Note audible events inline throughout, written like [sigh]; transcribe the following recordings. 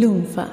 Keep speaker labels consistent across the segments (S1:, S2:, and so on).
S1: Lunfa.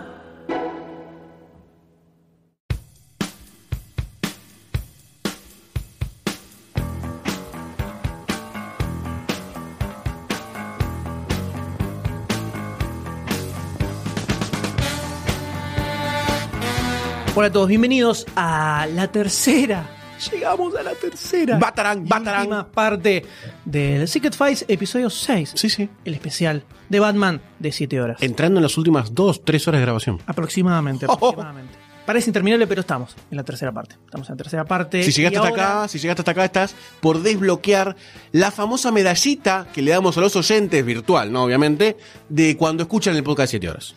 S2: Hola a todos, bienvenidos a la tercera. Llegamos a la tercera.
S3: Batarang,
S2: y
S3: batarang.
S2: Última parte del Secret Files, episodio 6.
S3: Sí, sí.
S2: El especial de Batman de 7 horas.
S3: Entrando en las últimas dos, tres horas de grabación.
S2: Aproximadamente,
S3: Oh, oh.
S2: aproximadamente. Parece interminable, pero estamos en la tercera parte. Estamos en la tercera parte.
S3: Si llegaste
S2: Eh, Y
S3: hasta
S2: ahora-
S3: acá, si llegaste hasta acá, estás por desbloquear la famosa medallita que le damos a los oyentes, virtual, ¿no? Obviamente, de cuando escuchan el podcast 7 horas.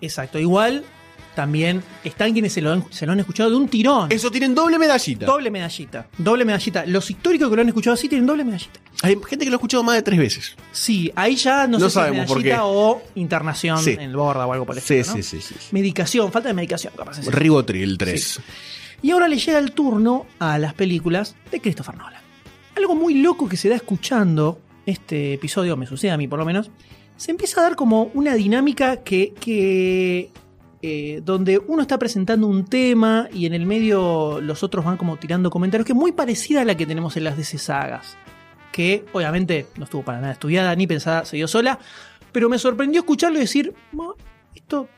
S2: Exacto, igual también están quienes se lo han, se lo han escuchado de un tirón.
S3: Eso tienen doble medallita.
S2: Doble medallita, doble medallita. Los históricos que lo han escuchado así tienen doble medallita.
S3: Hay gente que lo ha escuchado más de tres veces.
S2: Sí, ahí ya no,
S3: No
S2: sé si es
S3: sabemos por
S2: medallita
S3: qué.
S2: o internación
S3: Sí.
S2: en borda o algo por el
S3: Sí,
S2: estilo, ¿no?
S3: sí, sí, sí, sí.
S2: Medicación, falta de medicación, capaz. es eso.
S3: Ribotril 3.
S2: Y ahora le llega el turno a las películas de Christopher Nolan. Algo muy loco que se da escuchando este episodio, me sucede a mí por lo menos, se empieza a dar como una dinámica que, que eh, donde uno está presentando un tema y en el medio los otros van como tirando comentarios, que es muy parecida a la que tenemos en las DC sagas, que obviamente no estuvo para nada estudiada ni pensada, se dio sola, pero me sorprendió escucharlo y decir, "Ma, esto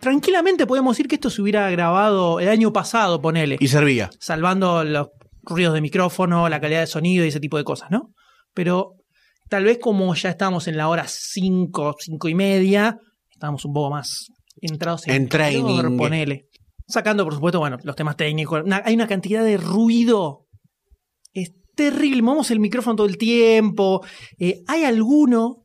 S2: tranquilamente podemos decir que esto se hubiera grabado el año pasado, ponele
S3: Y servía.
S2: salvando los ruidos de micrófono, la calidad de sonido y ese tipo de cosas, ¿no? Pero tal vez como ya estábamos en la hora 5, 5 y media, estábamos un poco más entrados en,
S3: En
S2: el calor,
S3: training.
S2: ponele. Sacando, por supuesto, bueno, los temas técnicos. Una- hay una cantidad de ruido. Es terrible. Movemos el micrófono todo el tiempo. Eh, hay alguno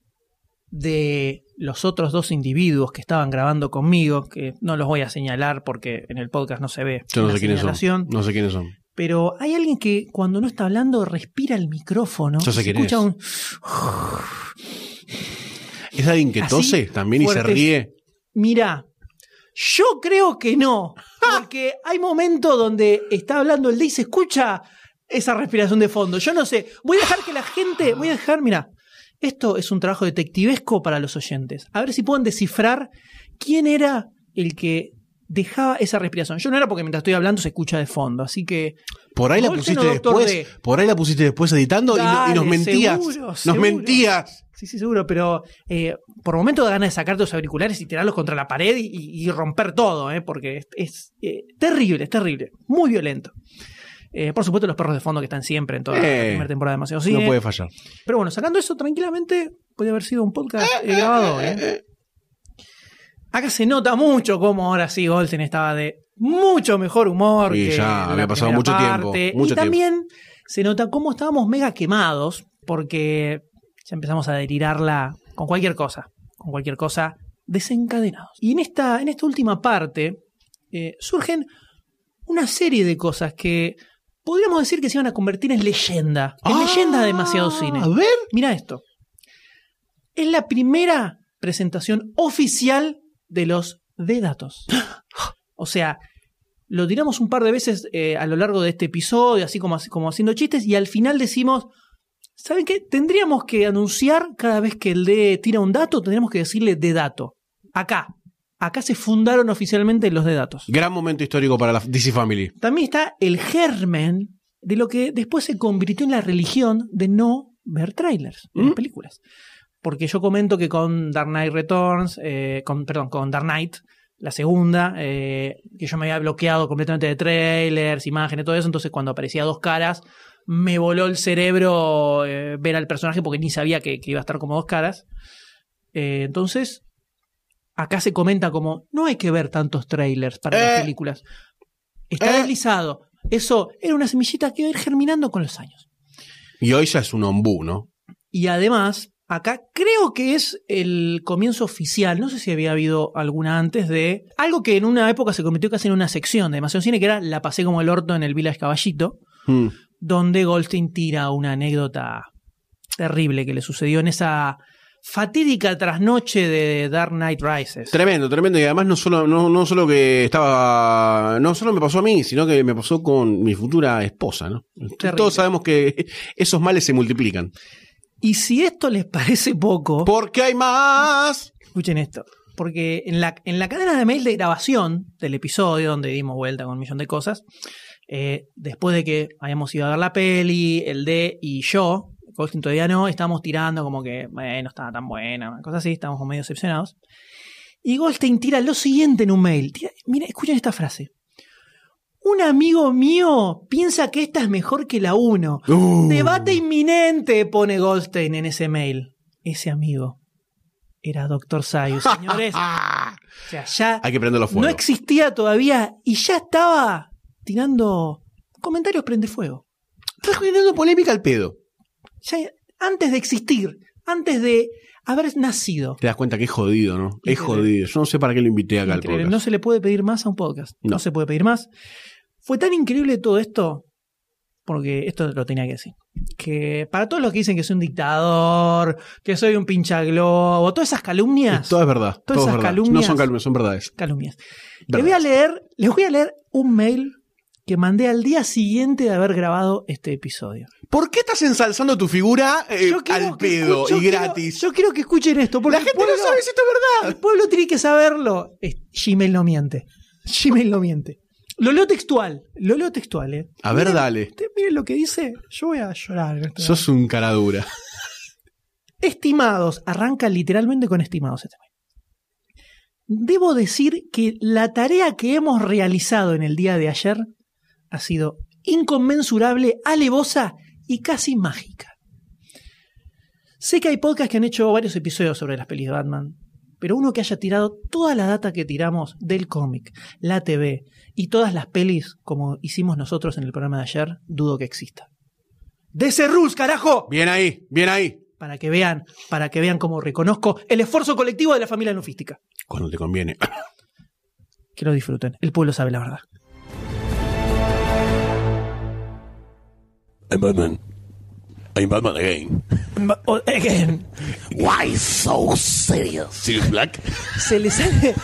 S2: de los otros dos individuos que estaban grabando conmigo, que no los voy a señalar porque en el podcast no se ve.
S3: Yo no
S2: la
S3: sé quiénes son.
S2: señalación.
S3: No sé quiénes son.
S2: Pero hay alguien que cuando no está hablando respira el micrófono.
S3: Yo sé
S2: Se
S3: quién
S2: escucha
S3: es.
S2: un
S3: ¿Es alguien que
S2: Así,
S3: tose también y
S2: fuertes.
S3: se ríe?
S2: mira. Yo creo que
S3: [laughs]
S2: no, porque hay momentos donde está hablando el D y se escucha esa respiración de fondo. Yo no sé, voy a dejar que la gente, voy a dejar, mira, esto es un trabajo detectivesco para los oyentes. A ver si pueden descifrar quién era el que dejaba esa respiración. Yo no era porque mientras estoy hablando se escucha de fondo, así que
S3: Por ahí la
S2: Volten o
S3: pusiste
S2: Doctor
S3: después.
S2: D.
S3: Por ahí la pusiste después editando y no- y, nos
S2: Dale,
S3: mentías.
S2: seguro,
S3: nos
S2: seguro.
S3: mentías.
S2: Sí, sí, seguro, pero eh, por momento da ganas de sacarte los auriculares y tirarlos contra la pared y, y- y romper todo, ¿eh? porque es, es, eh, terrible, es terrible, muy violento. Eh, por supuesto, los perros de fondo que están siempre en toda la
S3: Eh,
S2: primera temporada de demasiado cine.
S3: No puede fallar.
S2: Pero bueno, sacando eso tranquilamente, puede haber sido un podcast eh, grabado. ¿eh? Acá se nota mucho cómo ahora sí Golden estaba de mucho mejor humor.
S3: Y
S2: que
S3: ya
S2: en la
S3: había pasado
S2: primera
S3: mucho tiempo, mucho
S2: y también se nota cómo estábamos mega quemados porque ya empezamos a delirarla con cualquier cosa. Con cualquier cosa desencadenados. Y en esta, en esta última parte eh, surgen una serie de cosas que podríamos decir que se iban a convertir en leyenda. En
S4: Ah,
S2: leyenda de demasiado cine.
S3: A ver.
S2: Mira esto. Es la primera presentación oficial de los de datos. O sea, lo tiramos un par de veces eh, a lo largo de este episodio, así como, como haciendo chistes, y al final decimos, ¿saben qué? Tendríamos que anunciar cada vez que el D tira un dato, tendríamos que decirle de dato. Acá. Acá se fundaron oficialmente los de datos.
S3: Gran momento histórico para la DC Family.
S2: También está el germen de lo que después se convirtió en la religión de no ver trailers en las
S3: ¿Mm?
S2: películas. Porque yo comento que con Dark Knight Returns, eh, con, perdón, con Dark Knight, la segunda, eh, que yo me había bloqueado completamente de trailers, imágenes, todo eso, entonces cuando aparecía dos caras, me voló el cerebro eh, ver al personaje porque ni sabía que, que iba a estar como dos caras. Eh, entonces, acá se comenta como, no hay que ver tantos trailers para las
S3: Eh.
S2: películas. Está
S3: Eh.
S2: deslizado. Eso era una semillita que iba a ir germinando con los años.
S3: Y hoy ya es un ombú, ¿no?
S2: Y además, acá creo que es el comienzo oficial, no sé si había habido alguna antes de algo que en una época se convirtió casi en una sección de demasiado cine, que era La pasé como el orto en el Village Caballito,
S3: Mm.
S2: donde Goldstein tira una anécdota terrible que le sucedió en esa fatídica trasnoche de Dark Knight Rises.
S3: Tremendo, tremendo. Y además no solo, no, no solo que estaba. No solo me pasó a mí, sino que me pasó con mi futura esposa, ¿no?
S2: Terrible.
S3: Todos sabemos que [laughs] esos males se multiplican.
S2: Y si esto les parece poco,
S3: Porque hay más.
S2: escuchen esto. porque en la, en la cadena de mail de grabación del episodio, donde dimos vuelta con un millón de cosas, eh, después de que habíamos ido a ver la peli, el D y yo, Colston todavía no, estábamos tirando como que, bueno, estaba tan buena, una cosa así, estábamos como medio decepcionados. Y Goldstein tira lo siguiente en un mail. Tira- mira, escuchen esta frase. Un amigo mío piensa que esta es mejor que la 1.
S4: Uh.
S2: Debate inminente, pone Goldstein en ese mail. Ese amigo era Dr. Sayus, señores. o
S4: Ah,
S2: sea, ya
S4: hay que prenderlo fuego.
S2: no existía todavía y ya estaba tirando comentarios prende fuego.
S4: Está generando polémica al pedo.
S2: Ya antes de existir, antes de haber nacido.
S4: Te das cuenta que es jodido, ¿no? Es
S2: Increíble.
S4: jodido. Yo no sé para qué lo invité acá al
S2: Increíble,
S4: podcast.
S2: No se le puede pedir más a un podcast. No.
S4: No.
S2: se puede pedir más. Fue tan increíble todo esto, porque esto lo tenía que decir. Que para todos los que dicen que soy un dictador, que soy un pinchaglobo, todas esas calumnias.
S4: Todo es verdad.
S2: Todas
S4: todo es
S2: esas
S4: verdad.
S2: calumnias-
S4: No son calumnias, son verdades.
S2: Calumnias. Les voy,
S4: Verdades.
S2: a leer, les voy a leer un mail que mandé al día siguiente de haber grabado este episodio.
S4: ¿Por qué estás ensalzando tu figura eh,
S2: quiero
S4: al
S2: que
S4: pedo
S2: escu- yo
S4: y
S2: quiero-
S4: gratis?
S2: yo quiero que escuchen esto. Porque
S4: La
S2: el
S4: gente no
S2: pueblo-
S4: sabe si esto es verdad.
S2: Ah, El pueblo tiene que saberlo. Eh, Gmail no miente. Gmail no miente. Lo leo textual. Lo leo textual, eh.
S4: A ver,
S2: Miren-
S4: dale.
S2: ustedes miren lo que dice. Yo voy a llorar. en este
S4: Sos un cara dura.
S2: Estimados, arranca literalmente con estimados este mail. Debo decir que la tarea que hemos realizado en el día de ayer ha sido inconmensurable, alevosa y casi mágica. Sé que hay podcasts que han hecho varios episodios sobre las pelis de Batman, pero uno que haya tirado toda la data que tiramos del cómic, la TV y todas las pelis como hicimos nosotros en el programa de ayer, dudo que exista. ¡De Cerrus, carajo!
S4: Bien ahí, bien ahí.
S2: para que vean, para que vean cómo reconozco el esfuerzo colectivo de la familia nufística.
S4: Cuando te conviene.
S2: Que lo disfruten, el pueblo sabe la verdad.
S5: I'm Batman. I'm Batman again. Why so serious? Serious Black?
S2: Se
S5: [laughs]
S2: les sale-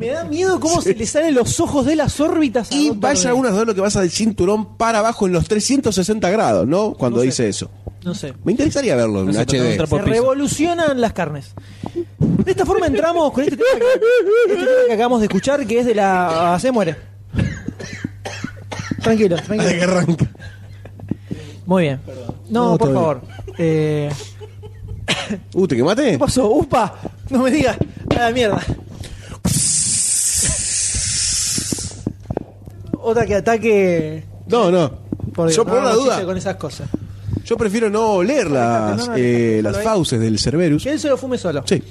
S2: me da miedo cómo se les salen los ojos de las órbitas. a
S3: [laughs] Y
S2: Dr.
S3: vaya
S2: Dre.
S3: algunas dos lo que pasa del cinturón para abajo en los 360 grados, ¿no? Cuando
S2: No sé.
S3: dice eso.
S2: No sé.
S3: Me interesaría verlo en
S6: No sé, pero no
S3: HD.
S6: entra
S2: Se
S6: por piso.
S2: revolucionan las carnes. De esta forma entramos con este tema, que, este tema que acabamos de escuchar, que es de la... ah, se muere. Tranquilo,
S3: [laughs]
S2: tranquilo.
S3: Que arranca.
S2: Muy bien. No,
S3: No,
S2: por
S3: está
S2: favor. Eh,
S3: Uh, ¿te quemaste?
S2: ¿Qué pasó? ¡Upa! No me digas. A la mierda. Otra que ataque.
S3: No, no.
S2: Por Dios,
S3: Yo
S2: no
S3: por la
S2: hagamos
S3: duda,
S2: chiste Con esas cosas.
S3: yo prefiero no leer las,
S2: no, no,
S3: eh,
S2: no,
S3: las
S2: no,
S3: fauces del Cerberus.
S2: Que él se lo fume solo.
S3: Sí.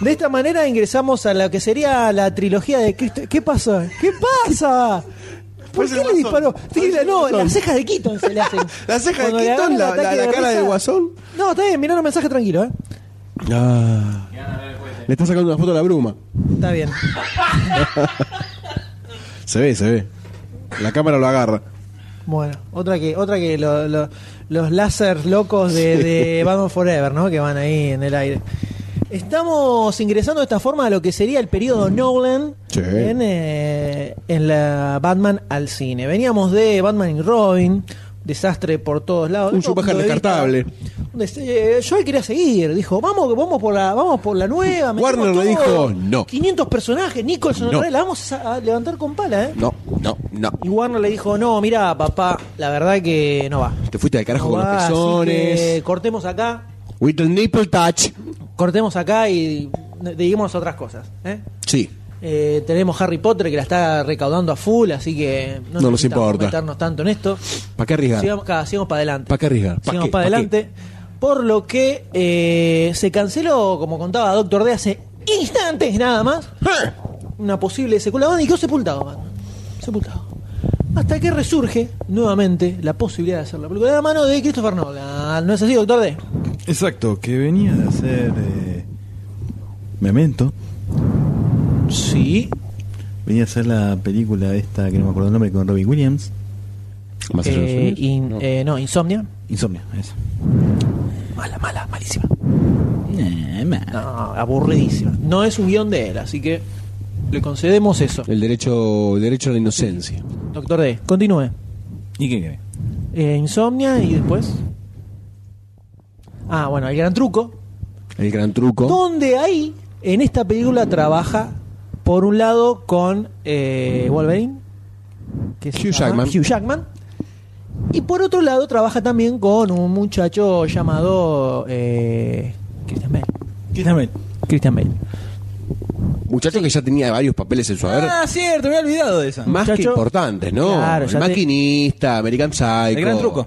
S2: De esta manera ingresamos a lo que sería la trilogía de Cristo. ¿Qué pasó? ¿Qué pasa? ¿Por
S3: Pues
S2: qué
S3: el
S2: le
S3: guasón.
S2: disparó? Tiene
S3: Pues
S2: la-
S3: el
S2: no,
S3: guasón.
S2: las cejas de Keaton se le hacen.
S3: [laughs] Las cejas de
S2: Cuando le agarra
S3: Keaton,
S2: el
S3: la-
S2: ataque
S3: la- la cara
S2: risa-
S3: de guasón.
S2: No, está bien, mirá un mensaje tranquilo, ¿eh?
S3: Ah. Le está sacando una foto a la bruma.
S2: Está bien.
S3: Se ve, se ve. La cámara lo agarra.
S2: Bueno, otra que, otra que lo- lo- los láser locos de, de
S3: [laughs]
S2: Batman Forever, ¿no? Que van ahí en el aire. Estamos ingresando de esta forma a lo que sería el periodo Nolan
S3: Sí.
S2: en, eh, en la Batman al cine. Veníamos de Batman y Robin, desastre por todos lados.
S3: Un
S2: De todo
S3: chupajar
S2: punto de
S3: descartable.
S2: vista. Un des- eh, Joel quería seguir, dijo, vamos, vamos por la, vamos por la nueva. metemos
S3: Warner le
S2: todo.
S3: dijo, no.
S2: 500 personajes, Nicholson,
S3: No.
S2: otra vez, la vamos a, a levantar con pala, ¿eh?
S3: No, no, no.
S2: Y Warner le dijo, no, mira, papá, la verdad que no va.
S3: Te fuiste de carajo
S2: No
S3: con los
S2: va, Ah, así que
S3: pezones.
S2: cortemos acá,
S3: With the nipple touch.
S2: cortemos acá y digamos otras cosas. ¿eh?
S3: Sí.
S2: Eh, tenemos Harry Potter que la está recaudando a full, así que no,
S3: No nos
S2: necesitamos
S3: importa.
S2: meternos tanto en esto.
S3: ¿Para qué arriesgar?
S2: Sigamos, acá, sigamos para adelante.
S3: ¿Para qué arriesgar? ¿Para
S2: sigamos
S3: qué?
S2: para
S3: ¿Para
S2: adelante. Por lo que eh, se canceló, como contaba Doctor D hace instantes nada más, [laughs] una posible secuela Batman y quedó sepultado Batman. Sepultado. Hasta que resurge nuevamente la posibilidad de hacer la película de la mano de Christopher Nolan. ¿No es así, Doctor D?
S6: Exacto, que venía de hacer eh, Memento.
S2: Sí.
S6: Venía a hacer la película esta que no me acuerdo el nombre con Robin Williams.
S3: Más allá de los sueños.
S2: Eh, no. Insomnia.
S6: Insomnia, eso.
S2: Mala, mala, malísima.
S6: Eh,
S2: No, aburridísima. No es un guión de él, así que le concedemos eso.
S3: El derecho, el derecho a la inocencia.
S2: Doctor D, continúe.
S6: ¿Y qué cree?
S2: Eh, insomnia y después. Ah, bueno, el gran truco.
S3: El gran truco.
S2: Donde ahí En esta película trabaja, por un lado, con eh, Wolverine, que se
S3: Hugh
S2: llama
S3: Jackman.
S2: Hugh Jackman. Y por otro lado, trabaja también con un muchacho llamado eh, Christian Bale.
S6: Christian Bale.
S2: Christian Bale.
S3: Muchacho que ya tenía varios papeles en su haber.
S6: Ah, cierto, me había olvidado de esa.
S3: más que
S2: muchacho-
S3: importantes, ¿no?
S2: Claro, ya
S3: el
S2: te-
S3: maquinista, American Psycho.
S6: El gran truco.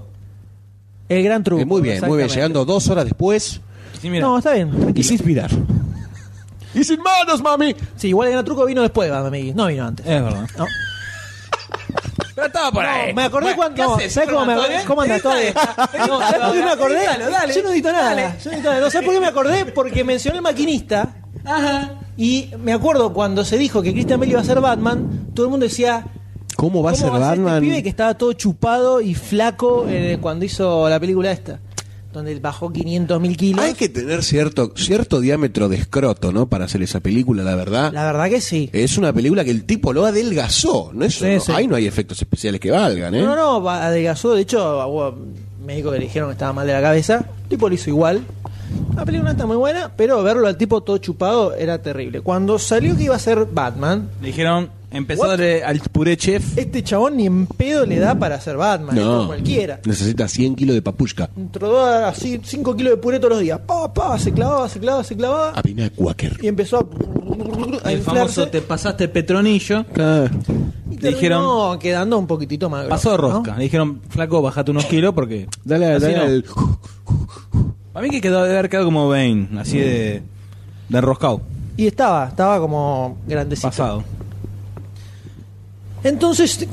S2: El gran truco.
S3: Eh, muy bien, muy bien.
S2: exactamente.
S3: Llegando dos horas después.
S6: Sí, mira.
S2: No, está bien.
S3: Y sin
S2: [laughs]
S3: mirar. ¡Y sin manos, mami!
S2: Sí, igual el gran truco vino después, Batman Begins, No vino antes.
S6: Es verdad.
S2: Eh,
S6: [laughs]
S2: No.
S6: Pero estaba por ahí.
S2: Me acordé
S6: Bueno,
S2: cuando.
S6: ¿qué
S2: no,
S6: haces?
S2: ¿Sabes cómo me
S6: ¿Todo
S2: acordé?
S6: bien?
S2: ¿Cómo andas todo?
S6: [laughs] Edítale, edítalo,
S2: No, ¿Sabes por qué me acordé?
S6: edítalo, dale.
S2: Yo no edito
S6: Dale.
S2: nada. Yo no edito nada. No, ¿Sabes por qué me
S6: [laughs]
S2: acordé? Porque mencioné el maquinista. Y me acuerdo cuando se dijo que Christian Bale iba a ser Batman, todo el mundo decía.
S3: ¿Cómo va a ser
S2: ¿Cómo va a ser
S3: Batman?
S2: Este pibe que estaba todo chupado y flaco eh, cuando hizo la película esta, donde bajó 500 mil kilos.
S3: Hay que tener cierto, cierto diámetro de escroto, ¿no? Para hacer esa película, la verdad.
S2: La verdad que sí.
S3: Es una película que el tipo lo adelgazó. No es,
S2: Sí,
S3: no-
S2: sí.
S3: Ahí no hay efectos especiales que valgan, ¿eh?
S2: No, no, no, adelgazó. De hecho, hubo médico que le dijeron que estaba mal de la cabeza. El tipo lo hizo igual. La película no está muy buena, pero verlo al tipo todo chupado era terrible. Cuando salió que iba a ser Batman,
S6: Le dijeron, empezó
S2: What?
S6: de- al puré chef.
S2: este chabón ni en pedo le da para ser Batman. es como
S3: No.
S2: cualquiera.
S3: Necesita 100 kilos de papushka.
S2: Introdó así 5 kilos de puré todos los días. Pa, pa, se clavaba, se clavaba, se clavaba.
S3: Apina Quaker.
S2: Y empezó a, a
S6: El famoso
S2: inflarse.
S6: te pasaste petronillo.
S2: y
S6: le dijeron-
S2: terminó quedando un poquitito más
S6: Pasó de
S2: grosso, ¿no?
S6: rosca. Le dijeron, flaco, bajate unos kilos porque.
S3: Dale,
S6: Así
S3: dale.
S6: no.
S3: al-
S6: Para mí que quedó de haber quedado como Bane, así de. de enroscado,
S2: Y estaba, estaba como grandecito.
S6: pasado.
S2: Entonces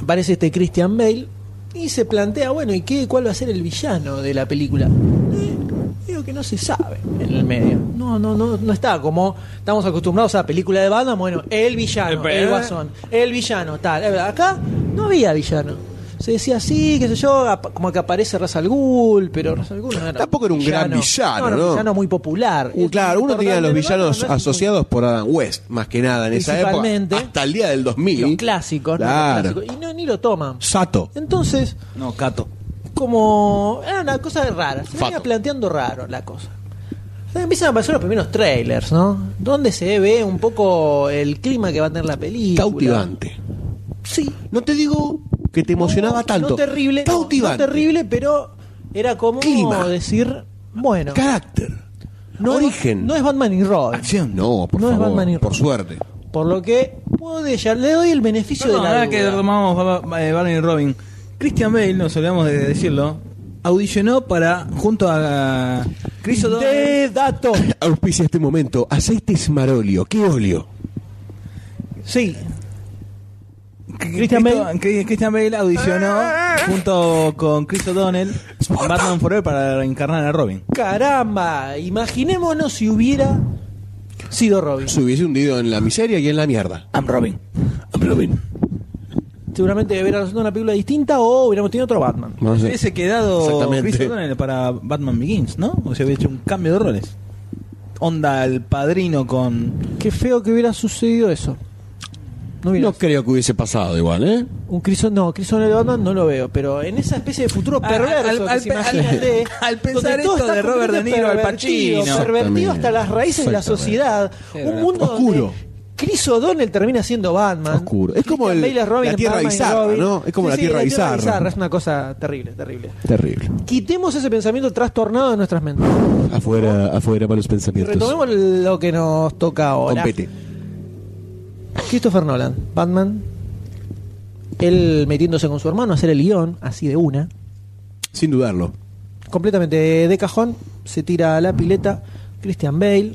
S2: aparece este Christian Bale y se plantea, bueno, ¿y qué, cuál va a ser el villano de la película? Eh, Digo que no se sabe en el medio. No, no, no, no está como estamos acostumbrados a película de Batman, bueno, el villano, el guasón, el villano, tal. Eh, Acá no había villano. Se decía así, qué sé yo, ap- como que aparece Ra's al Ghul, pero Ra's al Ghul no era
S3: Tampoco era un gran villano,
S2: era un
S3: ¿no?
S2: villano muy popular.
S3: Uh, claro, uno tenía a los
S2: Batman
S3: villanos
S2: no es un-
S3: asociados por Adam West, más que nada en esa época.
S2: Principalmente.
S3: Hasta el día del 2000.
S2: los clásicos, ¿no? Los
S3: Claro.
S2: clásicos. Y no, ni lo toman.
S3: Sato.
S2: Entonces,
S6: No, Cato.
S2: como era una cosa rara, se venía
S7: Fato.
S2: planteando raro la cosa. O sea, empiezan a aparecer los primeros trailers, ¿no? Donde se ve un poco el clima que va a tener la película.
S3: Cautivante.
S2: Sí.
S3: No te digo que te emocionaba
S2: No,
S3: tanto.
S2: No terrible. no,
S3: Cautivante.
S2: No terrible, pero era como
S3: Clima.
S2: decir, bueno,
S3: Carácter.
S2: no,
S3: Origen.
S2: no es Batman y Robin.
S3: Acción. No, por
S2: No es
S3: favor.
S2: Batman y
S3: por
S2: Robin.
S3: suerte.
S2: Por lo que puede ya, le doy el beneficio de
S6: Perdón,
S2: la
S6: ahora
S2: duda.
S6: que retomamos Ba- Ba- eh, Batman y Robin, Christian Bale, nos olvidamos de decirlo, audicionó para, junto a Chris O'Donnell,
S2: de dato.
S3: Auspicia este momento. Aceites Marolio. ¿Qué óleo?
S2: Sí,
S6: Christian Bale, Cri- Christian Bale audicionó junto con Chris O'Donnell en Batman Forever para reencarnar a Robin.
S2: Caramba, imaginémonos si hubiera sido Robin.
S3: Se hubiese hundido en la miseria y en la mierda.
S6: I'm Robin.
S3: I'm Robin.
S2: Seguramente hubiera sido una película distinta o hubiéramos tenido otro Batman.
S3: No sé.
S6: Hubiese quedado
S3: Exactamente.
S6: Chris O'Donnell para Batman Begins, ¿no? O sea, hubiese hecho un cambio de roles. Onda el padrino con.
S2: Qué feo que hubiera sucedido eso. No hubiera
S3: No creo que hubiese pasado igual, ¿eh?
S2: un Cristo, no, Cristo de Batman no lo veo, pero en esa especie de futuro
S6: Al-
S2: perverso,
S6: Ah, al-
S2: que
S6: al-
S2: se imagina de-
S6: al-
S2: [laughs]
S6: [laughs] al pensar
S2: donde todo
S6: esto
S2: está
S6: de Robert De Niro, Al
S2: completamente
S6: Pacino.
S2: pervertido, pervertido hasta las raíces de la sociedad, un mundo
S3: Oscuro.
S2: donde Chris O'Donnell termina siendo Batman.
S3: Oscuro. Es como
S2: Christian
S3: el-
S2: Bale es Robin
S3: la
S2: en
S3: Tierra
S2: Batman y
S3: Bizarra,
S2: Robin.
S3: ¿no? Es como la Tierra Bizarra.
S2: Es una cosa terrible, terrible.
S3: Terrible.
S2: Quitemos ese pensamiento trastornado de nuestras mentes.
S3: Afuera, afuera malos
S2: Y
S3: pensamientos.
S2: retomemos lo que nos toca ahora.
S3: Compete.
S2: Christopher Nolan, Batman. Él metiéndose con su hermano a hacer el guión, así de una.
S3: Sin dudarlo.
S2: Completamente de, de cajón. Se tira a la pileta. Christian Bale.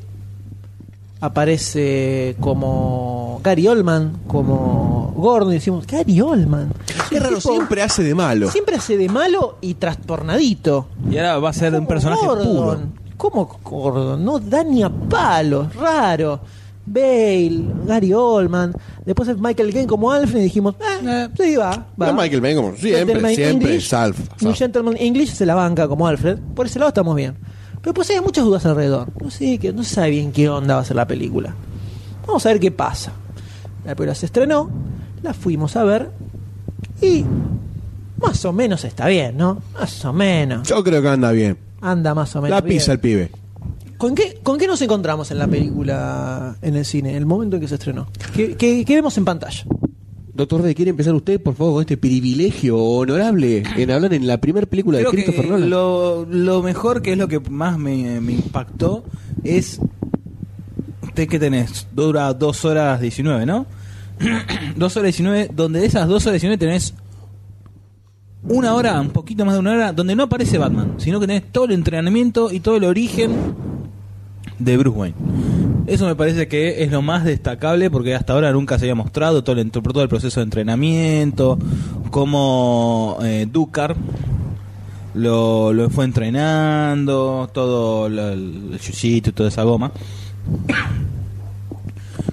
S2: Aparece como Gary Oldman, como Gordon. Y decimos, Gary Oldman.
S3: Es raro,
S2: tipo-
S3: siempre hace de malo.
S2: Siempre hace de malo y trastornadito.
S6: Y ahora va a ser un
S2: Como
S6: personaje puro.
S2: Oh, Gordon. ¿Cómo Gordon? No da ni a palos, raro. Bale, Gary Oldman, después el Michael Caine como Alfred y dijimos, eh, sí, va, va.
S3: No, Michael Bay como siempre,
S2: Gentleman
S3: siempre
S2: English,
S3: es alfa,
S2: Un
S3: alfa.
S2: Gentleman English se la banca como Alfred, por ese lado estamos bien. Pero pues hay muchas dudas alrededor. No sé, qué- no se sabe bien qué onda va a ser la película. Vamos a ver qué pasa. La película se estrenó, la fuimos a ver y más o menos está bien, ¿no? Más o menos.
S3: Yo creo que anda bien.
S2: Anda más o menos.
S3: La pisa
S2: bien.
S3: el pibe.
S2: ¿Con qué, ¿Con qué nos encontramos en la película, en el cine, en el momento en que se estrenó? ¿Qué, qué- qué vemos en pantalla?
S3: Doctor D, ¿quiere empezar usted, por favor, con este privilegio honorable en hablar en la primera película de
S6: Creo que
S3: Christopher Nolan?
S6: Lo, lo mejor que es lo que más me, me impactó es. ¿Te que tenés? Dura 2 horas 19, ¿no? [clears throat] 2 horas 19, donde de esas 2 horas 19 tenés una hora, un poquito más de una hora, donde no aparece Batman, sino que tenés todo el entrenamiento y todo el origen de Bruce Wayne. Eso me parece que es lo más destacable porque hasta ahora nunca se había mostrado todo el, entro- todo el proceso de entrenamiento, cómo eh, Dukar lo, lo fue entrenando, todo lo- el chuchito y toda esa goma. [coughs]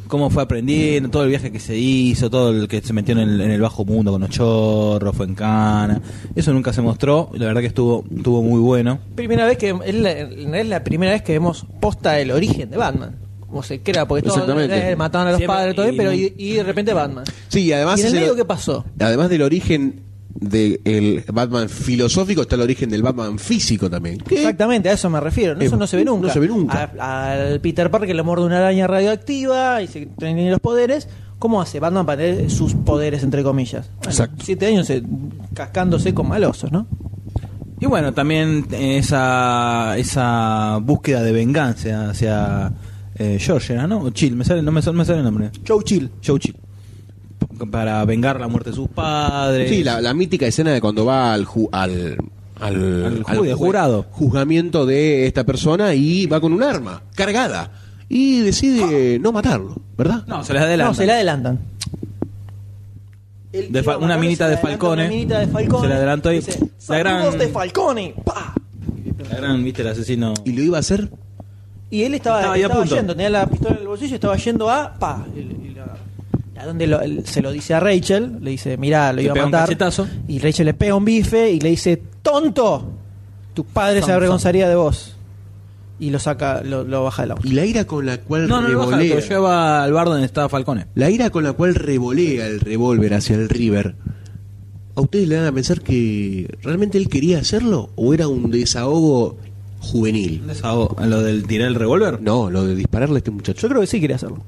S6: Cómo fue aprendiendo, todo el viaje que se hizo, todo el que se metió en el, en el bajo mundo con los chorros, fue en cana. Eso nunca se mostró y la verdad que estuvo, estuvo muy bueno.
S2: Primera vez que es la, es la primera vez que vemos posta el origen de Batman. Como se crea, porque todos
S3: Exactamente.
S2: eh, mataban a los
S6: Siempre-
S2: padres, todo bien,
S6: y-
S2: pero y, y de repente Batman.
S3: Sí, y además
S2: ¿Y en el
S3: es el-
S2: medio qué pasó?
S3: Además del origen del Batman filosófico, está el origen del Batman físico también. Que
S2: Exactamente, a eso me refiero. ¿no?
S3: Eh,
S2: eso no se ve nunca.
S3: no se ve nunca.
S2: A- al Peter Parker le morde una araña radioactiva y se tiene los poderes. ¿Cómo hace Batman para tener sus poderes, entre comillas? Bueno,
S3: Exacto.
S2: Siete años eh, cascándose con malosos, ¿no?
S6: Y bueno, también esa, esa búsqueda de venganza hacia eh, George, ¿era, ¿no? O Chill, me sale, no me sale, me sale el nombre.
S2: Joe Chill.
S6: Joe Chill. P- Para vengar la muerte de sus padres.
S3: Sí, la, la mítica escena de cuando va al ju- al, al,
S6: Al ju- jurado.
S3: juzgamiento de esta persona y va con un arma cargada y decide no matarlo, ¿verdad?
S6: No, se les adelanta.
S2: No, se le adelantan.
S6: De fa- una minita de Falcone.
S2: Una minita de Falcone.
S6: Se le adelantó y-
S2: Dice,
S6: la gran-
S2: "Saludos de Falcone. ¡Pah!
S6: La gran, viste, el asesino.
S3: Y lo iba a hacer.
S2: Y él estaba, estaba,
S6: Estaba ahí a punto.
S2: yendo, tenía la pistola en el bolsillo, estaba yendo a. ¡Pa! Y- y lo- a donde lo- él se lo dice a Rachel, le dice, mirá, lo
S6: Le
S2: iba
S6: pega
S2: a
S6: un
S2: matar.
S6: cachetazo.
S2: Y Rachel le pega un bife y le dice, ¡Tonto! Tu padre se
S6: Fan,
S2: avergonzaría de vos. Y lo saca, lo, lo baja del auto.
S3: Y la ira con la cual
S6: No, no, no, baja,
S3: revolea.
S6: lo lleva al bar donde estaba Falcone.
S3: La ira con la cual revolea el revólver hacia el River. ¿A ustedes le van a pensar que realmente él quería hacerlo o era un desahogo juvenil?
S6: Desahogo- Lo del tirar el revólver.
S3: No, lo de dispararle a este muchacho.
S2: Yo creo que sí quería hacerlo.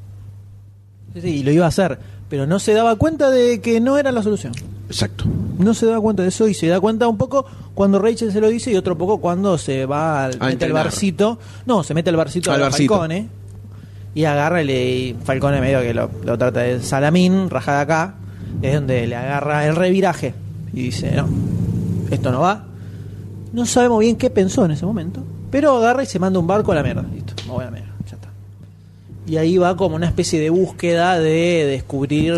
S2: Sí, sí, y lo iba a hacer. Pero no se daba cuenta de que no era la solución.
S3: Exacto.
S2: No se da cuenta de eso y se da cuenta un poco cuando Rachel se lo dice y otro poco cuando se va al, mete al
S3: entrenar.
S2: barcito. No, se mete al barcito
S3: Al
S2: de
S3: barcito.
S2: Falcone y agarra y le- y Falcone medio que lo, lo trata de salamín, rajada acá. Es donde le agarra el reviraje y dice, no, esto no va. No sabemos bien qué pensó en ese momento, pero agarra y se manda un barco a la mierda. Listo, me voy a la mierda, ya está. Y ahí va como una especie de búsqueda de descubrir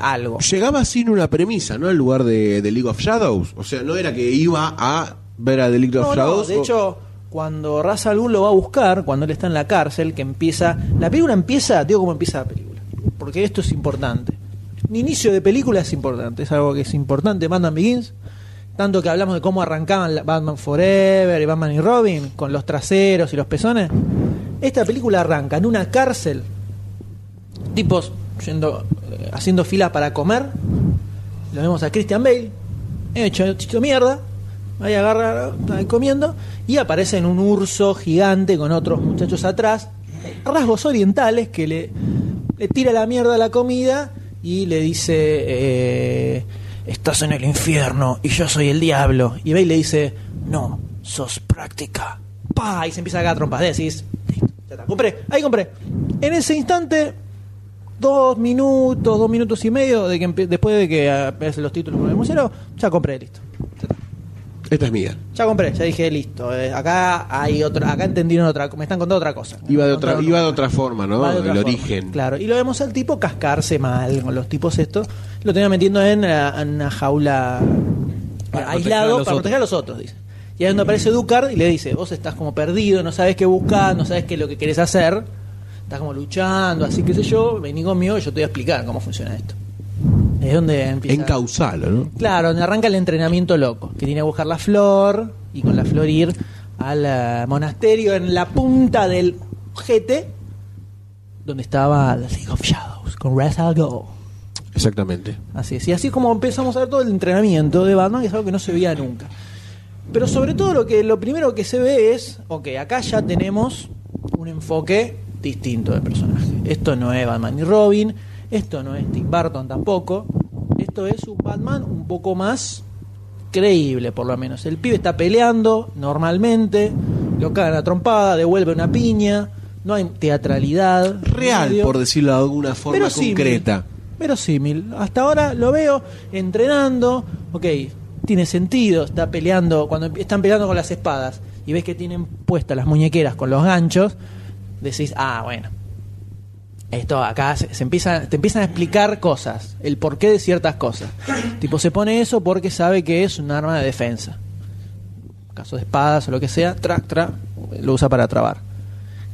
S2: algo.
S3: Llegaba sin una premisa, ¿no? Al lugar de, de League of Shadows. O sea, no era que iba a ver a The League of
S2: No, no,
S3: Shadows.
S2: de
S3: o-
S2: hecho, cuando Ra's al Ghul lo va a buscar, cuando él está en la cárcel, que empieza. La película empieza, digo cómo empieza la película, porque esto es importante. Un inicio de película es importante, es algo que es importante. Batman Begins, tanto que hablamos de cómo arrancaban la- Batman Forever y Batman y Robin, con los traseros y los pezones. Esta película arranca en una cárcel, tipos yendo, eh, haciendo fila para comer, lo vemos a Christian Bale, hecho, hecho mierda, ahí agarra, está comiendo, y aparece en un urso gigante con otros muchachos atrás, rasgos orientales que le, le tira la mierda a la comida y le dice, eh, estás en el infierno y yo soy el diablo. Y Bale le dice, no, sos práctica. pa Y se empieza a agarrar trompas, decís, "Listo, ya está, compré, ahí compré. En ese instante dos minutos, dos minutos y medio de que empe- después de que aparecen los títulos por el museo, ya compré, listo.
S3: Esta es mía.
S2: Ya compré, ya dije, listo. eh, acá hay otra, acá entendieron otra, me están contando otra cosa.
S3: Iba de
S2: Me
S3: otra,
S2: contaron
S3: iba de
S2: otra-
S3: otra forma, ¿no?
S2: va de otra
S3: el
S2: forma.
S3: origen.
S2: Claro, y lo vemos al tipo cascarse mal con los tipos estos. Lo tenía metiendo en, eh, en una jaula eh,
S6: Para proteger a
S2: aislado
S6: los
S2: para proteger a los otros, dice. Y ahí es donde aparece Ducard y le dice, vos estás como perdido, no sabes qué buscar, no sabes qué es lo que querés hacer, estás como luchando, así que sé yo, vení conmigo, yo te voy a explicar cómo funciona esto. Es donde empieza...
S3: Encauzalo, ¿no?
S2: Claro, donde arranca el entrenamiento loco, que tiene que buscar la flor y con la flor ir al eh, monasterio en la punta del GT, donde estaba la League of Shadows, con Ra's al Ghul.
S3: Exactamente.
S2: Así es, y así es como empezamos a ver todo el entrenamiento de Batman, que es algo que no se veía nunca. Pero sobre todo lo que lo primero que se ve es, ok, acá ya tenemos un enfoque distinto de personaje. Esto no es Batman y Robin, esto no es Tim Burton tampoco, esto es un Batman un poco más creíble por lo menos. El pibe está peleando normalmente, lo cagan a trompada, devuelve una piña, no hay teatralidad.
S3: Real,
S2: medio.
S3: por decirlo de alguna forma
S2: Verosímil.
S3: concreta.
S2: Verosímil. Hasta ahora lo veo entrenando. Ok, tiene sentido. Está peleando. Cuando están peleando con las espadas y ves que tienen puestas las muñequeras con los ganchos, decís, ah, bueno. Esto acá se, se empieza, te empiezan a explicar cosas, el porqué de ciertas cosas. tipo, se pone eso porque sabe que es un arma de defensa. Caso de espadas o lo que sea, trac, trac, lo usa para trabar.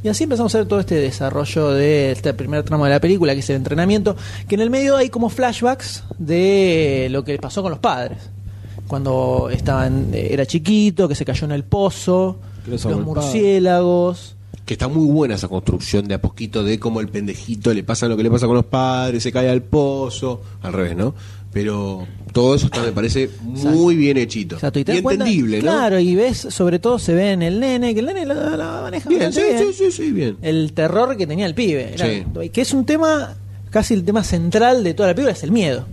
S2: Y así empezamos a ver todo este desarrollo de este primer tramo de la película, que es el entrenamiento, que en el medio hay como flashbacks de lo que pasó con los padres. Cuando estaban, eh, era chiquito, que se cayó en el pozo,
S6: Que lo
S2: los
S6: salvó el padre.
S2: murciélagos.
S3: Que está muy buena esa construcción de a poquito de cómo el pendejito le pasa lo que le pasa con los padres, se cae al pozo, al revés, ¿no? Pero todo eso está, me parece muy bien hechito.
S2: Exacto, y te das cuenta-
S3: entendible, ¿no?
S2: Claro, y ves, sobre todo se ve en el nene, que el nene la, la maneja
S3: Bien, sí,
S2: bastante bien.
S3: sí, sí, sí, bien.
S2: el terror que tenía el pibe. Era-
S3: Sí.
S2: Que es un tema, casi el tema central de toda la película, es el miedo.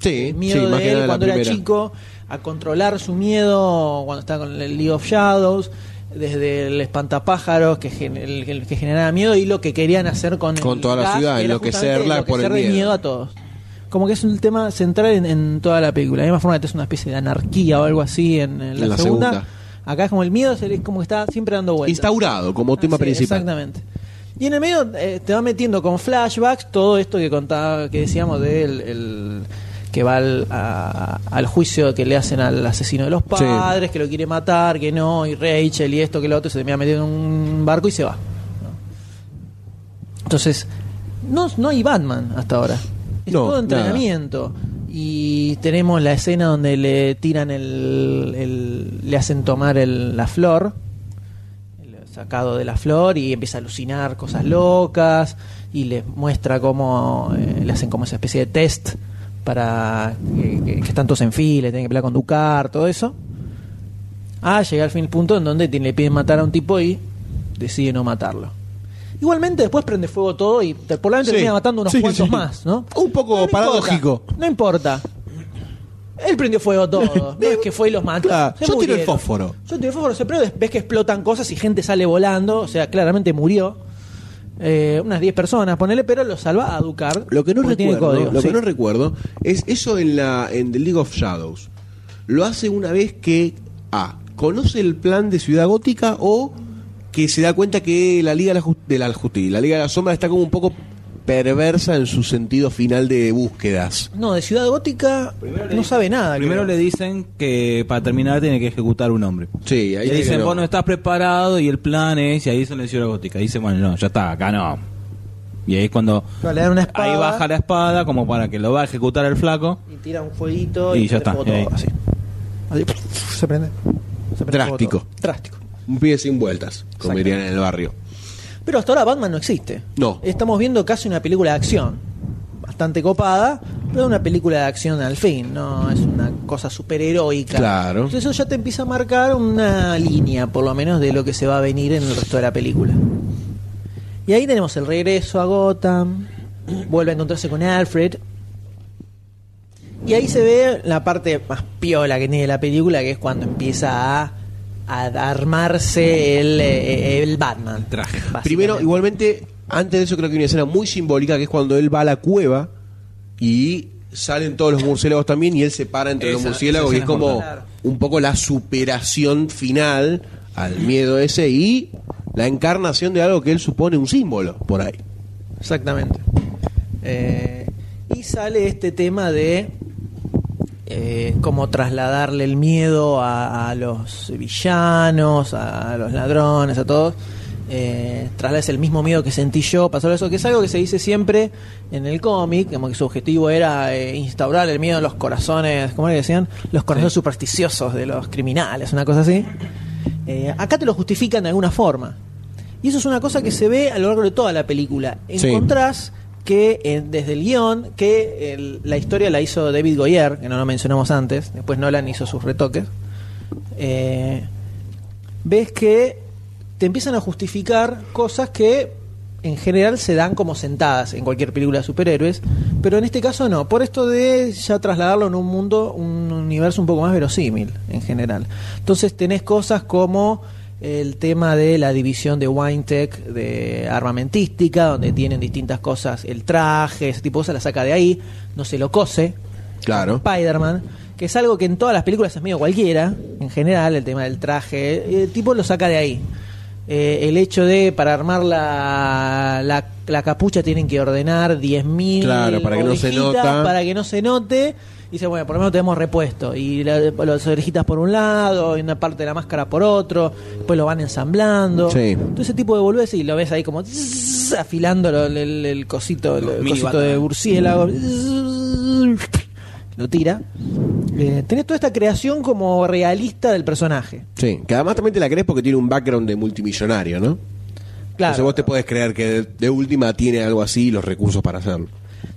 S3: Sí,
S2: El
S3: sí,
S2: Eh, miedo
S3: más que
S2: de
S3: nada
S2: él
S3: la
S2: cuando era
S3: primera.
S2: chico, a controlar su miedo cuando está con el League of Shadows, desde el espantapájaros que, gen- el- el que generaba miedo y lo que querían hacer con,
S3: Con
S2: el
S3: toda la
S2: gas,
S3: ciudad,
S2: que era
S3: enloquecerla
S2: justamente
S3: por el
S2: enloquecer de
S3: miedo.
S2: a todos. Como que es un tema central en, en toda la película. De la misma forma que es una especie de anarquía o algo así en, en la,
S3: En la
S2: segunda.
S3: segunda.
S2: Acá es como el miedo, es el- es como que está siempre dando vueltas.
S3: Instaurado como tema
S2: Así es,
S3: principal.
S2: Ah, Exactamente. Y en el medio eh, te va metiendo con flashbacks todo esto que contaba, que decíamos del el- que va al, a- al juicio que le hacen al asesino de los padres, que lo quiere matar, que no, y Rachel y esto que lo otro, y se termina metiendo en un barco y se va. ¿no? Entonces, no, no hay Batman hasta ahora. Es
S3: No,
S2: todo
S3: nada.
S2: entrenamiento. Y tenemos la escena donde le tiran el. el- le hacen tomar el- la flor el sacado de la flor y empieza a alucinar cosas locas y les muestra cómo eh, le hacen como esa especie de test para que, que- que están todos en fila, y tienen que pelear con Ducar, todo eso. Ah, llega al fin el punto en donde te- le piden matar a un tipo y decide no matarlo. Igualmente después prende fuego todo y te- probablemente
S3: Sí.
S2: termina matando unos
S3: Sí,
S2: cuantos
S3: sí.
S2: más, ¿no?
S3: Un poco
S2: importa,
S3: paradójico.
S2: no importa. Él prendió fuego
S3: [laughs]
S2: todo. No es que fue y los mató.
S3: Claro,
S2: Se
S3: yo tiro el
S2: murieron.
S3: fósforo.
S2: Yo tiro el fósforo, se prende, ves que explotan cosas y gente sale volando. O sea, claramente murió. Eh, unas 10 personas, ponele, pero lo salva a Ducar.
S3: Lo que no
S2: porque tiene
S3: recuerdo,
S2: código,
S3: lo
S2: sí.
S3: que no recuerdo es eso en la en The League of Shadows. Lo hace una vez que a conoce el plan de Ciudad Gótica o que se da cuenta que la Liga de la, Jus- de la Justicia, la Liga de la Sombra está como un poco perversa en su sentido final de búsquedas.
S2: No, de Ciudad Gótica no sabe nada.
S6: Primero
S2: creo.
S6: le dicen que para terminar tiene que ejecutar un hombre.
S3: Sí, ahí
S6: y
S3: te
S6: dicen,
S3: creo.
S6: vos no estás preparado y el plan es, y ahí son la ciudad gótica. Dice, bueno, no, ya está, acá no. Y ahí es cuando
S2: No, le dan una espada.
S6: ahí baja la espada como para que lo va a ejecutar el flaco.
S2: Y tira un fueguito.
S6: Y ya
S2: prende
S6: está,
S2: fuego
S6: y ahí.
S2: todo, así. Así, se prende. Se prende fuego
S3: Drástico.
S2: todo. Drástico.
S3: un pie sin vueltas, como dirían en el barrio.
S2: Pero hasta ahora Batman no existe.
S3: No.
S2: Estamos viendo casi una película de acción. Bastante copada, pero una película de acción al fin. No es una cosa superheroica.
S3: Claro.
S2: Entonces eso ya te empieza a marcar una línea, por lo menos, de lo que se va a venir en el resto de la película. Y ahí tenemos el regreso a Gotham. Vuelve a encontrarse con Alfred. Y ahí se ve la parte más piola que tiene la película, que es cuando empieza a, a armarse el, eh, el Batman.
S6: traje.
S2: Básicamente.
S3: Primero, igualmente, antes de eso creo que hay una escena muy simbólica que es cuando él va a la cueva y salen todos los murciélagos también y él se para entre los
S6: Esa-
S3: murciélagos y
S6: esa
S3: es
S6: escena es
S3: como
S2: mortal.
S3: un poco la superación final al miedo ese y la encarnación de algo que él supone un símbolo por ahí.
S2: Exactamente. Eh, y sale este tema de eh, cómo trasladarle el miedo a, a los villanos, a los ladrones, a todos. Eh, trasladas el mismo miedo que sentí yo, pasó eso, que es algo que se dice siempre en el cómic, como que su objetivo era eh, instaurar el miedo en los corazones, ¿cómo le decían? Los corazones supersticiosos de los criminales, una cosa así. Eh, acá te lo justifican de alguna forma. Y eso es una cosa que se ve a lo largo de toda la película.
S3: Sí.
S2: Encontrás que eh, desde el guión, que el- la historia la hizo David Goyer, que no lo mencionamos antes, después Nolan hizo sus retoques, eh, ves que te empiezan a justificar cosas que en general se dan como sentadas en cualquier película de superhéroes, pero en este caso no, por esto de ya trasladarlo en un mundo, un universo un poco más verosímil en general. Entonces tenés cosas como el tema de la división de Winetech de armamentística, donde tienen distintas cosas, el traje, ese tipo de cosas, la saca de ahí, no se lo cose,
S3: Claro.
S2: Spider-Man, que es algo que en todas las películas es medio cualquiera, en general, el tema del traje, eh, el tipo lo saca de ahí. Eh, el hecho de para armar la, la, la capucha tienen que ordenar 10.000
S3: Claro, para que no se
S2: orejitas
S3: nota.
S2: para que no se note. Y dice, bueno, por lo menos tenemos repuesto. Y la- las orejitas por un lado, y una parte de la máscara por otro. Después lo van ensamblando.
S3: Sí.
S2: Todo ese tipo de boludez y lo ves ahí como zzzz, afilando lo- el, el- el cosito, el,
S6: mini
S2: cosito
S6: Batman.
S2: de burciélago. Zzzz, Lo tira. Eh, tenés toda esta creación como realista del personaje.
S3: Sí, que además también te la crees porque tiene un background de multimillonario, ¿no?
S2: Claro.
S3: Entonces vos te podés creer que de, de última tiene algo así y los recursos para hacerlo.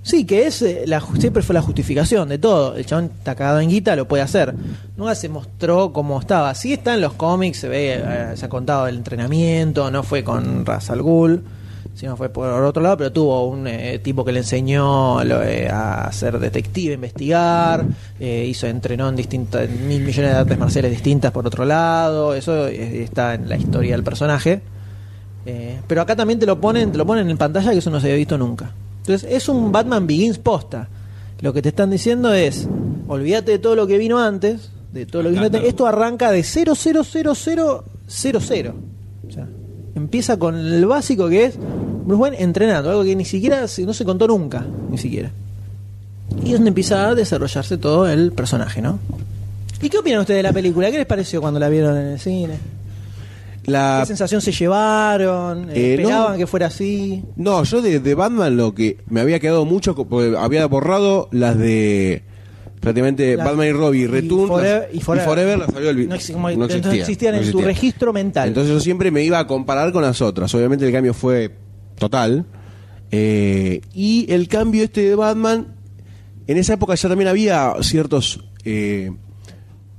S2: Sí, que es eh, la, ju- siempre fue la justificación de todo. El chabón está cagado en guita, lo puede hacer. Nunca se mostró cómo estaba. Sí está en los cómics, se ve, eh, se ha contado del entrenamiento, no fue con Ra's al Ghul, sino fue por otro lado, pero tuvo un eh, tipo que le enseñó lo, eh, a ser detective, investigar, eh, hizo, entrenó en distintas, en mil millones de artes marciales distintas por otro lado, eso eh, está en la historia del personaje. Eh, pero acá también te lo ponen, te lo ponen en pantalla que eso no se había visto nunca. Entonces es un Batman Begins posta. Lo que te están diciendo es, olvídate de todo lo que vino antes, de todo lo que vino antes. Esto arranca de 000000. O sea, empieza con el básico que es Bruce Wayne entrenando, algo que ni siquiera se- no se contó nunca, ni siquiera. Y es donde empieza a desarrollarse todo el personaje, ¿no? ¿Y qué opinan ustedes de la película? ¿Qué les pareció cuando la vieron en el cine?
S3: La,
S2: ¿Qué sensación se llevaron?
S3: Eh,
S2: ¿Esperaban
S3: no.
S2: que fuera así?
S3: no, yo de, de Batman lo que me había quedado mucho, co- porque había borrado las de prácticamente
S2: Las-
S3: Batman y Robbie,
S2: y
S3: Return
S2: Forever-
S3: las-
S2: y Forever.
S3: las había olvidado.
S2: No exi- como- entonces existían en su registro mental.
S3: Entonces yo siempre me iba a comparar con las otras. Obviamente el cambio fue total. Eh, y el cambio este de Batman, en esa época ya también había ciertos eh,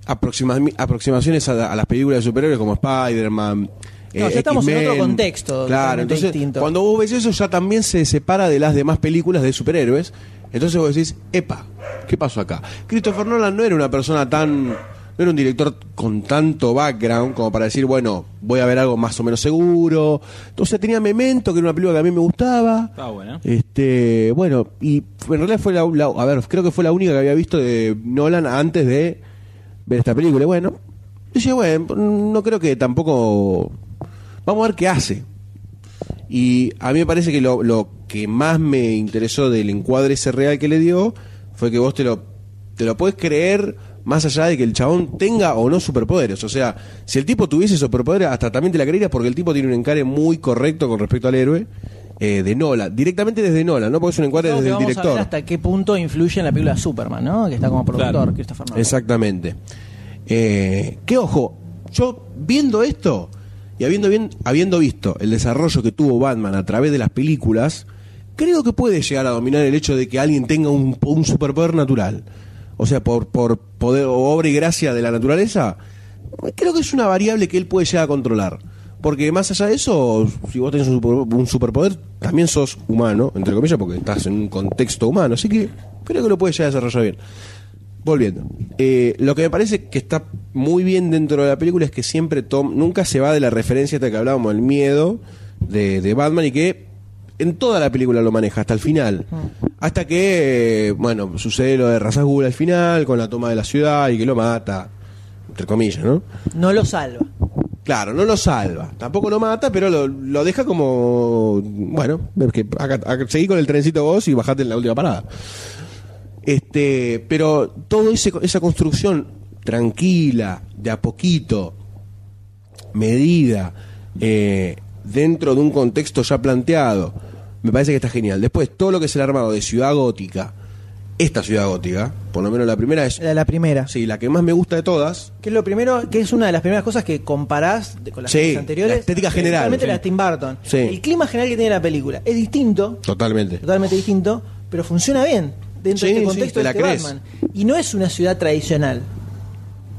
S3: aproxima- aproximaciones a, la- a las películas de superhéroes como Spider-Man. eh,
S2: ya estamos en otro
S3: X-Men.
S2: contexto
S3: Claro,
S2: totalmente
S3: entonces
S2: distinto.
S3: cuando vos ves eso ya también se separa de las demás películas de superhéroes. Entonces vos decís, epa, ¿qué pasó acá? Christopher Nolan no era una persona tan... No era un director con tanto background como para decir, bueno, voy a ver algo más o menos seguro. Entonces tenía Memento, que era una película que a mí me gustaba.
S6: Estaba buena.
S3: Este, bueno, y fue- en realidad fue la, la- a ver, creo que fue la única que había visto de Nolan antes de ver esta película. Y Bueno, dije, bueno, no creo que tampoco vamos a ver qué hace. Y a mí me parece que lo, lo que más me interesó del encuadre ese real que le dio fue que vos te lo, te lo podés creer más allá de que el chabón tenga o no superpoderes. O sea, si el tipo tuviese superpoderes, hasta también te la creerías porque el tipo tiene un encare muy correcto con respecto al héroe eh, de Nola. Directamente desde Nola, ¿no? Porque es un encuadre
S2: Creo que
S3: desde el
S2: vamos a ver
S3: director.
S2: hasta qué punto influye en la película Superman, ¿no? Que está como productor
S6: Claro.
S2: Christopher Nolan.
S3: Exactamente. Eh, que ojo, yo viendo esto y habiendo, bien, habiendo visto el desarrollo que tuvo Batman a través de las películas, creo que puede llegar a dominar el hecho de que alguien tenga un, po- un superpoder natural. O sea, por, por poder, o obra y gracia de la naturaleza, creo que es una variable que él puede llegar a controlar. Porque más allá de eso, si vos tenés un, super- un superpoder, también sos humano, entre comillas, porque estás en un contexto humano. Así que creo que lo puede llegar a desarrollar bien. Volviendo. Eh, lo que me parece que está muy bien dentro de la película es que siempre Tom nunca se va de la referencia hasta que hablábamos del miedo de, de Batman y que en toda la película lo maneja hasta el final. Hasta que, eh, bueno, sucede lo de Razagul al final con la toma de la ciudad y que lo mata, entre comillas, ¿no?
S2: No lo salva.
S3: Claro, no lo salva, tampoco lo mata, pero lo, lo deja como, bueno, es que acá, acá- seguí con el trencito vos y bajate en la última parada. Este, pero toda esa construcción tranquila, de a poquito, medida, eh, dentro de un contexto ya planteado, me parece que está genial. Después, todo lo que es el armado de ciudad gótica, esta ciudad gótica, por lo menos la primera es,
S2: La, la primera.
S3: sí, la que más me gusta de todas,
S2: Que es lo primero, que es una de las primeras cosas que comparás de- con las
S3: Sí,
S2: películas anteriores.
S3: la estética general,
S2: Principalmente
S3: sí.
S2: la de Tim Burton.
S3: Sí.
S2: El clima general que tiene la película es distinto,
S3: totalmente.
S2: totalmente distinto, pero funciona bien dentro
S3: Sí,
S2: de este
S3: sí,
S2: contexto
S3: te
S2: de
S3: la
S2: este
S3: crees.
S2: Batman. Y no es una ciudad tradicional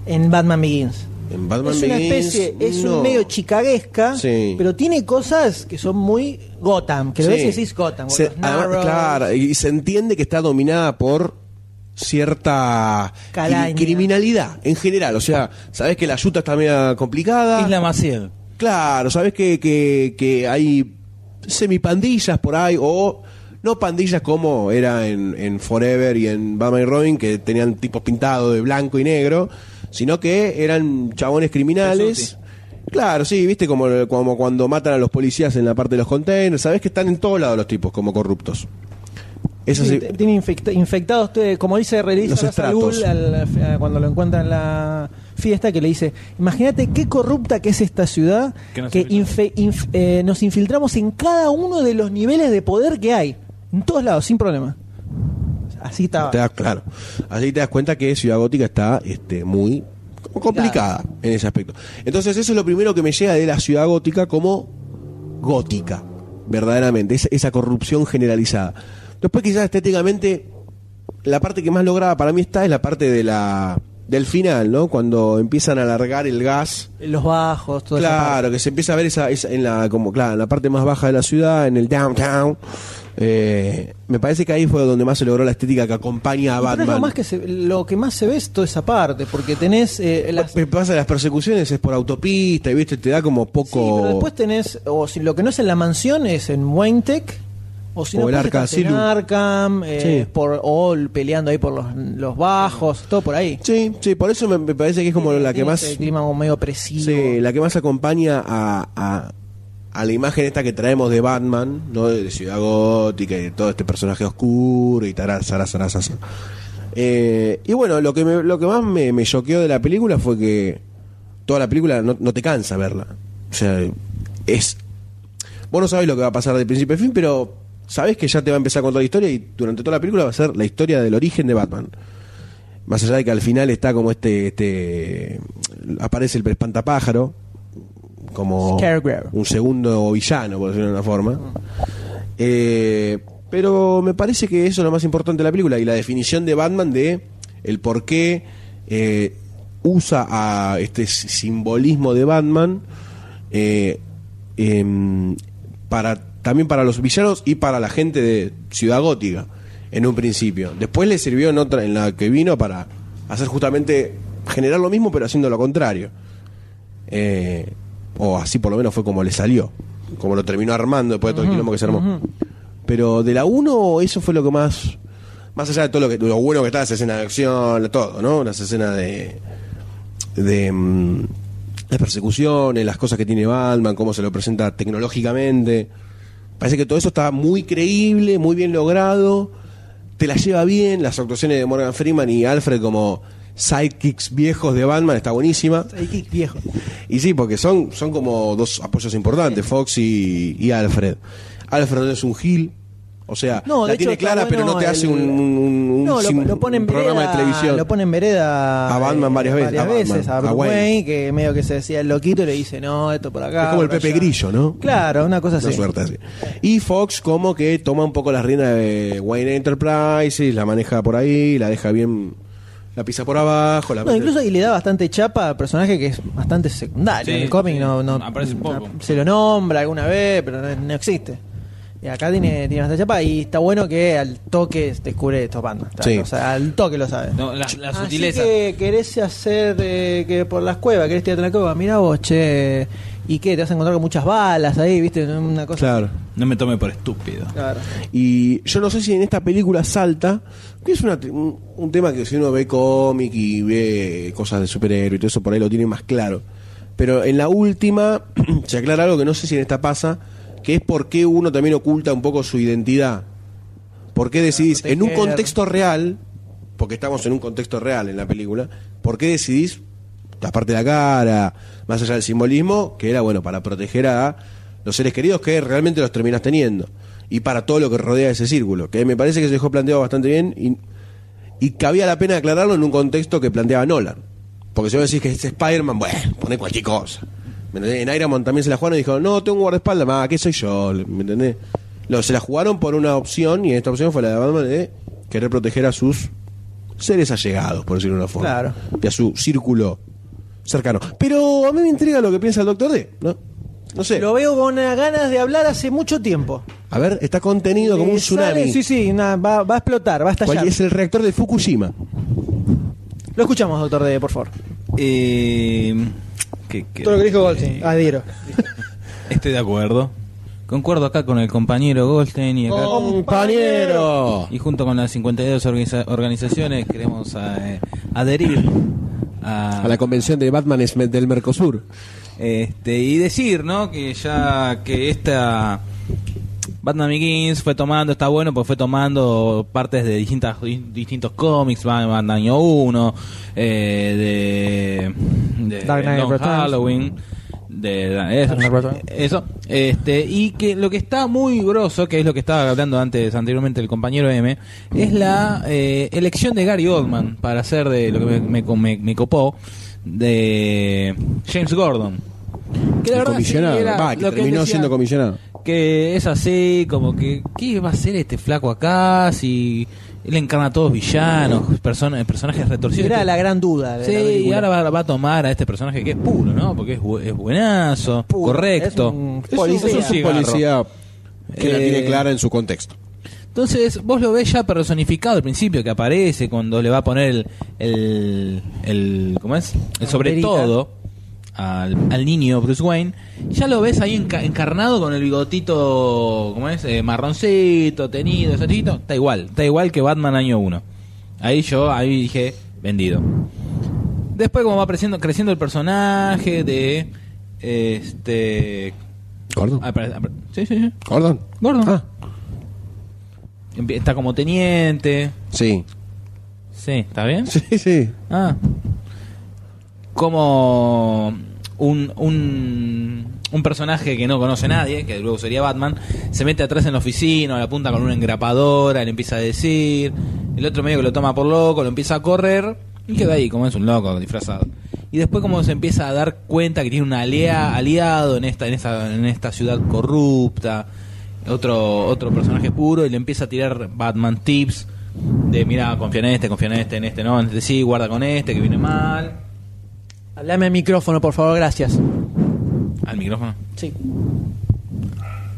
S2: en Batman Begins.
S3: En Batman
S2: es una
S3: Begins,
S2: especie, es
S3: no.
S2: un medio chicaguesca,
S3: Sí.
S2: pero tiene cosas que son muy Gotham, que lo ves y
S3: Sí.
S2: decís Gotham.
S3: Se-
S2: Gotham
S3: además,
S2: Narrows.
S3: claro, y se entiende que está dominada por cierta cri-
S2: Calaña.
S3: criminalidad en general. O sea, sabes que la yuta está media complicada.
S6: Isla Maciel.
S3: Claro, sabes que, que, que hay semipandillas por ahí, o no pandillas como era en, en Forever y en Batman y Robin, que tenían tipos pintados de blanco y negro, sino que eran chabones criminales. Claro, sí, viste como, como cuando matan a los policías en la parte de los containers, sabes que están en todos lados los tipos como corruptos. Eso
S2: Sí,
S3: sí.
S2: t- Tiene infecta- infectados, t- como dice Relisa
S3: Los estratos.
S2: eh, cuando lo encuentra en la fiesta, que le dice, imagínate qué corrupta que es esta ciudad,
S6: Que
S2: que,
S6: nos
S2: infe- inf- eh, nos infiltramos en cada uno de los niveles de poder que hay, en todos lados, sin problema. Así estaba.
S3: Te das- claro. Así te das cuenta que Ciudad Gótica está este, muy complicada en ese aspecto. Entonces, eso es lo primero que me llega de la Ciudad Gótica como gótica, verdaderamente, esa, esa corrupción generalizada. Después, quizás estéticamente, la parte que más lograda para mí está es la parte de la del final, ¿no? Cuando empiezan a alargar el gas.
S2: Los bajos, todo
S3: Claro, que se empieza a ver esa, esa- en la como claro, en la parte más baja de la ciudad, en el downtown. Eh, me parece que ahí fue donde más se logró la estética que acompaña a
S2: Pero es
S3: Batman.
S2: lo, más que se- lo que más se ve es toda esa parte, porque tenés eh, las...
S3: Pe- pasa las persecuciones es por autopista y viste te da como
S2: Sí,
S3: poco
S2: pero después tenés, o si lo que no es en la mansión es en Wayne Tech, o si
S3: O
S2: no
S3: el
S2: después
S3: Arkham
S2: estás en
S3: Asylum.
S2: Arkham, eh,
S3: Sí.
S2: por, o peleando ahí por los, los bajos, todo por ahí.
S3: sí sí por eso me, me parece que es como la que
S2: Tiene
S3: más
S2: ese clima como medio opresivo.
S3: sí, la que más acompaña a, a, a la imagen esta que traemos de Batman no de Ciudad Gótica y de todo este personaje oscuro y tará, zará, zará, zará, zará. Eh, y bueno lo que me- lo que más me me choqueó de la película fue que toda la película no, no te cansa verla o sea es Vos no sabés lo que va a pasar de principio a fin, pero sabés que ya te va a empezar a contar la historia y durante toda la película va a ser la historia del origen de Batman. Más allá de que al final está como este. este aparece el espantapájaro como
S2: Scarecrow.
S3: un segundo villano, por decirlo de una forma. Eh, pero me parece que eso es lo más importante de la película y la definición de Batman de el por qué eh, usa a este s- simbolismo de Batman eh, em, para también para los villanos y para la gente de Ciudad Gótica en un principio. Después le sirvió en otra en la que vino para hacer justamente generar lo mismo pero haciendo lo contrario. Eh, o así por lo menos fue como le salió. Como lo terminó armando después de todo el quilombo que se armó. Pero de la 1, eso fue lo que más. Más allá de todo lo, que, lo bueno que está, las escenas de acción, todo, ¿no? Las escenas de. de. mm, las persecuciones, las cosas que tiene Batman, cómo se lo presenta tecnológicamente. Parece que todo eso está muy creíble, muy bien logrado. Te la lleva bien. Las actuaciones de Morgan Freeman y Alfred como sidekicks viejos de Batman está buenísima.
S2: Ahí que viejo.
S3: Y sí, porque son, son como dos apoyos importantes, Fox y, y Alfred. Alfred no es un gil, o sea,
S2: No, de
S3: la tiene
S2: hecho,
S3: clara,
S2: está
S3: pero no
S2: bueno
S3: te hace
S2: el-
S3: un, un- un-
S2: No, lo,
S3: sim-
S2: lo pone en
S3: un programa
S2: vereda-
S3: de televisión.
S2: Lo pone en vereda. eh,
S3: A Batman varias veces, a Batman,
S2: veces, a
S3: a
S2: Bruce
S3: Wayne.
S2: Wayne, que medio que se decía el loquito y le dice, no, esto por acá.
S3: es como el
S2: por
S3: Pepe
S2: allá".
S3: Grillo, ¿no?
S2: Claro, una cosa
S3: Una
S2: así.
S3: suerte así. Y Fox como que toma un poco las riendas de Wayne Enterprises, la maneja por ahí, la deja bien, la pisa por abajo, la
S2: No, incluso y le da bastante chapa al personaje que es bastante secundario.
S6: Sí,
S2: en el cómic
S6: sí.
S2: no, no-
S6: Aparece poco.
S2: Se lo nombra alguna vez, pero no, no existe. Y acá tiene, tiene bastante chapa y está bueno que al toque descubre estos bandas.
S3: Sí.
S2: O sea, al toque lo sabe.
S6: No, la, la
S2: Así
S6: sutileza.
S2: que querés hacer eh, que por las cuevas, querés tirarte a la cueva, mirá vos, che. ¿Y qué? Te vas a encontrar con muchas balas ahí, viste, una cosa.
S3: Claro.
S6: No me tome por estúpido.
S2: Claro.
S3: Y yo no sé si en esta película salta, que es una- un, un tema que si uno ve cómic y ve cosas de superhéroe y todo eso, por ahí lo tiene más claro. Pero en la última [clears throat] se aclara algo que no sé si en esta pasa, que es por qué uno también oculta un poco su identidad. ¿Por qué decidís, en un
S2: proteger.
S3: contexto real, porque estamos en un contexto real en la película, por qué decidís, aparte de la cara, más allá del simbolismo, que era bueno para proteger a los seres queridos que realmente los terminás teniendo? Y para todo lo que rodea ese círculo, que me parece que se dejó planteado bastante bien y, y cabía la pena aclararlo en un contexto que planteaba Nolan. Porque si vos decís que es Spider-Man, bueno, poné cualquier cosa. ¿Me entendés? En Iron Man también se la jugaron y dijo, no, tengo un guardaespaldas, más, ¿qué soy yo? ¿Me entendés? No, se la jugaron por una opción y esta opción fue la de Batman de querer proteger a sus seres allegados, por decirlo de una forma.
S2: Claro.
S3: Y a su círculo cercano. Pero a mí me intriga lo que piensa el doctor D, ¿no? No sé.
S2: Lo veo con eh, ganas de hablar hace mucho tiempo.
S3: A ver, está contenido como un
S2: Eh, sale-
S3: tsunami.
S2: sí, sí, una- va, va a explotar, va a
S3: ¿Cuál
S2: estallar.
S3: es el reactor de Fukushima?
S2: Lo escuchamos, doctor D, por favor.
S6: Eh, ¿qué- qué-
S2: Todo lo que dijo Goldstein, adhiero.
S6: Estoy de acuerdo. Concuerdo acá con el compañero Goldstein y acá.
S3: ¡Compañero!
S6: Y junto con las 52 organiza- organizaciones queremos eh, adherir a,
S3: A la convención de Batman es del Mercosur.
S6: este, y decir, ¿no? Que ya que esta Batman Begins fue tomando, está bueno, pues fue tomando partes de distintas di- distintos cómics, Batman Año 1, eh, de, de
S2: Dark Knight
S6: Long
S2: Returns.
S6: Halloween, de eso,
S2: Dark Knight Returns.
S6: eso, este, y que lo que está muy grosso, que es lo que estaba hablando antes anteriormente el compañero M, es la eh, elección de Gary Oldman para hacer de lo que me, me- me- me copó de James Gordon. Que la
S3: El
S6: verdad sí
S3: comisionado.
S6: era
S3: Va, que
S6: lo que
S3: terminó
S6: decía,
S3: siendo comisionado.
S6: que es así, como que, ¿qué va a hacer este flaco acá? Si él encarna a todos villanos, persona- personajes retorcidos. Este,
S2: Era la gran duda. de
S6: Sí,
S2: la
S6: y
S2: película.
S6: ahora va, va a tomar a este personaje que es puro, ¿no? Porque es, bu- es buenazo,
S2: Puro,
S6: correcto.
S2: es un
S6: un
S2: policía.
S3: Es un
S6: cigarro.
S3: policía que la tiene
S6: Eh,
S3: clara en su contexto.
S6: Entonces, vos lo ves ya personificado al principio, que aparece cuando le va a poner el. el, el- ¿Cómo es? El sobre
S2: banderita.
S6: todo al, al niño Bruce Wayne. Ya lo ves ahí enca- encarnado con el bigotito, ¿cómo es? Eh, marroncito, tenido, ese chiquito. Está igual, está igual que Batman año 1. Ahí yo, ahí dije, vendido. Después, como va creciendo, creciendo el personaje de. Este.
S3: ¿Gordon?
S6: apare- apare- sí, sí, sí.
S3: Ah, ¿Gordon?
S6: Gordon.
S3: Ah,
S6: Empie- Está como teniente.
S3: sí.
S6: Sí, ¿está bien?
S3: Sí, sí.
S6: Ah. Como un, un, un personaje que no conoce nadie, que luego sería Batman, se mete atrás en la oficina, la apunta con una engrapadora, le empieza a decir, el otro medio que lo toma por loco, lo empieza a correr y queda ahí como es un loco disfrazado. Y después como se empieza a dar cuenta que tiene un alea- aliado en esta, en esta, en esta ciudad corrupta, otro, otro personaje puro, y le empieza a tirar Batman tips de mira, confía en este, confía en este, en este no, en este sí, guarda con este que viene mal.
S2: Hablame al micrófono, por favor, gracias.
S6: Al micrófono.
S2: Sí.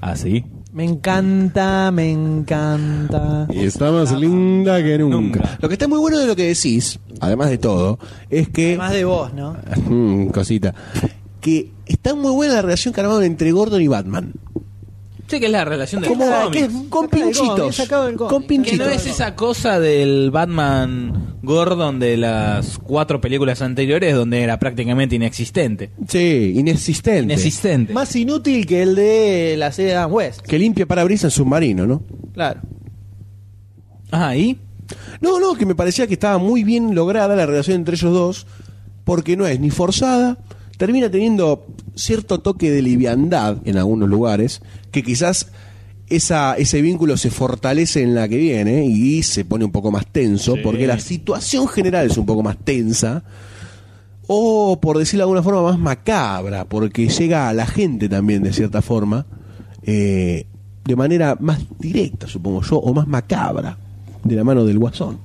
S6: Ah, sí.
S2: Me encanta, me encanta.
S3: Y está más linda que nunca.
S6: Nunca.
S3: Lo que está muy bueno de lo que decís, además de todo, es que.
S2: Más de vos, ¿no?
S3: Mm, cosita. Que está muy buena la relación que armaron entre Gordon y Batman.
S6: Sí, que es la relación de
S3: Como
S6: los
S3: que es
S6: cómics.
S3: con
S2: Sacado del cómic,
S3: pinchitos.
S2: sacado del cómic.
S3: Con
S6: Que no
S3: pinchitos.
S6: es esa cosa del Batman Gordon de las cuatro películas anteriores donde era prácticamente inexistente.
S3: Sí, inexistente.
S6: Inexistente.
S2: Más inútil que el de la serie de Adam West.
S3: Que limpia parabrisas en submarino, ¿no?
S2: Claro.
S6: Ah, ¿y?
S3: No, no, que me parecía que estaba muy bien lograda la relación entre ellos dos, porque no es ni forzada, termina teniendo cierto toque de liviandad en algunos lugares, que quizás esa, ese vínculo se fortalece en la que viene y se pone un poco más tenso, porque la situación general es un poco más tensa, o por decirlo de alguna forma más macabra, porque llega a la gente también de cierta forma, eh, de manera más directa, supongo yo, o más macabra, de la mano del guasón.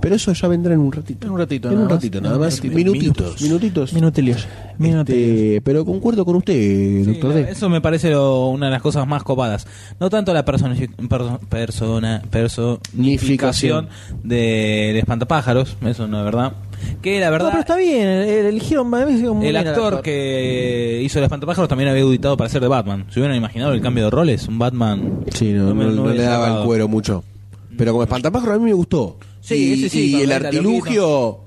S3: Pero eso ya vendrá en un ratito.
S2: En un ratito
S3: En
S2: nada
S3: un
S2: más.
S3: ratito,
S2: En
S3: nada
S2: un
S3: más.
S2: ratito.
S3: Minutitos. Minutitos.
S2: Minutillos. Minutillos.
S3: Este, pero concuerdo con usted, doctor D.
S6: Eso me parece lo- una de las cosas más copadas. No tanto la personifi- perso- persona, personificación del espantapájaros, eso no es verdad. Que la
S2: No,
S6: verdad,
S2: pero está bien. el- el- Eligieron el,
S6: el actor que hizo el espantapájaros también había auditado para ser de Batman. ¿Se hubieran imaginado el cambio de roles? Un Batman.
S3: Sí, no,
S6: me-
S3: no- no le
S6: hubiese
S3: daba el
S6: cerrado.
S3: cuero mucho. Pero como espantapájaro a mí me gustó.
S6: Sí,
S3: y,
S6: ese sí,
S3: y el
S6: Pantera,
S3: artilugio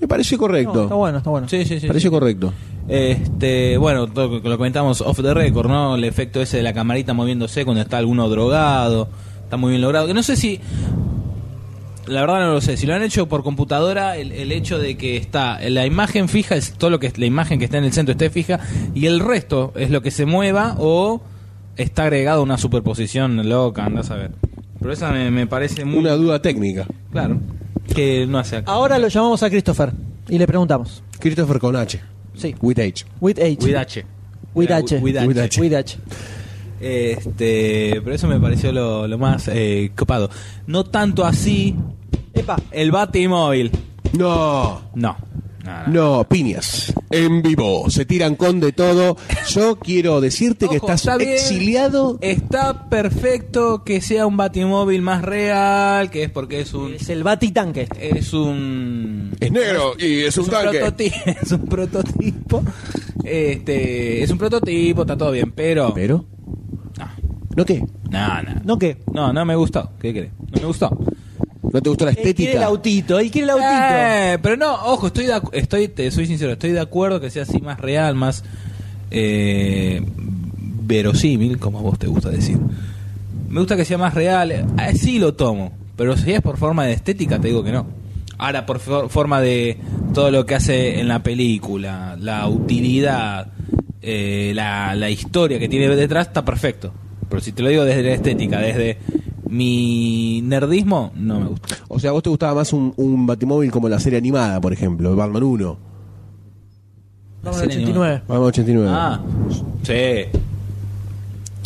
S3: me pareció correcto.
S2: está bueno, está bueno.
S6: Sí, sí, sí.
S3: pareció
S6: sí.
S3: correcto.
S6: Este, bueno, todo lo que- lo comentamos off the record, ¿no? El efecto ese de la camarita moviéndose cuando está alguno drogado. Está muy bien logrado. Que no sé si. La verdad no lo sé. Si lo han hecho por computadora, el, el hecho de que está la imagen fija, es todo lo que es la imagen que está en el centro esté fija, y el resto es lo que se mueva o está agregado una superposición loca, andás a ver. Pero esa me, me parece
S2: Mm.
S6: muy.
S3: Una duda técnica.
S6: Claro. Que no hace acá.
S2: Ahora lo llamamos a Christopher y le preguntamos.
S3: Christopher con H.
S2: Sí.
S3: With H.
S2: With H.
S6: With H.
S2: With
S6: Era
S2: H.
S6: with H.
S3: With H.
S2: With H.
S6: Este, pero eso me pareció lo, lo más eh, copado. No tanto así
S2: Epa.
S6: el Batimóvil.
S3: No.
S6: No.
S3: No, piñas. En vivo. Se tiran con de todo. Yo quiero decirte que
S6: Ojo,
S3: estás
S6: está bien.
S3: exiliado.
S6: Está perfecto que sea un batimóvil más real, que es porque es un...
S2: Es el batitanque este.
S6: Es un...
S7: Es negro y es un tanque.
S6: prototi- [laughs] es un prototipo. Este, es un prototipo, está todo bien, pero...
S3: Pero.
S6: Ah.
S3: ¿No qué?
S6: No, no.
S2: ¿No qué?
S6: No, no me gustó. ¿Qué crees? No me gustó.
S3: ¿No te gustó la
S2: Él quiere el
S3: estética?
S2: autito, él quiere el autito.
S6: Eh, pero no, ojo, estoy, de acu- estoy, te soy sincero, estoy de acuerdo que sea así más real, más eh, verosímil, como a vos te gusta decir. Me gusta que sea más real, eh, sí lo tomo, pero si es por forma de estética, te digo que no. Ahora, por for- forma de todo lo que hace en la película, la utilidad, eh, la, la historia que tiene detrás, está perfecto. Pero si te lo digo desde la estética, desde mi nerdismo, no me gusta.
S3: O sea, ¿a vos te gustaba más un, un batimóvil como la serie animada, por ejemplo, Batman 1,
S2: Vamos al 89.
S3: Batman 89?
S6: Ah, sí.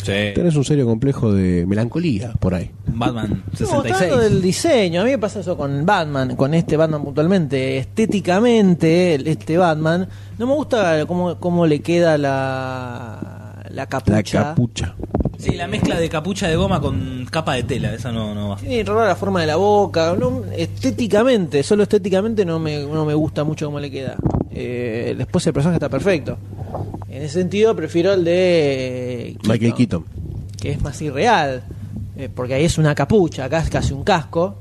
S6: Sí.
S3: Tenés un serio complejo de melancolía por ahí.
S6: Batman
S2: Estamos hablando
S6: 66.
S2: del diseño. A mí me pasa eso con Batman, con este Batman puntualmente. Estéticamente, el- este Batman, no me gusta cómo, cómo le queda la, la capucha.
S3: La capucha.
S6: Sí, la mezcla de capucha de goma con capa de tela, esa no, no va.
S2: Tiene rara la forma de la boca. no- estéticamente, solo estéticamente no me, no me gusta mucho cómo le queda. Eh, después el personaje está perfecto. En ese sentido, prefiero el de. eh,
S3: Michael Keaton.
S2: Que es más irreal. eh, porque ahí es una capucha, acá es casi un casco.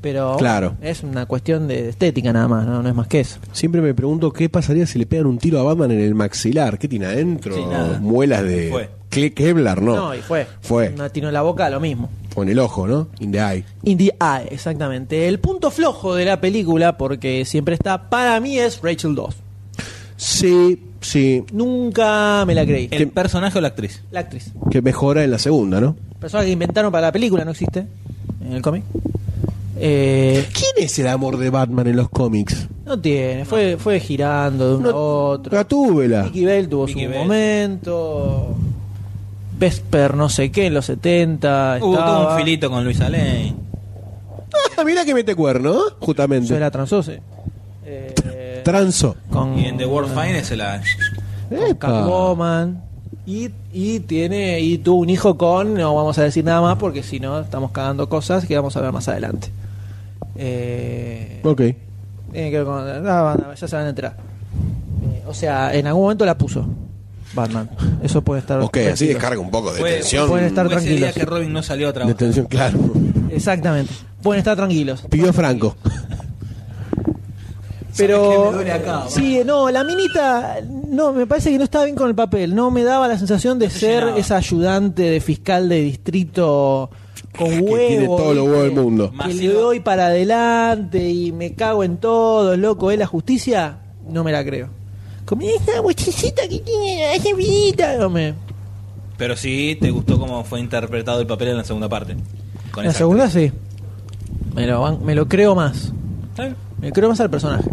S2: Pero
S3: Claro.
S2: es una cuestión de estética nada más, no, no es más que eso.
S3: Siempre me pregunto qué pasaría si le pegan un tiro a Batman en el maxilar. ¿Qué tiene adentro?
S6: Sí, nada.
S3: Muelas de
S6: Fue.
S3: Cle- Kevlar, ¿no?
S2: No, y fue.
S3: Fue.
S2: No atinó la boca, lo mismo.
S3: Con el ojo, ¿no? In the eye.
S2: Indie Eye, exactamente. El punto flojo de la película, porque siempre está, para mí es Rachel 2.
S3: Sí, sí.
S2: Nunca me la creí.
S6: ¿El personaje o la actriz?
S2: La actriz.
S3: Que mejora en la segunda, ¿no?
S2: Personaje que inventaron para la película, no existe en el cómic. Eh,
S3: ¿Quién es el amor de Batman en los cómics?
S2: no tiene, fue, fue girando de uno a otro.
S3: Gatúbela.
S2: Vicky Bell tuvo
S6: Vicky
S2: su
S6: Bell.
S2: momento. Vesper, no sé qué, en los 70.
S6: Hubo todo
S2: estaba.
S6: un filito con Luis Lane.
S3: Ah, mirá que mete cuerno, ¿eh?
S2: Eso
S3: Justamente.
S2: era transose. Eh,
S3: Transo.
S2: con Ah.
S6: Y en The World Finest se la.
S2: con Catwoman. Y, y tiene y tuvo un hijo con, no vamos a decir nada más porque si no estamos cagando cosas que vamos a ver más adelante. Eh,
S3: Ok.
S2: Tiene que ver con. ah, banda, ya se van a enterar. Eh, o sea, en algún momento la puso Batman. Eso puede estar.
S3: Ok, así
S2: tranquilo.
S3: descarga un poco de
S6: Fue-
S3: tensión.
S2: pueden
S6: Fue
S2: estar
S6: ese día
S2: tranquilos.
S6: que Robin no salió a
S3: De
S6: trabajar.
S3: tensión, claro.
S2: Exactamente. Pueden estar tranquilos.
S3: Pidió Franco. [laughs]
S2: Pero.
S6: me duele acá,
S2: sí, eh, no, la minita. No, me parece que no estaba bien con el papel. No me daba la sensación de
S6: te
S2: ser
S6: llenaba.
S2: esa ayudante de fiscal de distrito con
S3: Que
S2: huevo.
S3: tiene todo lo
S2: ¿viste?
S3: huevo del mundo.
S2: Que le
S6: Masivo.
S2: doy para adelante y me cago en todo, loco. ¿Es la justicia? No me la creo. Como esa muchachita que tiene, esa vidita, no me.
S6: Pero sí, te gustó cómo fue interpretado el papel en la segunda parte. Con
S2: la
S6: esa
S2: segunda
S6: actriz.
S2: sí. Me lo, ban- me lo creo más.
S6: Está bien.
S2: Me lo creo más al personaje.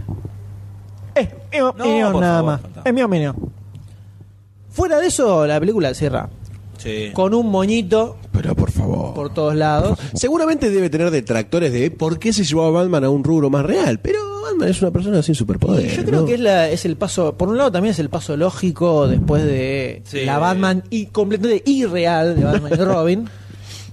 S2: Es mi opinión
S6: por
S2: Eh, nada
S6: favor,
S2: más.
S6: faltaba.
S2: Es mi opinión. Fuera de eso, la película cierra.
S6: Sí.
S2: Con un moñito
S3: Pero por favor.
S2: por todos lados.
S3: Seguramente debe tener detractores de por qué se llevó a Batman a un rubro más real. Pero Batman es una persona sin
S2: Y
S3: superpoderes.
S2: yo creo
S3: ¿no?
S2: que es, la, es el paso, por un lado también es el paso lógico después de
S6: Sí.
S2: la Batman y completamente irreal de Batman y
S3: [laughs]
S2: Robin.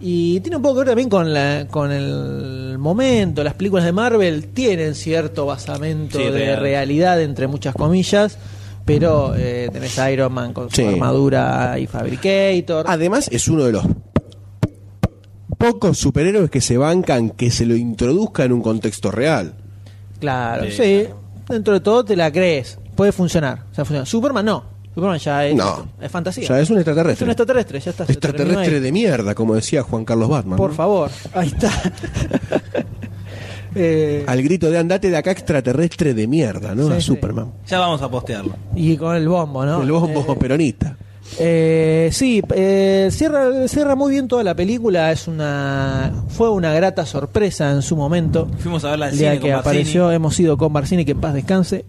S2: Y tiene un poco que ver también con la con el momento, las películas de Marvel tienen cierto basamento
S6: Sí,
S2: de
S6: real.
S2: realidad entre muchas comillas, pero eh, tenés a Iron Man con su
S3: Sí.
S2: armadura y Fabricator.
S3: Además, es uno de los pocos superhéroes que se bancan que se lo introduzca en un contexto real.
S2: Claro,
S6: Sí,
S2: sí. Dentro de todo te la crees. Puede funcionar. O sea, funciona. Superman no. Superman ya es,
S3: No.
S2: es fantasía.
S3: Ya es un extraterrestre.
S2: Es un extraterrestre, ya está. se terminó
S3: Extraterrestre
S2: ahí.
S3: de mierda, como decía Juan Carlos Batman.
S2: Por
S3: ¿no?
S2: favor. Ahí
S3: [laughs]
S2: está. Eh,
S3: Al grito de andate de acá extraterrestre de mierda, ¿no?
S2: Sí,
S3: a
S2: sí.
S3: Superman.
S6: Ya vamos a postearlo.
S2: y con el bombo, ¿no?
S3: El bombo
S2: Eh,
S3: peronista.
S2: eh, sí, eh, cierra, cierra muy bien toda la película. Es una, fue una grata sorpresa en su momento.
S6: Fuimos a verla al
S2: El
S6: cine
S2: día que
S6: con Barcini.
S2: apareció, hemos ido con Barcini, que en paz descanse.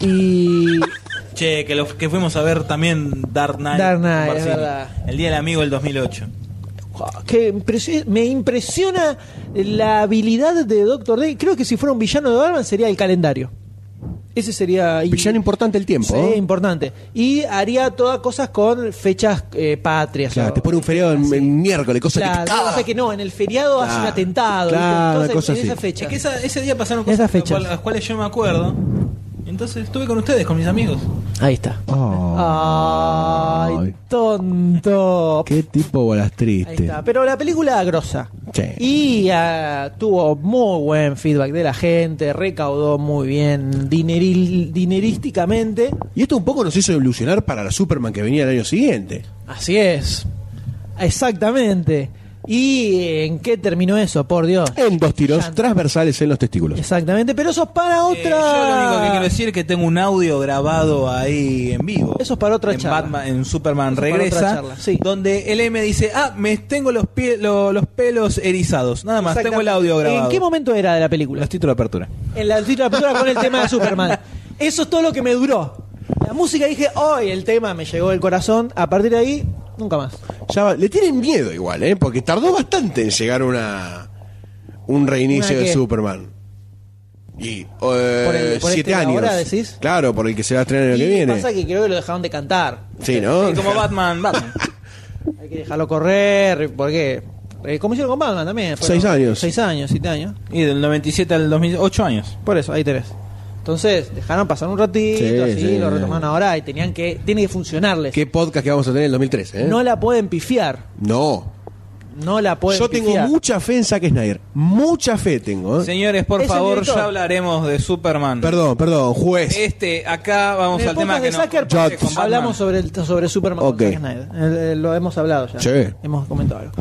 S2: Y [laughs]
S6: Che, que, lo, que fuimos a ver también Dark Knight.
S2: Dark
S6: con
S2: Knight, es
S6: Barcini.
S2: verdad.
S6: El Día del Amigo del 2008.
S2: Que impresio- me impresiona la habilidad de Doctor D. Creo que si fuera un villano de Batman sería el calendario. Ese sería. y-
S3: Villano importante el tiempo.
S2: Sí,
S3: ¿eh?
S2: importante. Y haría todas cosas con fechas eh, patrias.
S3: Claro,
S2: o-
S3: te pone un feriado en, en miércoles, cosa
S2: Claro,
S3: que te caga.
S2: o sea que no, en el feriado hace un
S3: Claro,
S2: atentado. ¿viste?
S3: claro,
S2: Entonces,
S3: cosas
S2: en esa
S3: así.
S2: fecha.
S6: Es que esa- ese día pasaron
S2: Esas
S6: cosas de
S2: fechas.
S6: cual- las cuales yo me acuerdo. Entonces estuve con ustedes, con mis amigos.
S2: Ahí está. Ay,
S3: Ay,
S2: tonto.
S3: qué tipo bolas
S2: Ahí
S3: triste.
S2: está. Pero la película grosa.
S3: Sí.
S2: Y ah, tuvo muy buen feedback de la gente, recaudó muy bien dineril- dinerísticamente.
S3: Y esto un poco nos hizo ilusionar para la Superman que venía el año siguiente.
S2: Así es. Exactamente. ¿Y eh, en qué terminó eso? Por Dios.
S3: En dos tiros transversales en los testículos.
S2: Exactamente, pero eso es para
S6: Eh, yo lo único que
S2: otra.
S6: quiero decir es que tengo un audio grabado ahí en vivo.
S2: Eso es para otra
S6: en
S2: charla.
S6: Batman, en Superman
S2: Eso es para otra
S6: regresa,
S2: charla, sí.
S6: donde el M dice, ah, me tengo los, pie- lo- los pelos erizados. Nada más, tengo el
S2: Exactamente.
S6: audio grabado.
S2: ¿En qué momento era de la película?
S6: Los títulos de apertura.
S2: En la título de la película con el tema de
S6: [laughs]
S2: Superman. Eso es todo lo que me duró. La música dije, hoy el tema me llegó del corazón. A partir de ahí, nunca más.
S3: Ya va- le tienen miedo igual, ¿eh? Porque tardó bastante en llegar una un reinicio
S2: ¿Una qué?
S3: de Superman. Y eh,
S2: el- por este
S3: siete
S2: de
S3: años.
S2: ahora, decís?
S3: Claro, por el que se va a estrenar el año que
S2: Y
S3: viene.
S2: pasa que creo que lo dejaron de cantar.
S3: Sí, ¿no?
S6: Y como
S2: [laughs]
S6: Batman, Batman.
S2: Hay que dejarlo correr, porque... eh, Como hicieron con Batman también. fueron
S3: Seis años.
S2: Seis años, siete años.
S6: y del 97 al 2008 años.
S2: Por eso, ahí tenés. Entonces, dejaron pasar un ratito,
S3: Sí,
S2: así,
S3: sí.
S2: lo retomaron ahora y tenían que... Tiene que funcionarles.
S3: ¿Qué podcast que vamos a tener en el 2013? ¿eh?
S2: No la pueden pifiar.
S3: No.
S2: No la pueden
S3: Yo tengo
S2: pifiar.
S3: mucha fe en Zack Snyder. Mucha fe tengo. ¿eh?
S6: Señores, por
S2: Es el
S6: favor,
S2: director.
S6: ya hablaremos de Superman.
S3: Perdón, perdón, juez.
S6: Este, acá vamos
S2: En el
S6: al tema
S2: podcast
S6: que
S2: de
S6: no
S2: Zucker, pues,
S6: comparte con Batman.
S2: hablamos sobre, el- sobre Superman con
S3: Ok.
S2: Zack Snyder. Eh, eh, lo hemos hablado ya.
S3: Sí.
S2: Hemos comentado algo.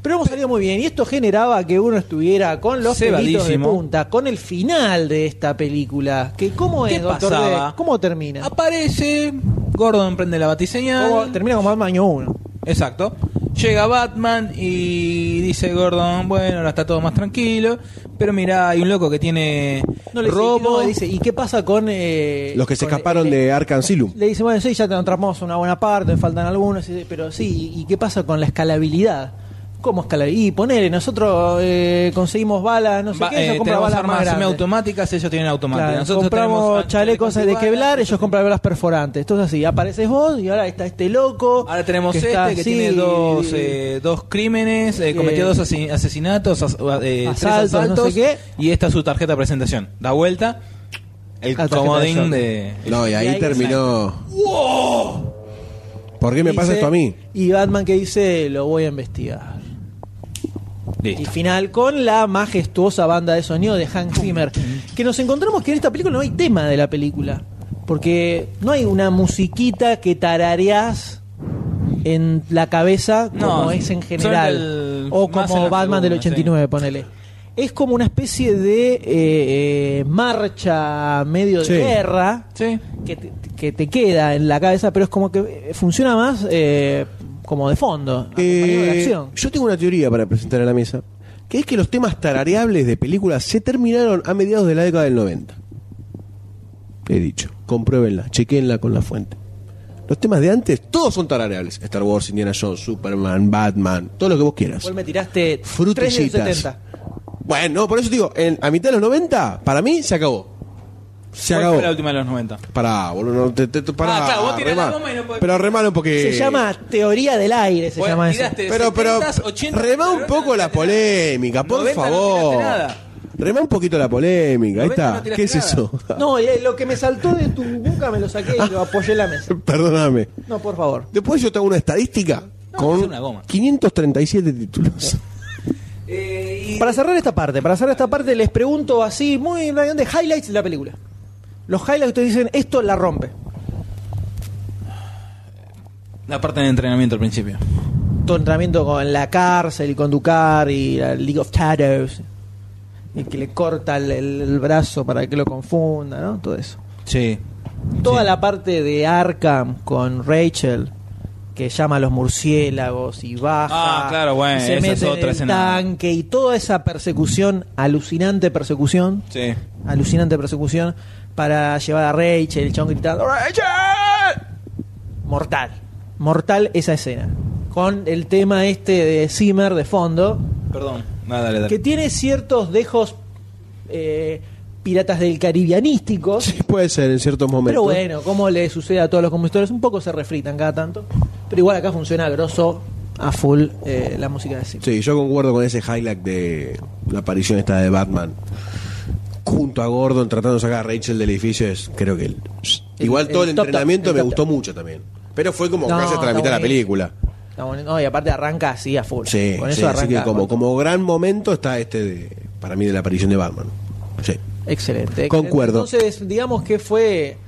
S2: Pero hemos salido muy bien. Y esto generaba que uno estuviera con los pelitos de
S6: Cebadísimo.
S2: punta, con el final de esta película. Que ¿Cómo
S6: ¿Qué
S2: es, doctor?
S6: pasaba?
S2: D? ¿Cómo termina?
S6: Aparece, Gordon prende la batiseñal.
S2: ¿Cómo termina como Batman año 1.
S6: Exacto. Llega Batman y dice Gordon, bueno, ahora está todo más tranquilo, pero mira, hay un loco que tiene
S2: no,
S6: robo.
S2: dice, ¿y qué pasa con... eh,
S3: Los que se
S2: con-
S3: escaparon
S2: eh,
S3: de Arkham Asylum.
S2: Le dice, bueno, sí, ya te atrapamos una buena parte, faltan algunos, y dice, pero sí, ¿y qué pasa con la escalabilidad? ¿Cómo escalabilidad? Y ponele, nosotros eh, conseguimos balas, no sé
S6: Va-
S2: qué,
S6: eh,
S2: ellos compran
S6: tenemos
S2: balas más
S6: armas
S2: grandes.
S6: semiautomáticas, ellos tienen automáticas.
S2: Claro,
S6: Nosotros
S2: compramos
S6: tenemos
S2: chalecos de
S6: antibalas,
S2: quebrar, ellos
S6: entonces-
S2: compran balas perforantes. Entonces así, apareces vos y ahora está este loco.
S6: Ahora tenemos este
S2: está
S6: que
S2: así,
S6: tiene dos, eh, dos crímenes, eh, cometió
S2: Eh,
S6: dos asi- asesinatos, as- eh, tres
S2: asaltos, no
S6: asaltos,
S2: sé qué.
S6: y esta es su tarjeta de presentación. Da vuelta, el
S2: La tarjeta de
S6: comodín
S2: shock.
S6: de...
S3: No, y
S2: Y
S3: ahí
S2: ahí-
S3: terminó. ¿Por qué me pasa
S2: dice-
S3: esto a mí?
S2: Y Batman que dice, lo voy a investigar. Y
S6: Listo.
S2: final con la majestuosa banda de sonido de Hank Zimmer. Que nos encontramos que en esta película no hay tema de la película. Porque no hay una musiquita que tarareás en la cabeza
S6: No,
S2: como es en
S6: son
S2: general.
S6: del-
S2: o
S6: más en
S2: como
S6: la
S2: Batman del
S6: segunda,
S2: 89, ponele. Es como una especie de eh, eh, marcha medio de
S3: Sí.
S2: guerra
S6: Sí.
S2: que te, que te queda en la cabeza, pero es como que eh, funciona más eh, como de fondo, acompañado de la
S3: Eh,
S2: acción.
S3: yo tengo una teoría para presentar a la mesa, que es que los temas tarareables de películas se terminaron a mediados de la década del 90. He dicho, compruébenla, chequenla con la fuente. Los temas de antes, todos son tarareables. Star Wars, Indiana Jones, Superman, Batman, todo lo que vos quieras.
S2: Igual me tiraste tres de los
S3: Frutillitas.
S2: 70.
S3: Bueno, por eso te digo, en- a mitad de los 90, para mí, se acabó. Se
S6: ¿Cuál
S3: acabó.
S6: fue la última de los 90?
S3: Pará, boludo, no, te, te- te- pará,
S6: Ah, claro, vos tirás pues. la
S3: remá.
S6: goma y no podés-
S3: Pero remalo porque...
S2: Se llama teoría del aire, se
S6: Bueno,
S2: llama eso.
S6: tiraste
S3: Pero, pero,
S6: 70s, 80s,
S3: remá un
S6: pero
S3: poco la
S6: no tiraste nada.
S3: polémica, por
S6: 90 no
S3: favor.
S6: tiraste nada.
S3: Remá un poquito la polémica, ahí
S6: 90
S3: está.
S6: no tiraste
S3: ¿Qué es
S6: nada.
S3: eso? [laughs]
S2: No, eh, lo que me saltó de tu boca me lo saqué y lo apoyé en la mesa.
S3: Perdóname.
S2: No, por favor.
S3: Después yo tengo una estadística
S6: No,
S3: con
S6: es una goma.
S3: 537 títulos. [laughs]
S6: Eh, y-
S2: Para cerrar esta parte, para cerrar esta parte les pregunto así, muy rápido, de highlights de la película. Los highlights que ustedes dicen, esto la rompe.
S6: La parte de entrenamiento al principio.
S2: Tu entrenamiento con la cárcel y con Ducar y la League of Shadows. Y que le corta el, el- el brazo para que lo confunda, ¿no? Todo eso.
S6: Sí.
S2: Toda
S6: Sí.
S2: la parte de Arkham con Rachel que llama a los murciélagos y baja
S6: Ah, claro, bueno,
S2: y se
S6: esa
S2: mete
S6: es otra
S2: en el
S6: escena.
S2: tanque y toda esa persecución alucinante persecución
S6: Sí.
S2: alucinante persecución para llevar a Rachel el chabón gritando ¡Rachel! mortal mortal esa escena con el tema este de Zimmer de fondo
S6: Perdón. Nada, dale, dale.
S2: que tiene ciertos dejos eh, piratas del caribianísticos.
S3: Sí, puede ser en ciertos momentos.
S2: Pero bueno, como le sucede a todos los compositores, un poco se refritan cada tanto. Pero igual acá funciona a grosso, a full, eh, la música de Zimmer.
S3: Sí, yo concuerdo con ese highlight de la aparición esta de Batman. Junto a Gordon tratando de sacar a Rachel del edificio es, creo que el- Igual
S2: el
S3: todo el,
S2: top,
S3: entrenamiento
S2: top, el
S3: me
S2: top,
S3: gustó mucho también. Pero fue como
S2: No,
S3: casi hasta la
S2: está
S3: mitad de la
S2: buenísimo.
S3: película.
S2: Está bueno. No, y aparte arranca así a full.
S3: Sí,
S2: Con
S3: sí,
S2: eso
S3: así que
S2: arranca.
S3: como,
S2: con-
S3: como gran momento está este de, para mí de la aparición de Batman. Sí.
S2: Excelente. excelente.
S3: Concuerdo.
S2: Entonces, digamos que fue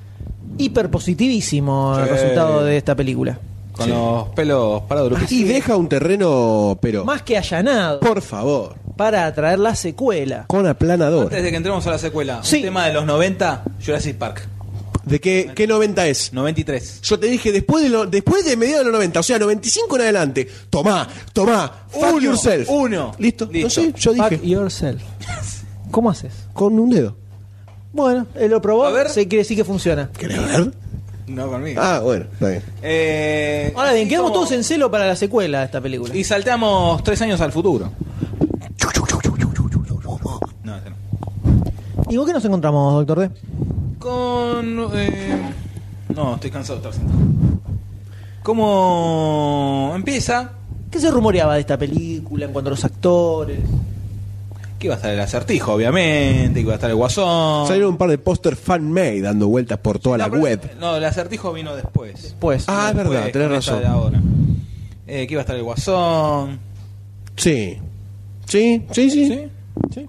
S2: hiper positivísimo el
S6: Sí.
S2: resultado de esta película.
S6: Con los pelos parados.
S2: Ah,
S3: Y deja un terreno, pero
S2: Más que allanado
S3: por favor,
S2: para atraer la secuela.
S3: con aplanador.
S6: Antes de que entremos a la secuela,
S2: Sí.
S6: un tema de los 90, Jurassic Park.
S3: ¿De qué, qué 90 es?
S6: 93.
S3: Yo te dije después de, lo, después de mediados de los 90, o sea, 95 en adelante. Tomá, tomá, fuck
S6: Uno,
S3: yourself.
S6: uno.
S3: Listo.
S6: Listo.
S3: No sé, yo
S2: Fuck
S3: dije [laughs]
S2: yourself. ¿Cómo haces?
S3: con un dedo.
S2: Bueno, él lo probó,
S6: A ver.
S2: se quiere decir que funciona.
S3: ¿Querés ver?
S6: No conmigo.
S3: Ah, bueno, está bien.
S6: Eh,
S2: Ahora bien,
S6: así
S2: quedamos
S6: como-
S2: todos en celo para la secuela de esta película.
S6: Y saltamos tres años al futuro. No, ese no.
S2: ¿Y vos qué nos encontramos, doctor D?
S6: Con. eh, no, estoy cansado de estar sentado. ¿Cómo empieza?
S2: ¿Qué se rumoreaba de esta película en cuanto a los actores?
S6: Que iba a estar el acertijo, obviamente, que iba a estar el guasón.
S3: Ah. Salieron un par de póster fan-made dando vueltas por toda la
S6: No, pero-
S3: web.
S6: No, el acertijo vino después.
S2: Pues,
S3: Ah, es verdad,
S6: Después,
S3: tenés
S6: con esta
S3: razón.
S6: de ahora. Eh, que iba a estar el guasón.
S3: Sí. Sí, sí, sí.
S6: ¿Sí? ¿Sí?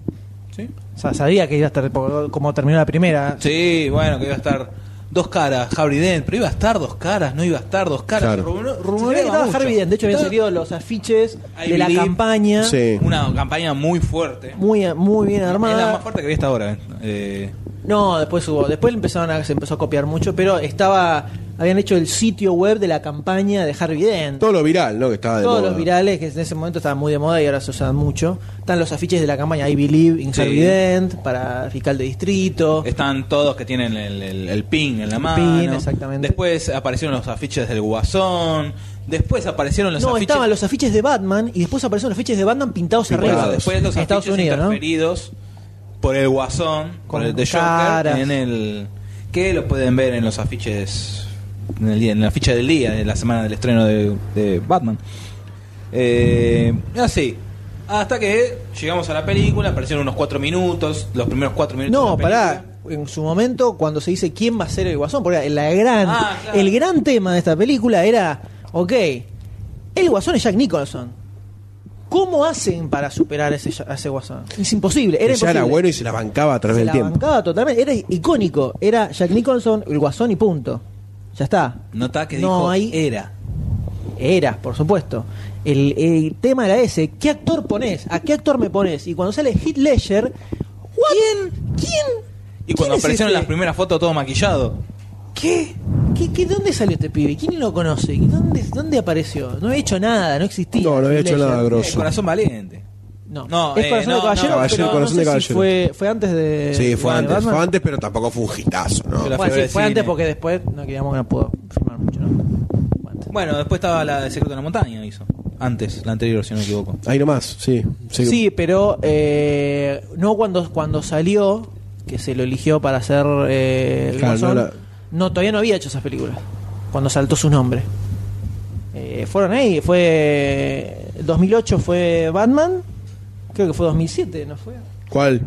S6: ¿Sí?
S2: o sea, sabía que iba a estar por- como terminó la primera.
S6: Sí, bueno, que iba a estar dos caras, Harvey Dent, pero iba a estar dos caras, no iba a estar dos caras.
S3: Claro.
S6: Rumor-
S2: Se sabía que
S6: rumoreaba
S2: estaba
S6: mucho.
S2: Harvey Dent, de hecho habían
S6: Estaba
S2: salido los afiches
S6: I
S2: de la
S6: believe.
S2: campaña.
S3: Sí.
S6: Una campaña muy fuerte.
S2: Muy, muy bien
S6: Es la más
S2: armada.
S6: fuerte que vi hasta ahora. eh.
S2: No, después hubo, después empezaron a, se empezó a copiar mucho, pero estaba, habían hecho el sitio web de la campaña de Harvey Dent.
S3: Todo lo viral, ¿no? Que estaba de
S2: Todos
S3: moda.
S2: los virales que en ese momento estaban muy de moda y ahora se usan mucho. Están los afiches de la campaña I Believe in
S6: Sí.
S2: Harvey Dent para fiscal de distrito.
S6: Están todos que tienen el, el- el pin en la
S2: El
S6: mano.
S2: pin, exactamente.
S6: Después aparecieron los afiches del Guasón. Después aparecieron los
S2: no,
S6: afiches.
S2: estaban los afiches de Batman y después aparecieron los afiches de Batman pintados
S6: Por
S2: arriba.
S6: eso, después los
S2: en Estados
S6: afiches
S2: Unidos, ¿no?
S6: interferidos por el Guasón,
S2: Con
S6: con el de
S2: caras.
S6: Joker, en el que lo pueden ver en los afiches en, el día- en la ficha del día de la semana del estreno de, de Batman. Eh, así. Hasta que llegamos a la película, aparecieron unos cuatro minutos, los primeros cuatro minutos.
S2: No,
S6: de la
S2: pará.
S6: película.
S2: En su momento, cuando se dice quién va a ser el guasón, porque la gran,
S6: Ah, claro.
S2: el gran tema de esta película era, ok, el guasón es Jack Nicholson. ¿Cómo hacen para superar a ese, a ese guasón? Es imposible. Era
S3: Que ya era
S2: imposible.
S3: bueno y se la bancaba a través
S2: Se
S3: del
S2: la
S3: tiempo.
S2: bancaba totalmente. Era icónico. Era Jack Nicholson, el guasón y punto. Ya está.
S6: Notá que
S2: No,
S6: dijo
S2: ahí-
S6: era.
S2: Era, por supuesto. El, el tema era ese. ¿Qué actor pones? ¿A qué actor me pones? Y cuando sale Heath Ledger, ¿quién? ¿Quién?
S6: Y
S2: ¿Quién
S6: cuando
S2: es
S6: aparecieron
S2: este?
S6: las primeras fotos todo maquillado.
S2: ¿Qué? ¿Qué, qué, dónde salió este pibe? ¿Quién lo conoce? ¿Dónde, ¿Dónde apareció? No había hecho nada, no existía.
S3: No, no había
S2: Heath
S3: hecho
S2: Ledger.
S3: nada, grosso.
S6: El corazón valiente.
S2: No,
S6: No,
S2: es
S6: eh,
S2: Corazón
S6: no,
S2: de
S6: no,
S2: Caballero,
S3: Caballero,
S2: pero no
S3: Corazón de
S2: sé si
S3: Caballero.
S2: fue, fue antes de.
S3: Sí, fue
S2: de
S3: antes,
S2: Batman.
S3: fue antes, pero tampoco fue un hitazo, ¿no?
S6: la
S2: Bueno, sí,
S6: fiebre del
S2: fue
S6: cine.
S2: antes porque después no queríamos que no pudo filmar mucho, ¿no? Fue antes.
S6: Bueno, después estaba la de Secreto de la Montaña, hizo. Antes, la anterior, si no me equivoco.
S3: Ahí nomás, sí.
S2: Sí,
S3: Sí,
S2: pero eh, no cuando, cuando salió, que se lo eligió para hacer eh, el
S3: Claro,
S2: Guasón,
S3: no
S2: no,
S3: la-
S2: todavía no había hecho esas películas, cuando saltó su nombre. Eh, fueron ahí, fue 2008 fue Batman, creo que fue 2007, ¿no fue?
S3: ¿Cuál?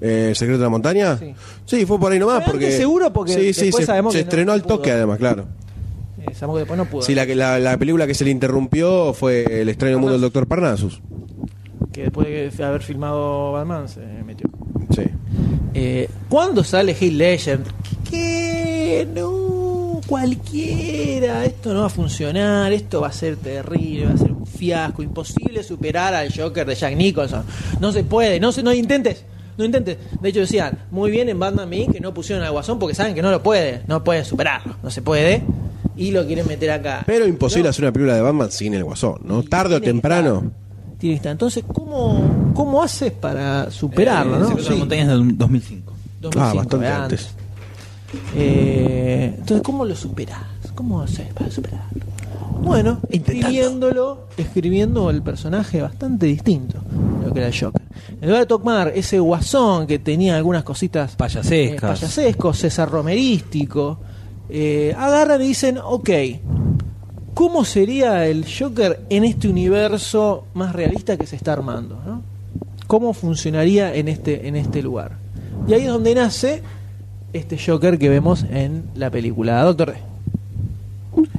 S3: Eh, ¿Secreto de la montaña?
S2: Sí.
S3: Sí, fue por ahí nomás.
S2: Fue antes
S3: porque
S2: seguro, porque
S3: Sí, sí,
S2: después
S3: se,
S2: sabemos
S3: se
S2: que no
S3: estrenó al
S2: pudo.
S3: toque, además, claro.
S2: Eh, sabemos que después no pudo.
S3: Sí, la, que- la, la película que se le interrumpió fue El extraño mundo del doctor Parnassus.
S2: Que después de haber filmado Batman se metió.
S3: Sí.
S2: Eh, ¿Cuándo sale Heath Legend? Que no, cualquiera, esto no va a funcionar, esto va a ser terrible, va a ser un fiasco, imposible superar al Joker de Jack Nicholson. No se puede, no se, no intentes, no intentes. De hecho decían, muy bien en Batman Begins que no pusieron al Guasón porque saben que no lo puede, no pueden superarlo, no se puede y lo quieren meter acá.
S3: Pero imposible
S2: No.
S3: hacer una película de Batman sin el guasón, ¿no? Tarde
S2: Tiene
S3: o
S2: que
S3: temprano.
S2: estar, tiene que estar. Entonces, ¿cómo, cómo haces para superarlo?
S6: Eh,
S2: no?
S6: Secreto de la
S2: Sí.
S6: Montaña es del 2005.
S3: Ah,
S2: 2005,
S3: bastante
S2: era
S3: antes.
S2: Eh, entonces, ¿cómo lo superás? ¿Cómo haces para superarlo? Bueno, escribiéndolo, escribiendo el personaje bastante distinto de lo que era el Joker. En lugar de tomar ese guasón que tenía algunas cositas
S6: Payasescas.
S2: eh, payasesco, César Romerístico, eh, agarran y dicen, ok, ¿cómo sería el Joker en este universo más realista que se está armando? ¿no? ¿Cómo funcionaría en este, en este lugar? Y ahí es donde nace este Joker que vemos en la película Doctor D.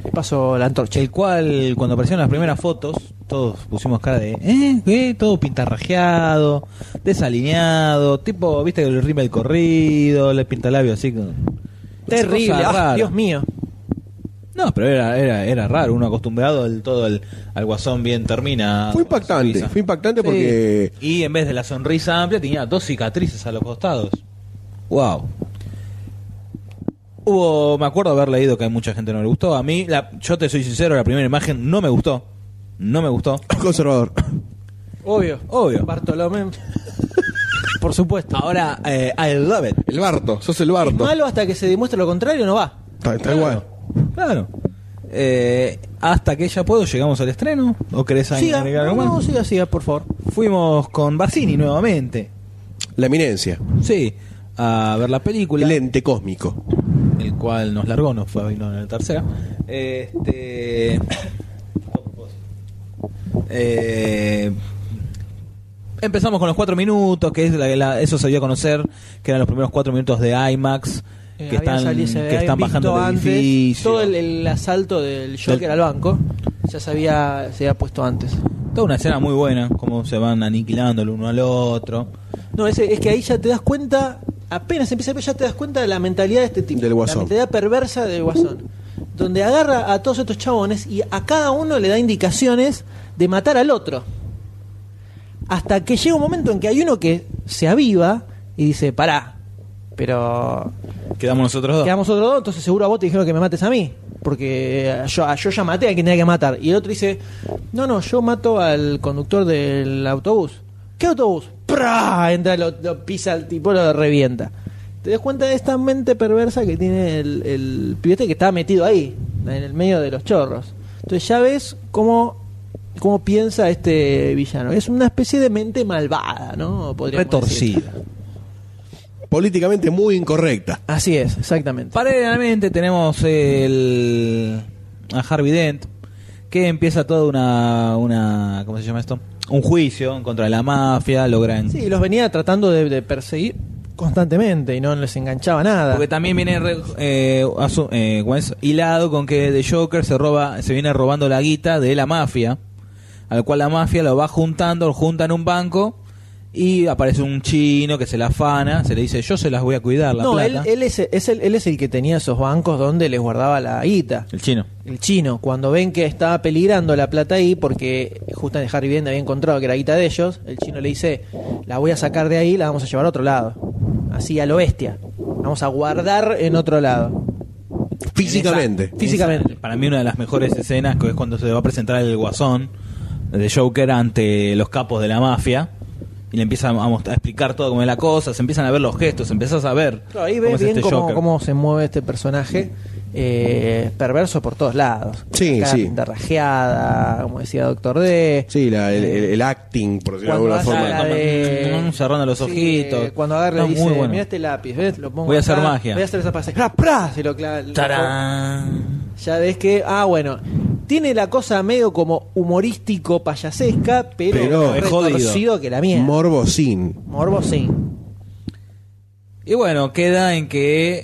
S2: Le paso la antorcha.
S6: El cual, cuando aparecieron las primeras fotos, todos pusimos cara de, ¿eh? ¿Qué? Todo pintarrajeado, desalineado, tipo, viste, el rímel corrido, el pintalabio así. con-
S2: Terrible,
S6: Cosa
S2: ah,
S6: rara.
S2: Dios mío.
S6: No, pero era, era, era raro, uno acostumbrado al todo al, al guasón bien
S2: Ah,
S6: termina.
S3: Fue impactante, fue impactante porque
S6: Y en vez de la sonrisa amplia tenía dos cicatrices a los costados. Wow. Hubo, me acuerdo haber leído que a mucha gente no le gustó. A mí, la, yo te soy sincero, la primera imagen no me gustó. No me gustó.
S3: [coughs] conservador.
S2: Obvio.
S6: Obvio.
S2: Bartolomé. Por supuesto.
S6: Ahora, eh, I love it.
S7: El Barto, sos el Barto.
S2: Malo hasta que se demuestre lo contrario, no va.
S3: Está, está igual.
S6: Claro. Eh, hasta que ya puedo, llegamos al estreno. ¿O querés
S2: Siga.
S6: agregar
S2: No,
S6: algo más?
S2: no, siga, siga, por favor.
S6: Fuimos con Barcini nuevamente.
S3: La eminencia,
S6: Sí. A ver la película.
S3: el ente cósmico.
S6: el cual nos largó, nos fue a Babilonia en la tercera. Este. Eh, empezamos con los cuatro minutos, que es la- la- eso se dio a conocer, que eran los primeros cuatro minutos de
S2: Eh,
S6: IMAX, que
S2: habían
S6: están,
S2: salido- se
S6: que
S2: habían
S6: están bajando
S2: visto
S6: del
S2: antes
S6: edificio.
S2: Todo el, el asalto del Joker
S6: Del-
S2: al banco ya se había, se había puesto antes.
S6: Toda una escena muy buena, como se van aniquilando el uno al otro.
S2: No, ese- es que ahí ya te das cuenta, apenas empieza a ver, ya te das cuenta de la mentalidad de este tipo.
S3: Del guasón.
S2: La mentalidad perversa del guasón. Donde agarra a todos estos chabones y a cada uno le da indicaciones de matar al otro. Hasta que llega un momento en que hay uno que se aviva y dice, pará, pero
S6: Quedamos nosotros dos.
S2: Quedamos otros dos, entonces seguro a vos te dijeron que me mates a mí. Porque eh, yo, yo ya maté a quien tenía que matar. Y el otro dice, no, no, yo mato al conductor del autobús. ¿Qué autobús? ¡Pra! Entra, lo, lo pisa el tipo, lo revienta. ¿Te das cuenta de esta mente perversa que tiene el, el pibete que está metido ahí, en el medio de los chorros? Entonces ya ves cómo, cómo piensa este villano. Es una especie de mente malvada, ¿no? Podríamos decir.
S6: Retorcida.
S3: Políticamente muy incorrecta.
S2: Así es, exactamente.
S6: Paralelamente tenemos el a Harvey Dent que empieza toda una una ¿cómo se llama esto? Un juicio en contra de la mafia, logran
S2: Sí, los venía tratando de, de perseguir constantemente y no les enganchaba nada.
S6: porque también viene re- eh, asu- eh, ¿cómo es? hilado con que The Joker se roba se viene robando la guita de la mafia, al cual la mafia lo va juntando, lo junta en un banco y aparece un chino que se la afana, se le dice "Yo se las voy a cuidar la
S2: no, él,
S6: plata."
S2: él es, es el, él es el que tenía esos bancos donde les guardaba la guita.
S6: El chino.
S2: El chino, cuando ven que estaba peligrando la plata ahí, porque justamente Harry Bend había encontrado que era guita de ellos, el chino le dice, la voy a sacar de ahí, la vamos a llevar a otro lado. Así a lo bestia. Vamos a guardar en otro lado.
S3: Físicamente.
S6: Esa-
S2: Físicamente.
S6: esa, para mí una de las mejores escenas que es cuando se va a presentar el guasón de Joker ante los capos de la mafia y le empieza a, mostrar- a explicar todo cómo es la cosa, se empiezan a ver los gestos, empiezas a ver
S2: Claro, ahí
S6: cómo
S2: ves
S6: es
S2: bien
S6: este
S2: cómo,
S6: Joker.
S2: cómo se mueve este personaje eh, perverso por todos lados.
S3: Sí,
S2: Cara
S3: sí.
S2: pintarrajeada, como decía Doctor D.
S3: Sí, la- el, el- el acting, por decirlo de
S2: Eh, Cuando
S3: alguna
S2: hace
S3: forma.
S6: la- Mm, cerrando los ojitos.
S2: Cuando agarra
S6: No,
S2: y dice,
S6: muy bueno.
S2: mira este lápiz, ¿ves? Lo pongo
S6: Voy a
S2: acá,
S6: hacer magia.
S2: Voy a hacer esa pase. ¡Pra, pra! Se lo clava. lo-
S6: ¡Tarán!
S2: Ya ves que, ah, bueno, tiene la cosa medio como humorístico, payasesca, pero,
S3: Pero-
S6: Es jodido.
S2: retorcido que la mierda.
S3: Morbosín.
S2: Morbo sí.
S6: Y bueno, queda en que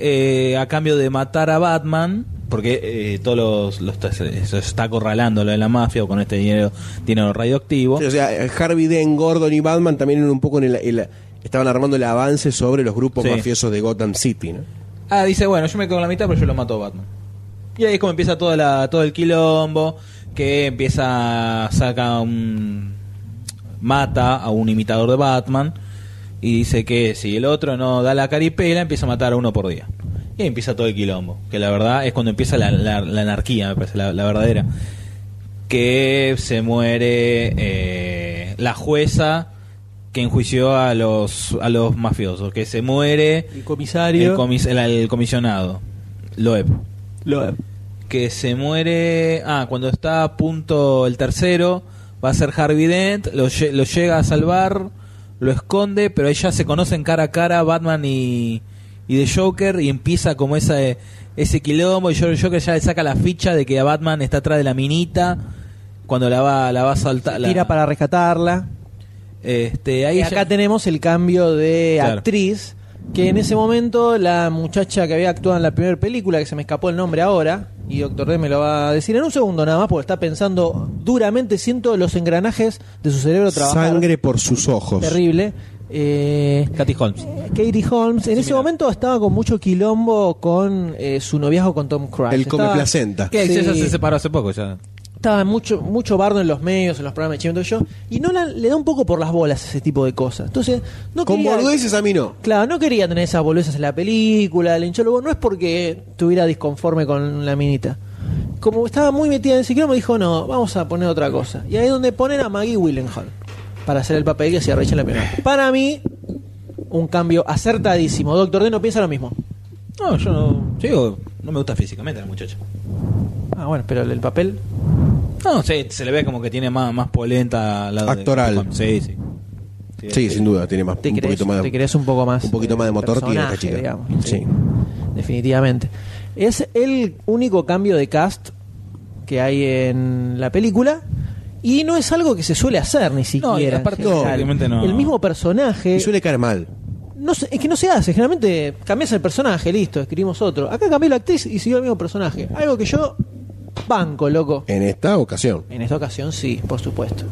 S6: eh, a cambio de matar a Batman, porque eh, todos los, los- eso está acorralando lo de la mafia o con este dinero, dinero radioactivo.
S3: Sí, o sea, Harvey Dent, Gordon y Batman también eran un poco en el, el- estaban armando el avance sobre los grupos
S6: Sí.
S3: mafiosos de Gotham City, ¿no?
S6: Ah, dice, bueno, yo me quedo con la mitad, pero yo lo mato a Batman. Y ahí es como empieza toda la, todo el quilombo, que empieza, saca un... mata a un imitador de Batman, y dice que si el otro no da la caripela, empieza a matar a uno por día. Y ahí empieza todo el quilombo, que la verdad es cuando empieza la, la- la anarquía, me parece, la, la verdadera. Que se muere eh, la jueza que enjuició a los, a los mafiosos, que se muere...
S2: El comisario.
S6: El, comis- el- el comisionado, Loeb. Que se muere. Ah, cuando está a punto el tercero, va a ser Harvey Dent, lo, lle- lo llega a salvar, lo esconde, pero ahí ya se conocen cara a cara Batman y, y The Joker y empieza como esa, ese quilombo y el Joker ya le saca la ficha de que a Batman está atrás de la minita cuando la va, la va a saltar. la-
S2: Tira para rescatarla.
S6: Este, ahí
S2: Y
S6: ya-
S2: acá tenemos el cambio de
S6: Claro.
S2: actriz. Que en ese momento la muchacha que había actuado en la primera película, que se me escapó el nombre ahora, y Doctor D me lo va a decir en un segundo nada más, porque está pensando duramente, siento los engranajes de su cerebro trabajar.
S3: Sangre por sus ojos.
S2: Terrible. Eh,
S6: Katy Holmes.
S2: Katie Holmes, en ese momento estaba con mucho quilombo con eh, su noviazgo con Tom Cruise.
S3: El
S2: Estaba-
S3: come placenta.
S6: Que
S2: Sí.
S6: ella se separó hace poco ya.
S2: estaba mucho, mucho bardo en los medios, en los programas de Chimento y yo, y Nolan le da un poco por las bolas ese tipo de cosas. Entonces, no
S3: Con
S2: quería,
S3: boludeces a mí no.
S2: Claro, no quería tener esas boludeces en la película, el hinchólogo, no es porque estuviera disconforme con la minita. Como estaba muy metida en ese quilombo, dijo, no, vamos a poner otra cosa. Y ahí es donde ponen a Maggie Willenhall para hacer el papel que hacía Rachel en la primera. Para mí, un cambio acertadísimo. Doctor D no piensa lo mismo.
S6: No, yo no. yo digo, no me gusta físicamente la muchacha.
S2: Ah, bueno, pero el papel...
S6: No, sí, se le ve como que tiene más, más polenta al lado de-
S3: Actoral.
S6: sí, sí.
S3: Sí, sin duda, tiene más,
S2: Te
S3: un
S2: crees
S3: poquito más
S2: te crees un poco más.
S3: un poquito más de motor tiene esta
S2: personaje,
S3: chica.
S2: digamos.
S3: Sí.
S2: Definitivamente. Es el único cambio de cast que hay en la película. Y no es algo que se suele hacer ni siquiera.
S6: y
S2: en
S6: aparte,
S2: general.
S6: obviamente no.
S2: El mismo personaje.
S3: Y suele caer mal.
S2: No se- es que no se hace. Generalmente cambias el personaje, listo, escribimos otro. Acá cambió la actriz y siguió el mismo personaje. Algo que yo banco, loco.
S3: En esta ocasión.
S2: En esta ocasión sí, por supuesto.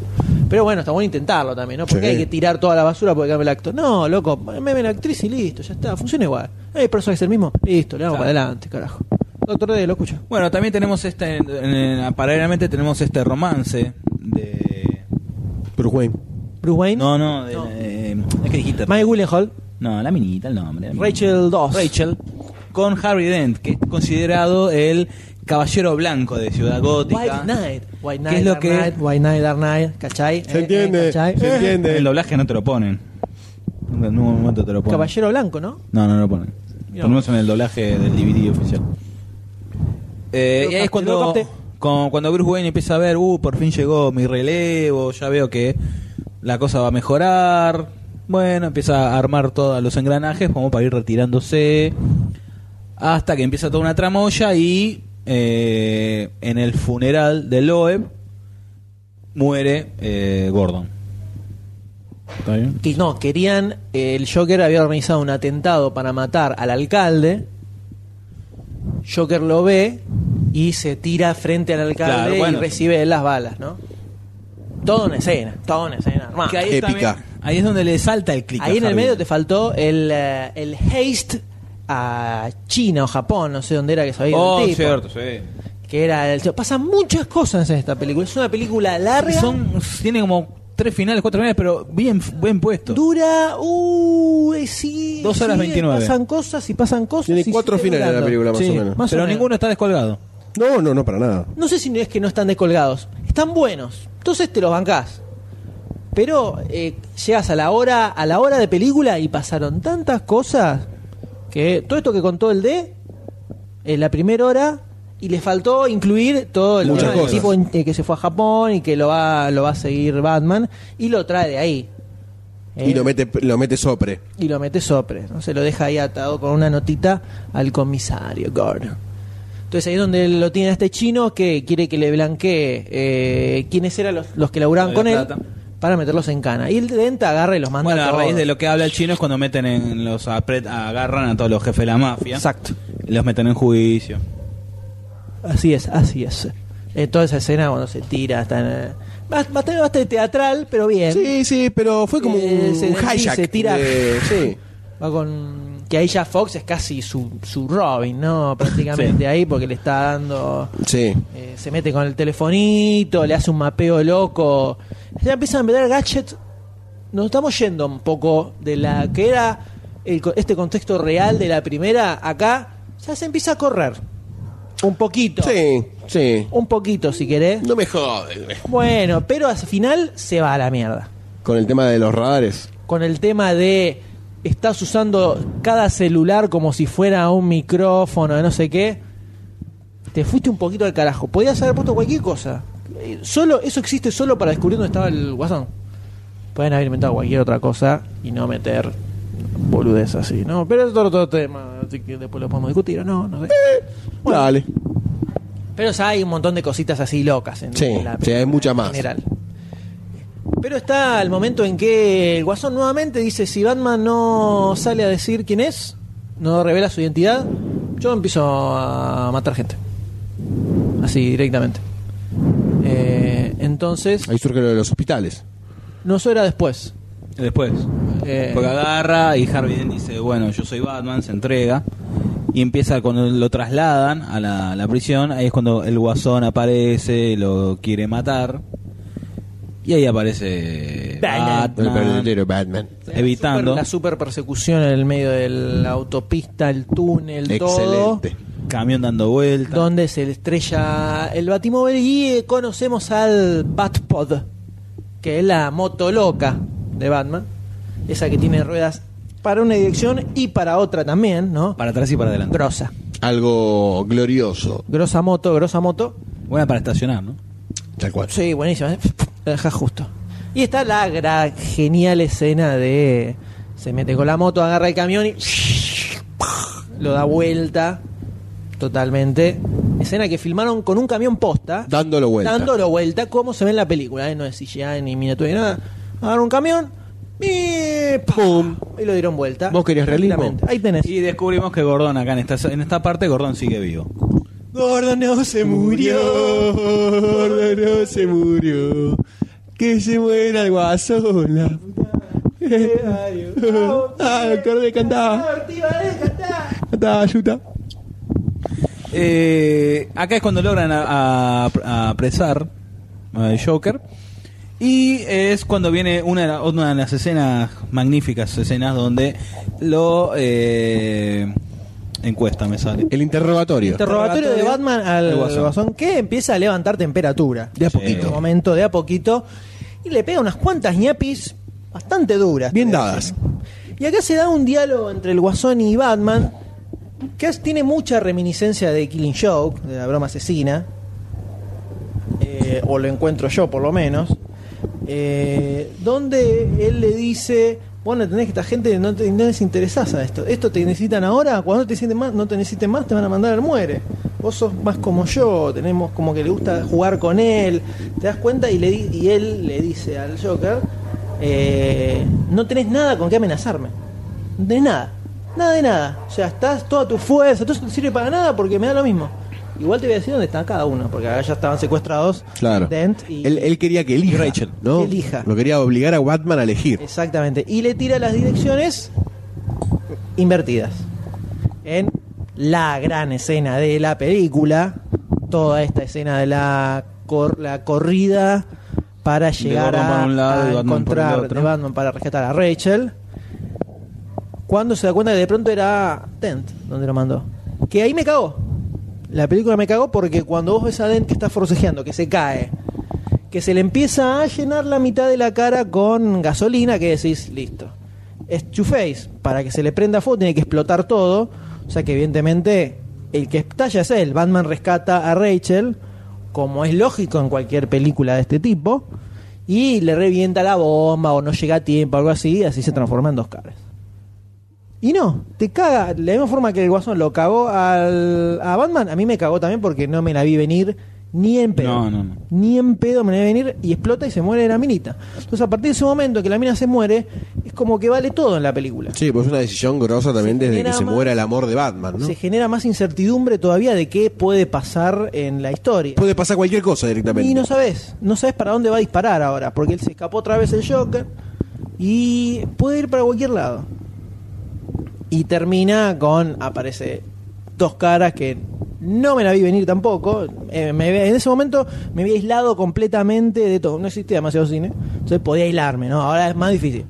S2: Pero bueno, está bueno intentarlo también, ¿no? Porque
S3: Sí.
S2: hay que tirar toda la basura porque cambia el actor. No, loco, meme la actriz y listo, ya está, funciona igual. Hay personajes el mismo, listo, le damos
S6: Claro.
S2: para adelante, carajo. Doctor D, lo escucho.
S6: Bueno, también tenemos este. en- en- paralelamente tenemos este romance de.
S3: Pero Wayne.
S2: Bruce Wayne,
S6: No, no, de- eh, es que dijiste.
S2: Mike Willenhall,
S6: No, la minita, el nombre. la minita.
S2: Rachel Doss.
S6: Rachel. Con Harry Dent, que es considerado el caballero blanco de Ciudad Gótica.
S2: White Knight. White Knight,
S6: ¿Qué es lo
S2: Dark
S6: que-
S2: Knight, White Knight, Dark Knight, ¿cachai?
S3: Se entiende, se
S2: Eh,
S3: entiende.
S6: El doblaje no te lo ponen. En ningún momento te lo ponen.
S2: Caballero Blanco, ¿no?
S6: No, no, no lo ponen. Por lo menos en el doblaje del DVD oficial. Eh,
S2: Lo
S6: y ahí
S2: capté,
S6: es
S2: lo
S6: cuando,
S2: capté.
S6: con- cuando Bruce Wayne empieza a ver, uh, por fin llegó mi relevo, ya veo que la cosa va a mejorar. Bueno, empieza a armar todos los engranajes como para ir retirándose. Hasta que empieza toda una tramoya y eh, en el funeral de Loeb muere eh, Gordon. ¿Está bien?
S2: Que no, querían. eh, el Joker había organizado un atentado para matar al alcalde. Joker lo ve y se tira frente al alcalde
S6: Claro, bueno.
S2: y recibe las balas, ¿no? Toda una escena, toda una escena. hermano.
S6: Que ahí,
S3: Épica.
S6: también- ahí es donde le salta el clic. a
S2: Ahí en el
S6: Harvey.
S2: medio te faltó el, eh, el haste a China o Japón, no sé dónde era que sabía. el
S6: Oh,
S2: tipo,
S6: cierto, sí.
S2: Que era el. Pasan muchas cosas en esta película. Es una película larga.
S6: Son, tiene como tres finales, cuatro finales, pero bien, bien puesto.
S2: Dura, uh, eh, sí.
S6: Dos horas
S2: sí,
S6: 29.
S2: Pasan cosas y pasan cosas.
S3: Tiene
S2: y sigue
S3: cuatro finales
S2: durando.
S3: la película, más o menos.
S2: más
S6: pero
S2: o menos.
S6: ninguno está descolgado.
S3: No, no, no, para nada.
S2: No sé si es que no están descolgados. Están buenos. Entonces te los bancás. Pero eh, llegas a la hora a la hora de película y pasaron tantas cosas que todo esto que contó el D en la primera hora y le faltó incluir todo el
S3: Muchas
S2: tema del
S3: cosas.
S2: tipo en- eh, que se fue a Japón y que lo va lo va a seguir Batman y lo trae de ahí.
S3: Y
S2: Eh,
S3: lo mete, lo mete sopre.
S2: y lo mete sopre, ¿no? se lo deja ahí atado con una notita al comisario Gordon. Entonces ahí es donde lo tiene a este chino que quiere que le blanquee eh, quiénes eran los, los que laburaban
S6: La
S2: con él
S6: plata.
S2: para meterlos en cana. Y el dente agarra y los manda
S6: Bueno,
S2: a
S6: a
S2: todos.
S6: raíz de lo que habla el chino es cuando meten en los apret- agarran a todos los jefes de la mafia.
S2: Exacto.
S6: Y los meten en juicio.
S2: Así es, así es. Eh, toda esa escena cuando se tira, está en- eh, bast- bastante, bastante teatral, pero bien.
S3: Sí, sí, pero fue como
S2: Eh,
S3: un,
S2: se-
S3: un
S2: sí,
S3: hijack.
S2: se tira.
S3: de- sí.
S2: Va con que ahí ya Fox es casi su, su Robin, ¿no? Prácticamente ahí porque le está dando [laughs]
S3: Sí.
S2: Eh, se mete con el telefonito, le hace un mapeo loco. Ya empiezan a meter gadgets. Nos estamos yendo un poco de la que era el co- este contexto real de la primera. Acá ya se empieza a correr. Un poquito.
S3: Sí, sí.
S2: Un poquito, si querés.
S3: No me joden. güey.
S2: Bueno, pero al final se va a la mierda.
S3: Con el tema de los radares.
S2: Con el tema de estás usando cada celular como si fuera un micrófono, de no sé qué. Te fuiste un poquito al carajo. Podías haber puesto cualquier cosa. Eh, Solo, eso existe solo para descubrir dónde estaba el guasón. Pueden haber inventado cualquier otra cosa y no meter boludez así, ¿no? Pero es otro, otro tema, así que después lo podemos discutir o no, no sé.
S3: Dale.
S2: Pero ya hay un montón de cositas así locas en,
S3: Sí,
S2: en la
S3: sí,
S2: película
S3: hay mucha más.
S2: en general. Pero está el momento en que el Guasón nuevamente dice, si Batman no sale a decir quién es, no revela su identidad, yo empiezo a matar gente. Así, directamente. Eh, entonces,
S3: Ahí surge lo de los hospitales.
S2: no eso era después.
S6: Después.
S2: Eh,
S6: Porque agarra y Harvey Dent dice, bueno, yo soy Batman, se entrega. Y empieza cuando lo trasladan a la, a la prisión, ahí es cuando el guasón aparece, lo quiere matar. Y ahí aparece
S2: Batman.
S3: El
S6: Batman,
S3: verdadero Batman.
S6: evitando.
S2: La super persecución en el medio de la autopista, el túnel, todo.
S3: Excelente.
S6: Camión dando vueltas.
S2: donde se le estrella el Batimóvil y eh, conocemos al Batpod, que es la moto loca de Batman, esa que tiene ruedas para una dirección y para otra también, ¿no?
S6: Para atrás y para adelante.
S2: Grosa.
S3: Algo glorioso.
S2: Grosa moto, grosa moto.
S6: Buena para estacionar, ¿no?
S3: Tal cual.
S2: Sí, buenísima. ¿eh? La deja justo. Y está la gra- genial escena de... Se mete con la moto, agarra el camión y... Lo da vuelta totalmente. Escena que filmaron con un camión posta.
S3: Dándolo vuelta.
S2: Dándolo vuelta, como se ve en la película. ¿eh? No es CGI ni miniatura ni nada. Agarra un camión y... pa, Y lo dieron vuelta.
S3: ¿Vos querías realismo?
S2: Tranquilamente. Ahí tenés.
S6: Y descubrimos que Gordon acá en esta, en esta parte, Gordon sigue vivo.
S3: Gordo no se murió, Gordo no se murió. Que se muera el guasón. la puta. ah, doctor de cantaba. Cantaba, yuta.
S6: Eh, acá es cuando logran a- a- a apresar al Joker. Y es cuando viene una de, la- una de las escenas, magníficas escenas, donde lo eh, encuesta, me sale.
S3: El interrogatorio.
S2: interrogatorio de Batman al
S6: El Guasón.
S2: guasón. que empieza a levantar temperatura.
S3: De a
S6: Sí.
S2: En un
S3: poquito.
S2: momento, de a poquito. Y le pega unas cuantas ñapis bastante duras.
S3: Bien
S2: te voy a
S3: dadas.
S2: decir. Y acá se da un diálogo entre el guasón y Batman que es- tiene mucha reminiscencia de Killing Joke, de la broma asesina. Eh, o lo encuentro yo, por lo menos. Eh, donde él le dice. Bueno, tenés que esta gente no, te, no les interesás a esto. Esto te necesitan ahora. Cuando te necesiten más, no te necesiten más, te van a mandar al muere. Vos sos más como yo. Tenemos como que le gusta jugar con él. Te das cuenta y, le, di- y él le dice al Joker: eh, No tenés nada con qué amenazarme. No tenés nada. Nada de nada. O sea, estás toda tu fuerza. Todo eso no te sirve para nada porque me da lo mismo. Igual te voy a decir dónde están cada uno. Porque acá ya estaban secuestrados.
S3: Claro.
S2: Dent y.
S3: Él, él quería que elija.
S6: Rachel.
S3: ¿no?
S2: Que elija.
S3: Lo quería obligar a Batman a elegir.
S2: Exactamente. Y le tira las direcciones invertidas. En la gran escena de la película. Toda esta escena de la, cor- la corrida para llegar
S6: Gordon
S2: a,
S6: para un lado,
S2: a
S6: de Batman por el
S2: encontrar
S6: otro.
S2: de Batman para rescatar a Rachel. Cuando se da cuenta que de pronto era Dent donde lo mandó. Que ahí me cagó. La película me cagó porque cuando vos ves a Dent que está forcejeando, que se cae, que se le empieza a llenar la mitad de la cara con gasolina, que decís, listo. Es Two-Face. Para que se le prenda fuego tiene que explotar todo. O sea que evidentemente el que estalla es él. Batman rescata a Rachel, como es lógico en cualquier película de este tipo, y le revienta la bomba o no llega a tiempo, algo así, y así se transforma en dos caras. Y no, te caga. De la misma forma que el Guasón lo cagó al, a Batman, a mí me cagó también porque no me la vi venir ni en pedo.
S6: No, no, no.
S2: Ni en pedo me la vi venir y explota y se muere la minita. Entonces, a partir de ese momento que la mina se muere, es como que vale todo en la película.
S3: Sí, pues es una decisión grosa también
S2: Se
S3: desde que
S2: genera
S3: se
S2: más-
S3: muera el amor de Batman, ¿no?
S2: Se genera más incertidumbre todavía de qué puede pasar en la historia.
S3: Puede pasar cualquier cosa directamente.
S2: Y no sabes, no sabes para dónde va a disparar ahora, porque él se escapó otra vez el Joker y puede ir para cualquier lado. Y termina con, aparece dos caras que no me la vi venir tampoco. Eh, me ve- en ese momento me había aislado completamente de todo. No existía demasiado cine, entonces podía aislarme, ¿no? Ahora es más difícil.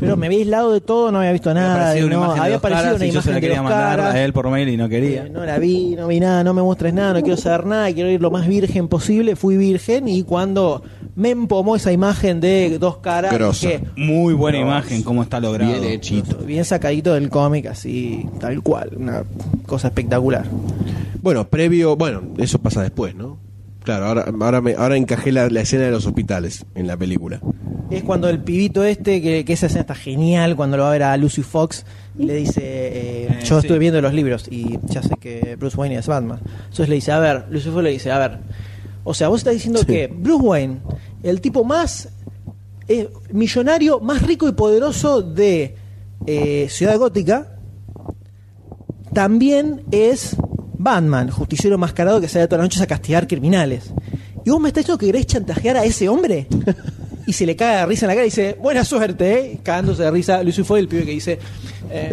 S2: Pero me había aislado de todo, no había visto nada.
S6: Había aparecido una
S2: no,
S6: imagen de
S2: había
S6: dos caras
S2: aparecido una
S6: y yo
S2: imagen
S6: se la
S2: de
S6: quería
S2: dos
S6: mandar
S2: caras.
S6: a él por mail y no quería.
S2: Eh, No la vi, no vi nada, no me muestres nada, no quiero saber nada, quiero ir lo más virgen posible. Fui virgen y cuando me empomó esa imagen de dos caras,
S3: Grosa.
S2: dije,
S6: Muy buena imagen, cómo está logrado.
S3: Bien hechito.
S2: bien sacadito del cómic, así, tal cual, una cosa espectacular.
S3: Bueno, previo, bueno, eso pasa después, ¿no? Claro, ahora, ahora, me, ahora encajé la, la escena de los hospitales en la película.
S2: es cuando el pibito este, que, que esa escena está genial, cuando lo va a ver a Lucy Fox, le dice, eh,
S6: Eh,
S2: yo
S6: sí.
S2: estuve viendo los libros y ya sé que Bruce Wayne es Batman. Entonces le dice, a ver, Lucy Fox le dice, a ver, o sea, vos estás diciendo que Bruce Wayne, el tipo más eh, millonario, más rico y poderoso de eh, Ciudad Gótica, también es Batman, justiciero mascarado que sale todas las noches a castigar criminales. ¿Y vos me estás diciendo que querés chantajear a ese hombre? Y se le caga de risa en la cara y dice, buena suerte, ¿eh? Cagándose de risa, Luis Ufoy, el pibe que dice, eh,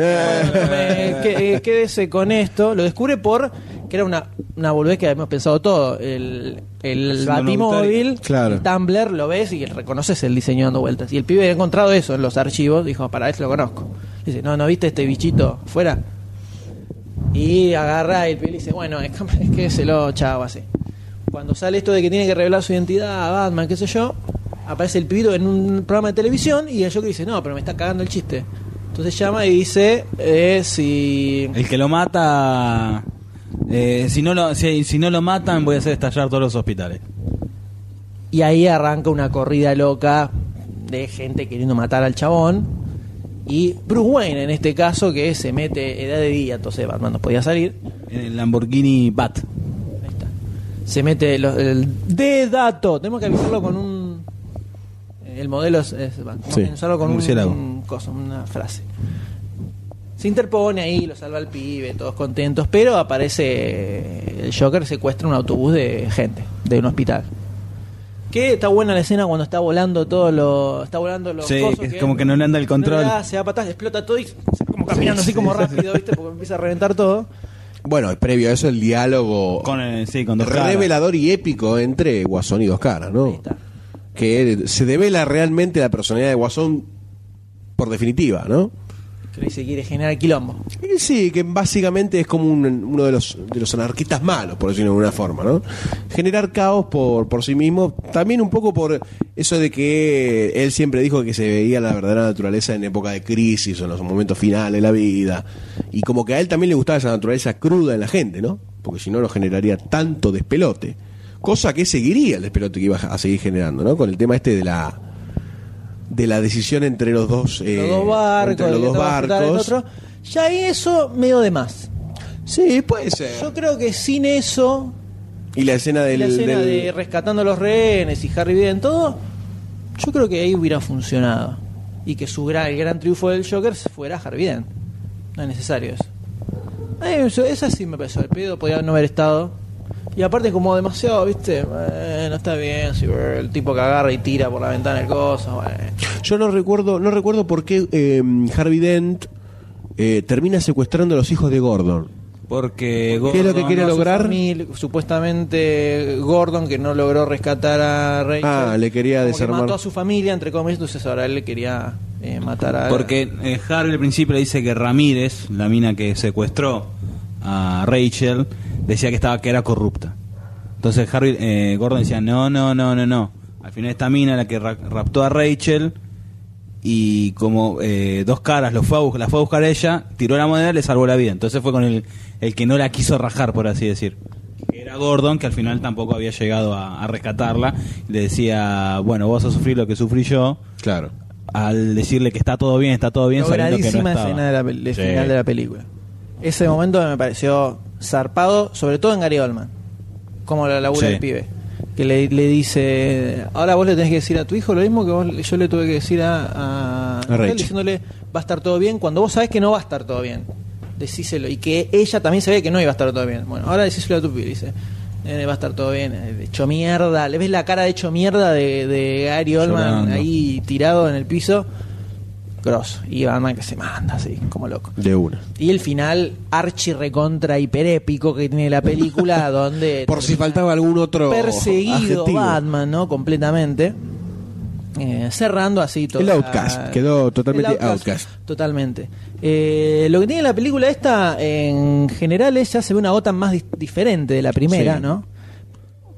S2: bueno, eh, que- eh, quédese con esto. Lo descubre por que era una, una boludez que habíamos pensado todo. El, el
S6: Haciendo una
S2: batimóvil,
S6: autórica.
S3: Claro.
S2: el Tumblr, lo ves y reconoces el diseño dando vueltas. Y el pibe había encontrado eso en los archivos, dijo, para eso lo conozco. Dice, no, ¿no viste este bichito? Fuera. Y agarra y el pibe le dice, bueno, es que- es que se lo chavo así. Cuando sale esto de que tiene que revelar su identidad a Batman, qué sé yo, aparece el pibito en un programa de televisión y el Joker dice, no, pero me está cagando el chiste. Entonces llama y dice, eh, si...
S6: El que lo mata. eh, si, no lo, si, si no lo matan, voy a hacer estallar todos los hospitales.
S2: Y ahí arranca una corrida loca de gente queriendo matar al chabón. Y Bruce Wayne, en este caso, que se mete edad de día, entonces Batman no podía salir.
S6: En el Lamborghini Bat.
S2: Ahí está. Se mete los- el de dato. Tenemos que avisarlo con un. eh, El modelo es. es- va, tenemos
S6: Sí,
S2: que avisarlo con
S6: un
S2: un,
S6: murciélago.
S2: un coso, una frase. Se interpone ahí, lo salva el pibe, todos contentos. Pero aparece. El Joker secuestra un autobús de gente, de un hospital. Que está buena la escena cuando está volando todo lo. Está volando los.
S6: Sí,
S2: cosos
S6: que es como que no le anda el control.
S2: le da, se da patas, explota todo y se- como caminando así como rápido, ¿viste? Porque empieza a reventar todo.
S3: Bueno, y previo a eso el diálogo
S6: Con el- sí, con dos caras.
S3: revelador y épico entre Guasón y Dos Caras,
S2: Ahí
S3: ¿no?
S2: está.
S6: Oh.
S3: Que se devela realmente la personalidad de Guasón por definitiva, ¿no?
S2: Que dice quiere generar quilombo.
S3: Y Sí, que básicamente es como un- uno de los, de los anarquistas malos, por decirlo de alguna forma, ¿no? Generar caos por, por sí mismo, también un poco por eso de que él siempre dijo que se veía la verdadera naturaleza en época de crisis o en los momentos finales de la vida, y como que a él también le gustaba esa naturaleza cruda en la gente, ¿no? Porque si no, no generaría tanto despelote, cosa que seguiría el despelote que iba a seguir generando, ¿no? Con el tema este de la... De la decisión entre los dos, eh,
S2: los dos barcos,
S3: entre los
S2: el que
S3: dos
S2: estaba a flotar, el
S3: barcos.
S2: otro. Ya ahí eso medio de más.
S3: Sí, puede ser.
S2: Yo creo que sin eso,
S3: Y la escena del.
S2: la escena
S3: del-
S2: de rescatando a los rehenes y Harry Biden todo, yo creo que ahí hubiera funcionado. Y que su gran, el gran triunfo del Joker fuera Harry Biden. No es necesario eso. Eh, eso- esa sí me pasó el pedo, podía no haber estado. Y aparte como demasiado, viste, no está bien, si el tipo que agarra y tira por la ventana el coso, bueno.
S3: Yo no recuerdo, no recuerdo por qué eh, Harvey Dent eh, termina secuestrando a los hijos de Gordon.
S6: Porque
S3: ¿Qué es lo que quiere
S2: Su
S3: lograr?
S2: familia, supuestamente Gordon, que no logró rescatar a Rachel.
S3: Ah, le quería
S2: como que
S3: desarmar.
S2: mató a su familia, entre comillas, entonces ahora él le quería eh, matar a.
S6: Porque eh, Harvey al principio le dice que Ramírez, la mina que secuestró a Rachel, decía que estaba que era corrupta. Entonces Harvey eh, Gordon decía, "No, no, no, no, no." Al final esta mina la que ra- raptó a Rachel y como eh, dos caras lo fue a buscar, la fue a buscar ella, tiró la moneda y le salvó la vida. Entonces fue con el, el que no la quiso rajar, por así decir. Que Era Gordon, que al final tampoco había llegado a, a rescatarla. Le decía, bueno, vos vas a sufrir lo que sufrí yo
S3: Claro.
S6: al decirle que está todo bien, está todo bien, sabiendo que no
S2: Logradísima
S6: estaba.
S2: escena de la pel- de
S6: Sí.
S2: final de la película. Ese momento me pareció zarpado, sobre todo en Gary Oldman. Como la labura
S6: Sí.
S2: del pibe. Que le, le dice, ahora vos le tenés que decir a tu hijo lo mismo que vos- yo le tuve que decir a, a,
S3: A Rachel.
S2: diciéndole, va a estar todo bien, cuando vos sabés que no va a estar todo bien. Decíselo. Y que ella también sabía que no iba a estar todo bien. Bueno, ahora decíselo a tu pibe, dice. "Nene, va a estar todo bien, eh, hecho mierda. ¿Le ves la cara de hecho mierda de, de Gary Oldman
S6: Llorando.
S2: ahí tirado en el piso? Grosso. Y Batman que se manda así, como loco.
S3: De una.
S2: Y el final archi recontra hiperépico que tiene la
S3: [laughs]
S2: película, donde
S3: Por si faltaba algún otro.
S2: perseguido
S3: adjetivo.
S2: Batman, ¿no? Completamente. Eh, cerrando así todo.
S3: El Outcast, quedó totalmente Outcast.
S2: Totalmente. Eh, lo que tiene la película esta, en general, es ya se ve una Gotham más dis- diferente de la primera,
S3: Sí.
S2: ¿no?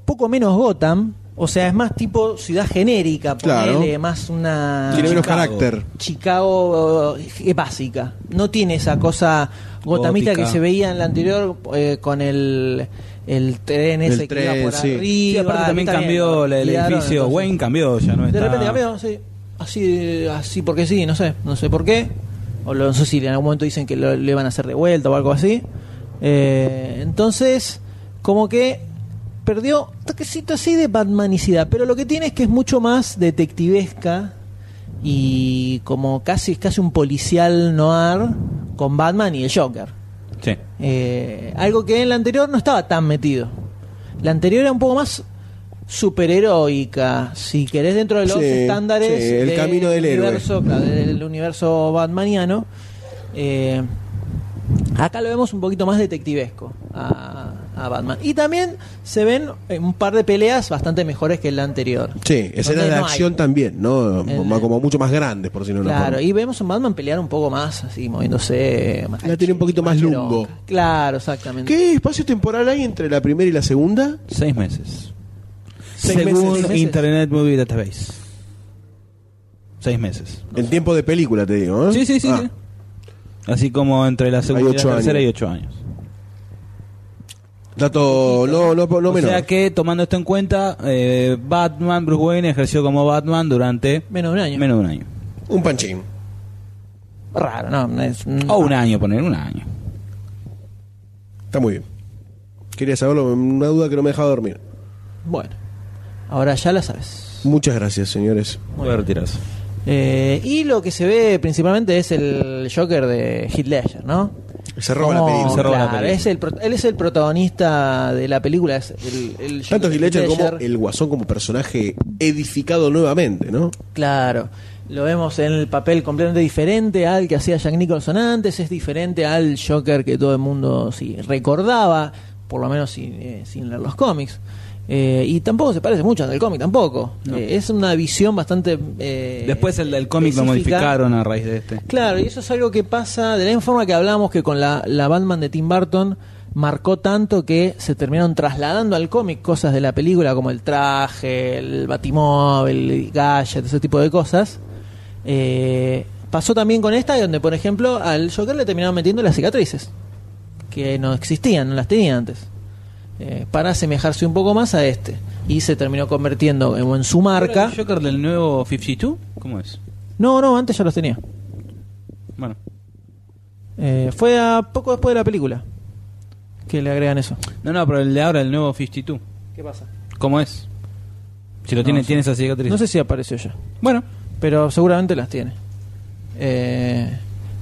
S2: Poco menos Gotham, o sea, es más tipo ciudad genérica,
S3: Claro.
S2: ponele, más una...
S3: Tiene menos
S6: Chicago.
S3: carácter.
S2: Chicago eh, básica. No tiene esa cosa gotamita
S6: Gótica.
S2: que se veía en la anterior eh, con el, el tren
S3: El
S2: ese que iba
S3: tren,
S2: por
S3: sí.
S2: arriba.
S6: Y aparte también
S2: Está bien,
S6: cambió
S2: lo
S6: el
S2: liquidaron,
S6: edificio,
S2: entonces.
S6: Wayne cambió, ya no
S2: De
S6: está-
S2: repente cambió, sí. así, así porque sí, no sé, no sé por qué. O lo- no sé si en algún momento dicen que lo, le van a hacer de vuelta o algo así. Eh, entonces, como que perdió un toquecito así de batmanicidad, pero lo que tiene es que es mucho más detectivesca y como casi, casi un policial noir con Batman y el Joker.
S6: Sí.
S2: Eh, algo que en la anterior no estaba tan metido. La anterior era un poco más superheroica, si querés, dentro de los
S3: Sí,
S2: estándares
S3: sí, el camino del héroe.
S2: universo, claro, del universo batmaniano. Eh, acá lo vemos un poquito más detectivesco a, a Batman. Y también se ven eh, un par de peleas bastante mejores que la anterior.
S3: Sí, escenas
S2: Donde
S3: de
S2: no hay.
S3: acción también, ¿no?
S2: El-
S3: Como- como mucho más grandes, por si no
S2: Claro, y vemos a Batman pelear un poco más, así, moviéndose. más
S3: La tiene un poquito más
S2: cheronca.
S3: lungo.
S2: Claro, exactamente.
S3: ¿Qué espacio temporal hay entre la primera y la segunda?
S6: Seis meses.
S3: Seis
S6: Según
S3: meses, seis
S2: meses.
S6: Internet Movie Database. Seis meses.
S3: En tiempo de película, te digo, ¿eh?
S6: Sí, sí, sí,
S3: Ah,
S6: sí. Así como entre la segunda y la
S3: ocho
S6: tercera
S3: años.
S6: y ocho años.
S3: Dato no, no, no
S6: o
S3: menor.
S6: sea que, tomando esto en cuenta, eh, Batman, Bruce Wayne ejerció como Batman durante
S2: Menos de un año.
S6: menos de un año.
S3: Un panchín.
S2: Raro, no. Es,
S6: O
S3: Oh,
S6: un año, poner un año.
S3: Está muy bien. Quería saberlo, una duda que no me deja dormir.
S2: Bueno, ahora ya la sabes.
S3: Muchas gracias, señores.
S6: Puede retirarse.
S2: Eh, y lo que se ve principalmente es el Joker de Heath Ledger, ¿no?
S3: Se roba
S2: Como-
S3: la película.
S6: Se roba la
S2: claro,
S6: película.
S2: es el pro- él es el protagonista de la película. Es el, el Joker
S3: Tanto
S2: de
S3: Heath Ledger como
S2: Ledger.
S3: el Guasón como personaje edificado nuevamente, ¿no?
S2: Claro. Lo vemos en el papel completamente diferente al que hacía Jack Nicholson antes, es diferente al Joker que todo el mundo sí, recordaba, por lo menos sin, eh, sin leer los cómics. Eh, y tampoco se parece mucho al del cómic, tampoco. Eh, es una visión bastante... eh,
S6: Después el del cómic lo
S2: específica.
S6: modificaron a raíz de este.
S2: Claro, y eso es algo que pasa de la misma forma que hablamos que con la, la Batman de Tim Burton marcó tanto que se terminaron trasladando al cómic cosas de la película como el traje, el batimóvil, el gadget, ese tipo de cosas. Eh, pasó también con esta, donde por ejemplo al Joker le terminaron metiendo las cicatrices, que no existían, no las tenía antes, eh, para asemejarse un poco más a este. Y se terminó convirtiendo en, en su marca.
S6: ¿El Joker del nuevo 52? ¿Cómo es?
S2: No, no, antes ya los tenía.
S6: Bueno.
S2: Eh, fue a poco después de la película que le agregan eso.
S6: No, no, pero el de ahora, el nuevo 52.
S2: ¿Qué pasa?
S6: ¿Cómo es? Si lo tiene,
S2: No sé.
S6: tiene esa cicatriz.
S2: No sé si apareció ya,
S6: Bueno,
S2: pero seguramente las tiene. Eh,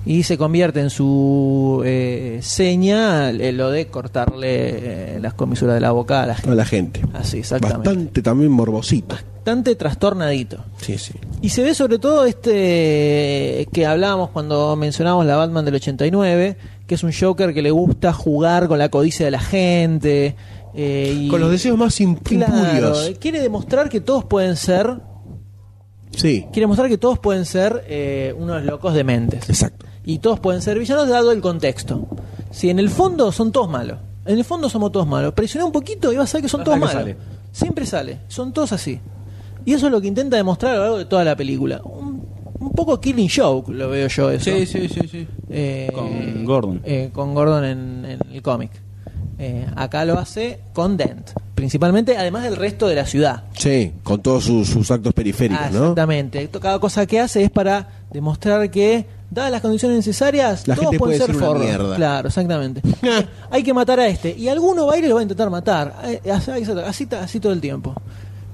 S2: y se convierte en su eh, seña eh, lo de cortarle eh, las comisuras de la boca a la gente.
S3: A la gente.
S2: Así, exactamente.
S3: Bastante también morbosita.
S2: Bastante trastornadito.
S3: Sí, sí.
S2: Y se ve sobre todo este que hablábamos cuando mencionábamos la Batman del 89, que es un Joker que le gusta jugar con la codicia de la gente. eh, y-
S3: Con los deseos más imp-
S2: Claro, eh.
S3: impurios.
S2: quiere demostrar que todos pueden ser,
S3: Sí,
S2: quiere mostrar que todos pueden ser eh, unos locos dementes.
S3: exacto.
S2: Y todos pueden ser villanos dado el contexto. Si en el fondo son todos malos, en el fondo somos todos malos. Presiona un poquito y vas a ver que son
S6: Hasta
S2: todos
S6: que
S2: malos.
S6: sale.
S2: Siempre sale, son todos así. Y eso es lo que intenta demostrar a lo largo de toda la película. Un, un poco Killing Joke lo veo yo eso.
S6: Sí, sí, sí, sí.
S2: Eh,
S6: Con Gordon.
S2: eh, con Gordon en, en el cómic. Eh, acá lo hace con Dent, principalmente, además del resto de la ciudad.
S3: Sí, con todos sus, sus actos periféricos,
S2: Ah,
S3: ¿no?
S2: Exactamente. Esto- Cada cosa que hace es para demostrar que, dadas las condiciones necesarias,
S3: La
S2: todos
S3: gente
S2: pueden
S3: puede
S2: ser
S3: ser una
S2: forros.
S3: mierda.
S2: Claro,
S3: [laughs]
S2: exactamente. Eh, Hay que matar a este. Y alguno va a ir y lo va a intentar matar. Eh, Así, así- así todo el tiempo.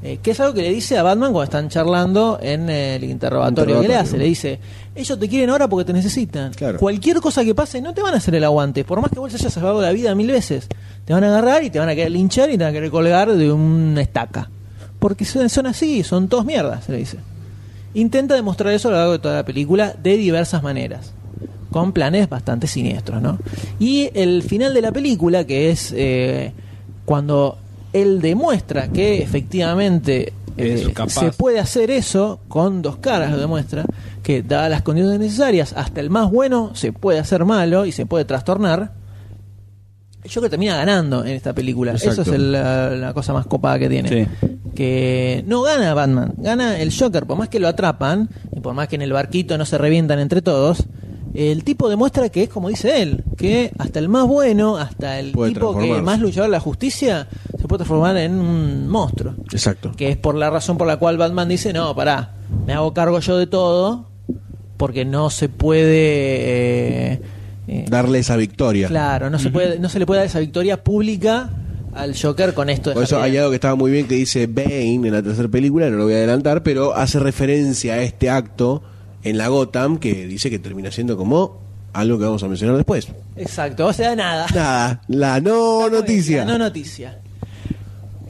S2: Eh, que es algo que le dice a Batman cuando están charlando en eh, el interrogatorio que le
S3: Interrogatorio.
S2: hace. Le dice, ellos te quieren ahora porque te necesitan.
S3: Claro.
S2: Cualquier cosa que pase no te van a hacer el aguante. Por más que vos les hayas salvado la vida mil veces, te van a agarrar y te van a querer linchar y te van a querer colgar de una estaca. Porque son, son así, son todos mierdas, se le dice. Intenta demostrar eso a lo largo de toda la película de diversas maneras, con planes bastante siniestros, ¿no? Y el final de la película, que es eh, cuando él demuestra que efectivamente
S6: Es
S2: eh,
S6: capaz.
S2: se puede hacer eso, con dos caras lo demuestra, que dadas las condiciones necesarias, hasta el más bueno se puede hacer malo y se puede trastornar. Yo que termina ganando en esta película. Eso
S3: Exacto.
S2: es el- la, la cosa más copada que tiene
S6: Sí.
S2: que no gana Batman, gana el Joker, por más que lo atrapan y por más que en el barquito no se revientan entre todos, el tipo demuestra que es como dice él, que hasta el más bueno, hasta el
S3: Puede
S2: tipo que
S3: transformarse.
S2: más luchador de la justicia, se puede transformar en un monstruo.
S3: Exacto.
S2: Que es por la razón por la cual Batman dice, no, pará, me hago cargo yo de todo, porque no se puede... eh, eh,
S3: Darle esa victoria.
S2: Claro, no se, puede, no se le puede dar esa victoria pública al Joker con esto. de
S3: Por eso
S2: Harvey
S3: hay algo que estaba muy bien que dice Bane en la tercera película, no lo voy a adelantar, pero hace referencia a este acto en la Gotham que dice que termina siendo como algo que vamos a mencionar
S2: [laughs]
S3: después.
S2: Exacto, o sea, nada.
S3: Nada, la no
S2: [laughs]
S3: noticia.
S2: No noticia.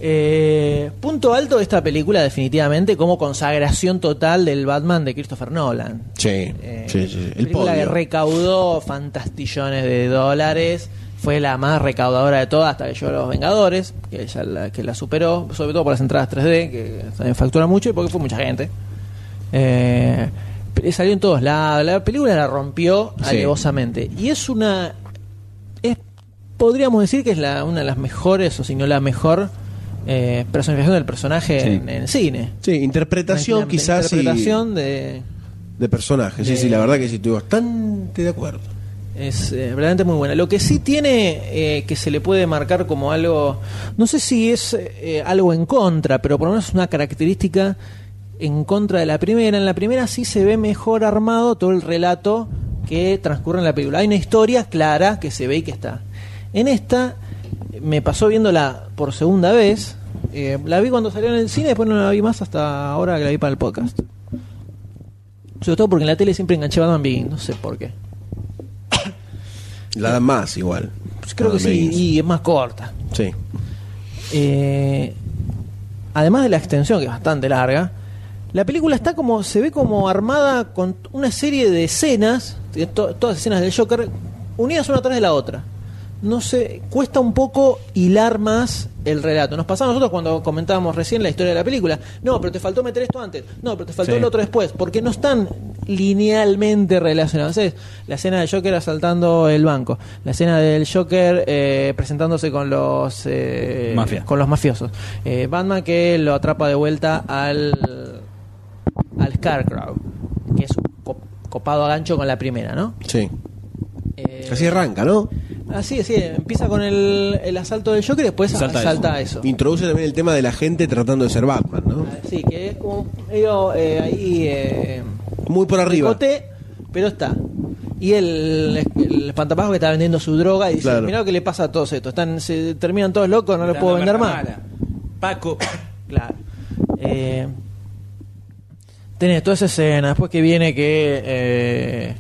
S2: Eh, punto alto de esta película, definitivamente, como consagración total del Batman de Christopher Nolan.
S3: Sí,
S2: Eh,
S3: sí, sí, sí, El
S2: película que
S3: podio.
S2: recaudó fantastillones de dólares. Fue la más recaudadora de todas, hasta que llegó a Los Vengadores, que, ya la, que la superó, sobre todo por las entradas 3D, que también factura mucho y porque fue mucha gente. Eh, pe- salió en todos lados. La película la rompió
S3: Sí.
S2: alevosamente. Y es una. Es, podríamos decir que es la, una de las mejores, o si no la mejor, eh, personificación del personaje
S6: Sí.
S2: en, en cine.
S3: Sí, interpretación
S2: Una- una
S3: quizás y-
S2: Interpretación de.
S3: de personajes. Sí, sí, la verdad que sí, estoy bastante de acuerdo.
S2: Es eh, verdaderamente muy buena. Lo que sí tiene eh, que se le puede marcar como algo, no sé si es eh, algo en contra, pero por lo menos es una característica en contra de la primera. En la primera sí se ve mejor armado todo el relato que transcurre en la película. Hay una historia clara que se ve y que está. En esta eh, me pasó viéndola por segunda vez. Eh, la vi cuando salió en el cine, después no la vi más hasta ahora que la vi para el podcast. Sobre todo porque en la tele siempre enganché Batman Begins, no sé por qué.
S3: La dan más igual.
S2: Pues creo que
S3: Nada
S2: sí,
S3: menos.
S2: y es más corta.
S3: Sí.
S2: Eh, además de la extensión, que es bastante larga, la película está como, se ve como armada con una serie de escenas, de to- todas escenas del Joker, unidas una tras de la otra. No sé, cuesta un poco hilar más el relato. Nos pasaba a nosotros cuando comentábamos recién la historia de la película. No, pero te faltó meter esto antes. No, pero te faltó
S6: Sí.
S2: el otro después. Porque no están linealmente relacionados. Es la escena del Joker asaltando el banco. La escena del Joker eh, presentándose con los... eh,
S6: Mafia.
S2: con los mafiosos. Eh, Batman que lo atrapa de vuelta al al Scarecrow, que es un cop- copado a gancho con la primera, ¿no?
S3: Sí.
S2: Eh,
S3: Así arranca, ¿no?
S2: Así es, sí, empieza con el, el asalto del Joker y después
S6: Salta
S2: salta,
S6: eso.
S2: eso. Ah,
S3: Introduce también el tema de la gente tratando de ser Batman, ¿no?
S2: Así que es como medio eh, ahí eh,
S3: Muy por arriba.
S2: picote, pero está. Y el, el espantapajo que está vendiendo su droga y dice,
S3: Claro.
S2: mirá lo que le pasa a todos estos, están, se terminan todos locos, no los
S6: La
S2: puedo vender
S6: marca
S2: más.
S6: mala. Paco.
S2: Claro. Eh, tenés toda esa escena. Después que viene que eh,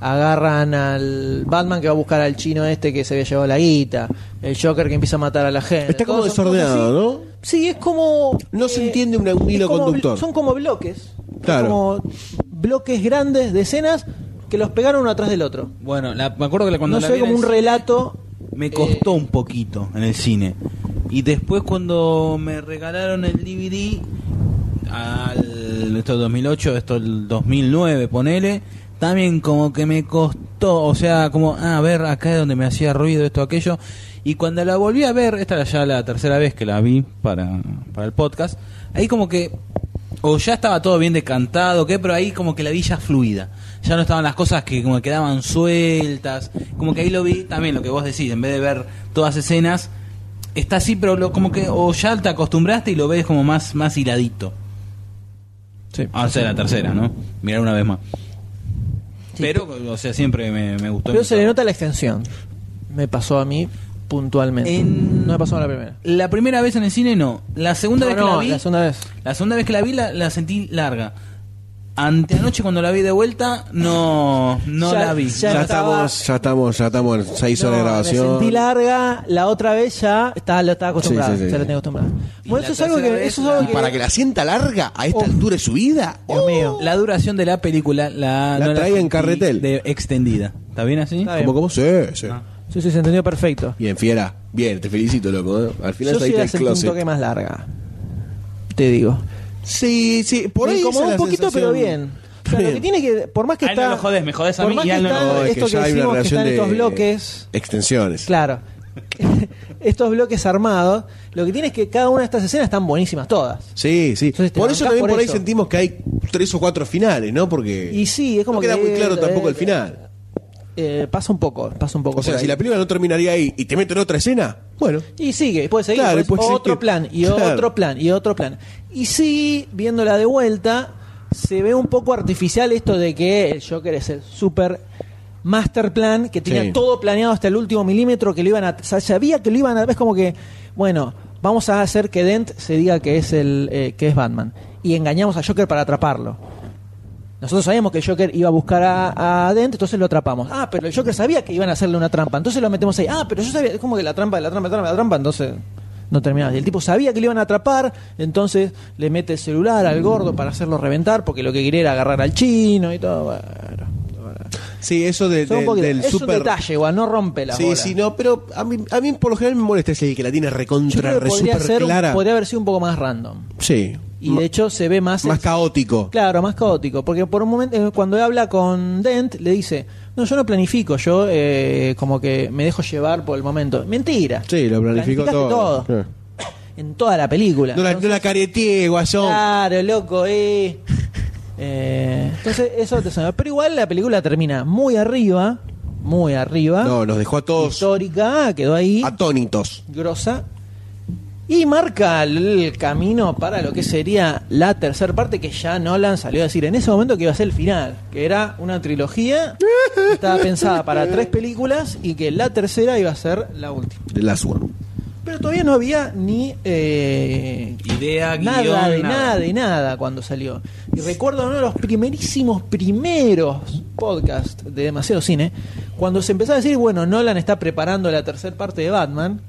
S2: agarran al Batman que va a buscar al chino este que se había llevado la guita. El Joker que empieza a matar a la gente.
S3: Está como
S2: Todas son
S3: desordenado,
S2: cosas así. Sí, es como. eh,
S3: No se entiende una- un
S2: es
S3: hilo
S2: como bl-
S3: conductor.
S2: Son como bloques.
S3: Claro.
S2: Como bloques grandes de escenas que los pegaron uno atrás del otro.
S6: Bueno, la- me acuerdo que la- cuando
S2: no
S6: la
S2: se ve
S6: vi en
S2: como un
S6: el
S2: relato.
S6: Me costó un poquito en el cine. Y después cuando me regalaron el DVD, al, esto es 2008, esto es el 2009, ponele, también como que me costó, o sea, como, ah, a ver, acá es donde me hacía ruido esto, aquello. Y cuando la volví a ver, esta era ya la tercera vez que la vi para, para el podcast, ahí como que, o ya estaba todo bien decantado, ¿qué? pero ahí como que la vi ya fluida. Ya no estaban las cosas que como quedaban sueltas, como que ahí lo vi también, lo que vos decís, en vez de ver todas escenas, está así, pero lo, como que o ya te acostumbraste y lo ves como más, más hiladito.
S2: Sí.
S6: Ah, o sea, la tercera, ¿no? Mirar una vez más. Pero, o sea, siempre me, me gustó.
S2: Pero se le nota la extensión. Me pasó a mí puntualmente.
S6: En-
S2: No me pasó a la primera.
S6: La primera vez en el cine no. La segunda vez
S2: No,
S6: que
S2: no,
S6: la vi.
S2: la segunda vez.
S6: la segunda vez que la vi la, la sentí larga. Ante anoche cuando la vi de vuelta, no, no
S2: Ya-
S6: la vi.
S2: Ya
S3: Ya,
S2: estaba-
S3: estamos, ya estamos, ya estamos en seis
S2: No,
S3: horas de grabación.
S2: Me sentí larga, la otra vez ya estaba, lo estaba acostumbrada.
S3: Sí, sí, sí.
S2: Ya lo tenía acostumbrada.
S6: Y
S2: Bueno, eso
S6: la
S2: es algo
S6: tercera
S2: que.
S6: vez
S2: Eso es algo
S6: la-
S2: que
S3: Para que la sienta larga a esta
S2: Oh.
S3: altura de su vida.
S2: Dios
S3: Oh.
S2: mío.
S6: La duración de la película la,
S3: La traía en
S6: sentí
S3: carretel.
S6: De extendida. ¿Está bien así? Ah.
S2: Está bien.
S3: ¿Cómo, cómo? Sí, sí.
S2: Sí, sí, se entendió perfecto.
S3: Bien, fiera. Bien, te felicito, loco. ¿eh? Al final
S2: Yo sí
S3: saliste
S2: la
S3: del
S2: sentí un
S3: closet.
S2: toque más larga. Te digo.
S3: Sí, sí, por
S2: Me
S3: ahí.
S2: incomodó
S3: esa
S2: un
S3: es la
S2: poquito, pero bien.
S3: sensación.
S2: O sea, lo que
S3: Bien.
S2: tiene que. Por más que
S6: A él no
S2: está.
S6: lo jodés, me jodés a
S2: por
S6: mí
S2: más
S6: y a
S2: que
S6: él no
S2: está
S6: lo-
S3: No, es
S2: esto que,
S3: ya hay una
S2: decimos que
S3: relación
S2: están
S3: de
S2: estos bloques.
S3: Extensiones.
S2: Claro. [laughs] estos bloques armados. Lo que tiene es que cada una de estas escenas están buenísimas todas.
S3: Sí, sí.
S2: Entonces te
S3: por eso
S2: bancás
S3: también
S2: por
S3: por ahí
S2: eso.
S3: sentimos que hay tres o cuatro finales, ¿no? Porque
S2: Y sí, es como
S3: no queda
S2: que-
S3: muy claro tampoco
S2: eh,
S3: el final.
S2: Eh, pasa un poco, pasa un poco.
S3: O sea,
S2: por
S3: si
S2: ahí.
S3: la película no terminaría ahí y te meten otra escena, bueno.
S2: Y sigue, puede seguir,
S3: Claro,
S2: puedes-
S3: puede
S2: otro
S3: seguir.
S2: plan, y
S3: Claro.
S2: otro plan, y otro plan. Y sí, viéndola de vuelta, se ve un poco artificial esto de que el Joker es el super master plan, que tenía
S3: Sí.
S2: todo planeado hasta el último milímetro, que lo iban a... o sea, sabía que lo iban a... Es como que, bueno, vamos a hacer que Dent se diga que es, el, eh, que es Batman. Y engañamos a Joker para atraparlo. Nosotros sabíamos que el Joker iba a buscar a, a Dent, entonces lo atrapamos. Ah, pero el Joker sabía que iban a hacerle una trampa, entonces lo metemos ahí. Ah, pero yo sabía, es como que la trampa, la trampa, la trampa, la trampa, entonces no terminaba. Y el tipo sabía que le iban a atrapar, entonces le mete el celular al gordo para hacerlo reventar, porque lo que quería era agarrar al chino y todo. Bueno, bueno.
S3: Sí, eso de-
S2: Son un
S3: de-
S2: poquito-
S3: del
S2: es un
S3: super.
S2: detalle, igual, no rompe la
S3: Sí,
S2: bola.
S3: sí, no, pero a mí, a mí por lo general me molesta es el que la tiene
S2: Yo creo
S3: recontra,
S2: que
S3: re
S2: podría,
S3: super
S2: ser un-
S3: clara.
S2: podría haber sido un poco más random.
S3: Sí.
S2: Y de hecho se ve más...
S3: más
S2: el-
S3: caótico.
S2: Claro, más caótico. Porque por un momento, eh, cuando habla con Dent, le dice: No, yo no planifico, yo eh, como que me dejo llevar por el momento. Mentira.
S3: Sí, lo planificó
S2: Planificaste
S3: todo.
S2: todo.
S3: Sí.
S2: En toda la película.
S3: No la, no
S2: Entonces,
S3: la careteé, guasón.
S2: Claro, loco, eh. [laughs] Eh, entonces, eso te suena. Pero igual la película termina muy arriba, muy arriba.
S3: No, nos dejó a todos
S2: histórica, quedó ahí
S3: atónitos.
S2: grosa y marca el camino para lo que sería la tercera parte que ya Nolan salió a decir en ese momento que iba a ser el final, que era una trilogía que estaba pensada para tres películas y que la tercera iba a ser la última.
S3: De la suerte.
S2: Pero todavía no había ni eh,
S6: Idea,
S2: nada
S6: guión,
S2: de
S6: nada.
S2: nada de nada cuando salió. Y recuerdo uno de los primerísimos primeros podcasts de demasiado cine, cuando se empezó a decir, bueno, Nolan está preparando la tercera parte de Batman,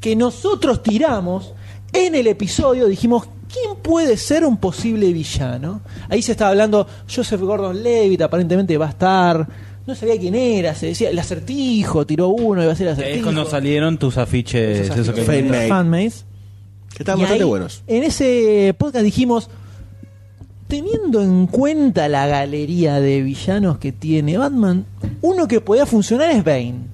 S2: que nosotros tiramos en el episodio, dijimos, ¿quién puede ser un posible villano? Ahí se estaba hablando, Joseph Gordon Levitt aparentemente va a estar, no sabía quién era, se decía, el acertijo, tiró uno, iba a ser el acertijo.
S6: Es cuando salieron tus afiches.
S2: Esos
S6: eso que-
S2: acertijos.
S3: Fanmade.
S2: Fanmades.
S3: Que estaban
S2: Y
S3: bastante
S2: ahí,
S3: buenos.
S2: En ese podcast dijimos, teniendo en cuenta la galería de villanos que tiene Batman, uno que podía funcionar es Bane.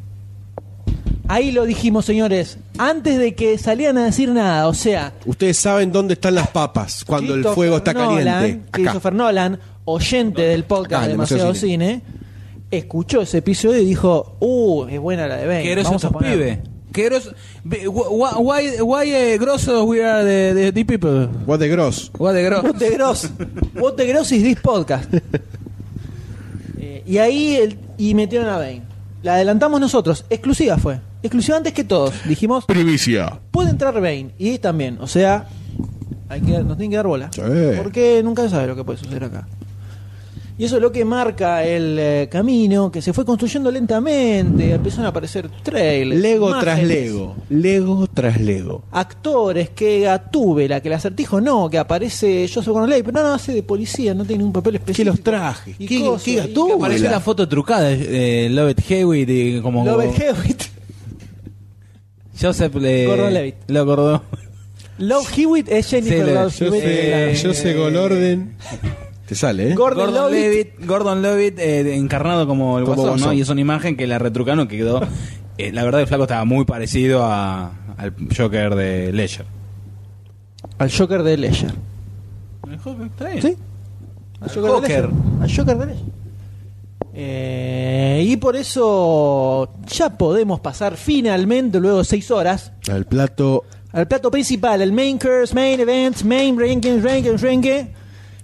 S2: Ahí lo dijimos, señores, antes de que salieran a decir nada, o sea,
S3: Ustedes saben dónde están las papas cuando el
S2: Christopher
S3: fuego está
S2: Nolan,
S3: caliente. Acá.
S2: Christopher Nolan, oyente del podcast
S3: Acá, en
S2: Demasiado
S3: Demasiado
S2: Cine, escuchó ese episodio y dijo, uh, es buena la de Bane.
S6: Que eres
S2: vamos a
S6: estos
S2: poner".
S6: pibes. Que eres. Why, why, why eh, grosos we are the, the, the people?
S3: What the gross.
S6: Why the
S2: [laughs]
S6: gross?
S2: What the Gross. What the Gross is this podcast. Eh, y ahí el- y metieron a Bane. La adelantamos nosotros. Exclusiva fue. Exclusiva antes que todos. Dijimos,
S7: Primicia.
S2: puede entrar Bane. Y también. O sea, hay que, nos tienen que dar bola.
S3: Sí.
S2: Porque nunca se sabe lo que puede suceder acá. Y eso es lo que marca el eh, camino que se fue construyendo lentamente. Empezaron a aparecer trailers.
S3: Lego tras
S2: imágenes
S3: Lego. Lego tras Lego.
S2: actores que Gatúbela, que el acertijo no, que aparece Joseph Gordon Levitt, pero no, no hace de policía, no tiene ningún papel
S3: Que
S2: específico.
S3: los trajes.
S2: Y
S3: ¿Qué,
S2: cosas,
S3: qué
S2: y
S3: Gatúbela.
S6: Apareció la foto trucada de eh, Lovett Hewitt y como.
S2: Robert Hewitt.
S6: Joseph le.
S2: Gordon Levitt.
S6: Lo acordó.
S2: Love Hewitt es Jennifer
S6: Sí,
S2: Love
S6: yo
S2: Hewitt.
S6: sé-
S2: Eh,
S6: yo sé Golorden.
S3: Te sale, ¿eh?
S2: Gordon, Levitt.
S6: Gordon Levitt eh, encarnado como el
S3: Como
S6: guasón, ¿no?
S3: Guasón.
S6: Y es una imagen que la retrucaron que quedó. eh, la verdad, el flaco estaba muy parecido a, al Joker de Ledger.
S2: Al Joker de Ledger. ¿Sí? Al Joker. de
S6: Joker.
S2: Ledger. Al Joker de Ledger. Eh, y por eso ya podemos pasar finalmente, luego de seis horas,
S3: Al plato.
S2: al plato principal, el main curse, main event, main ranking, ranking, ranking.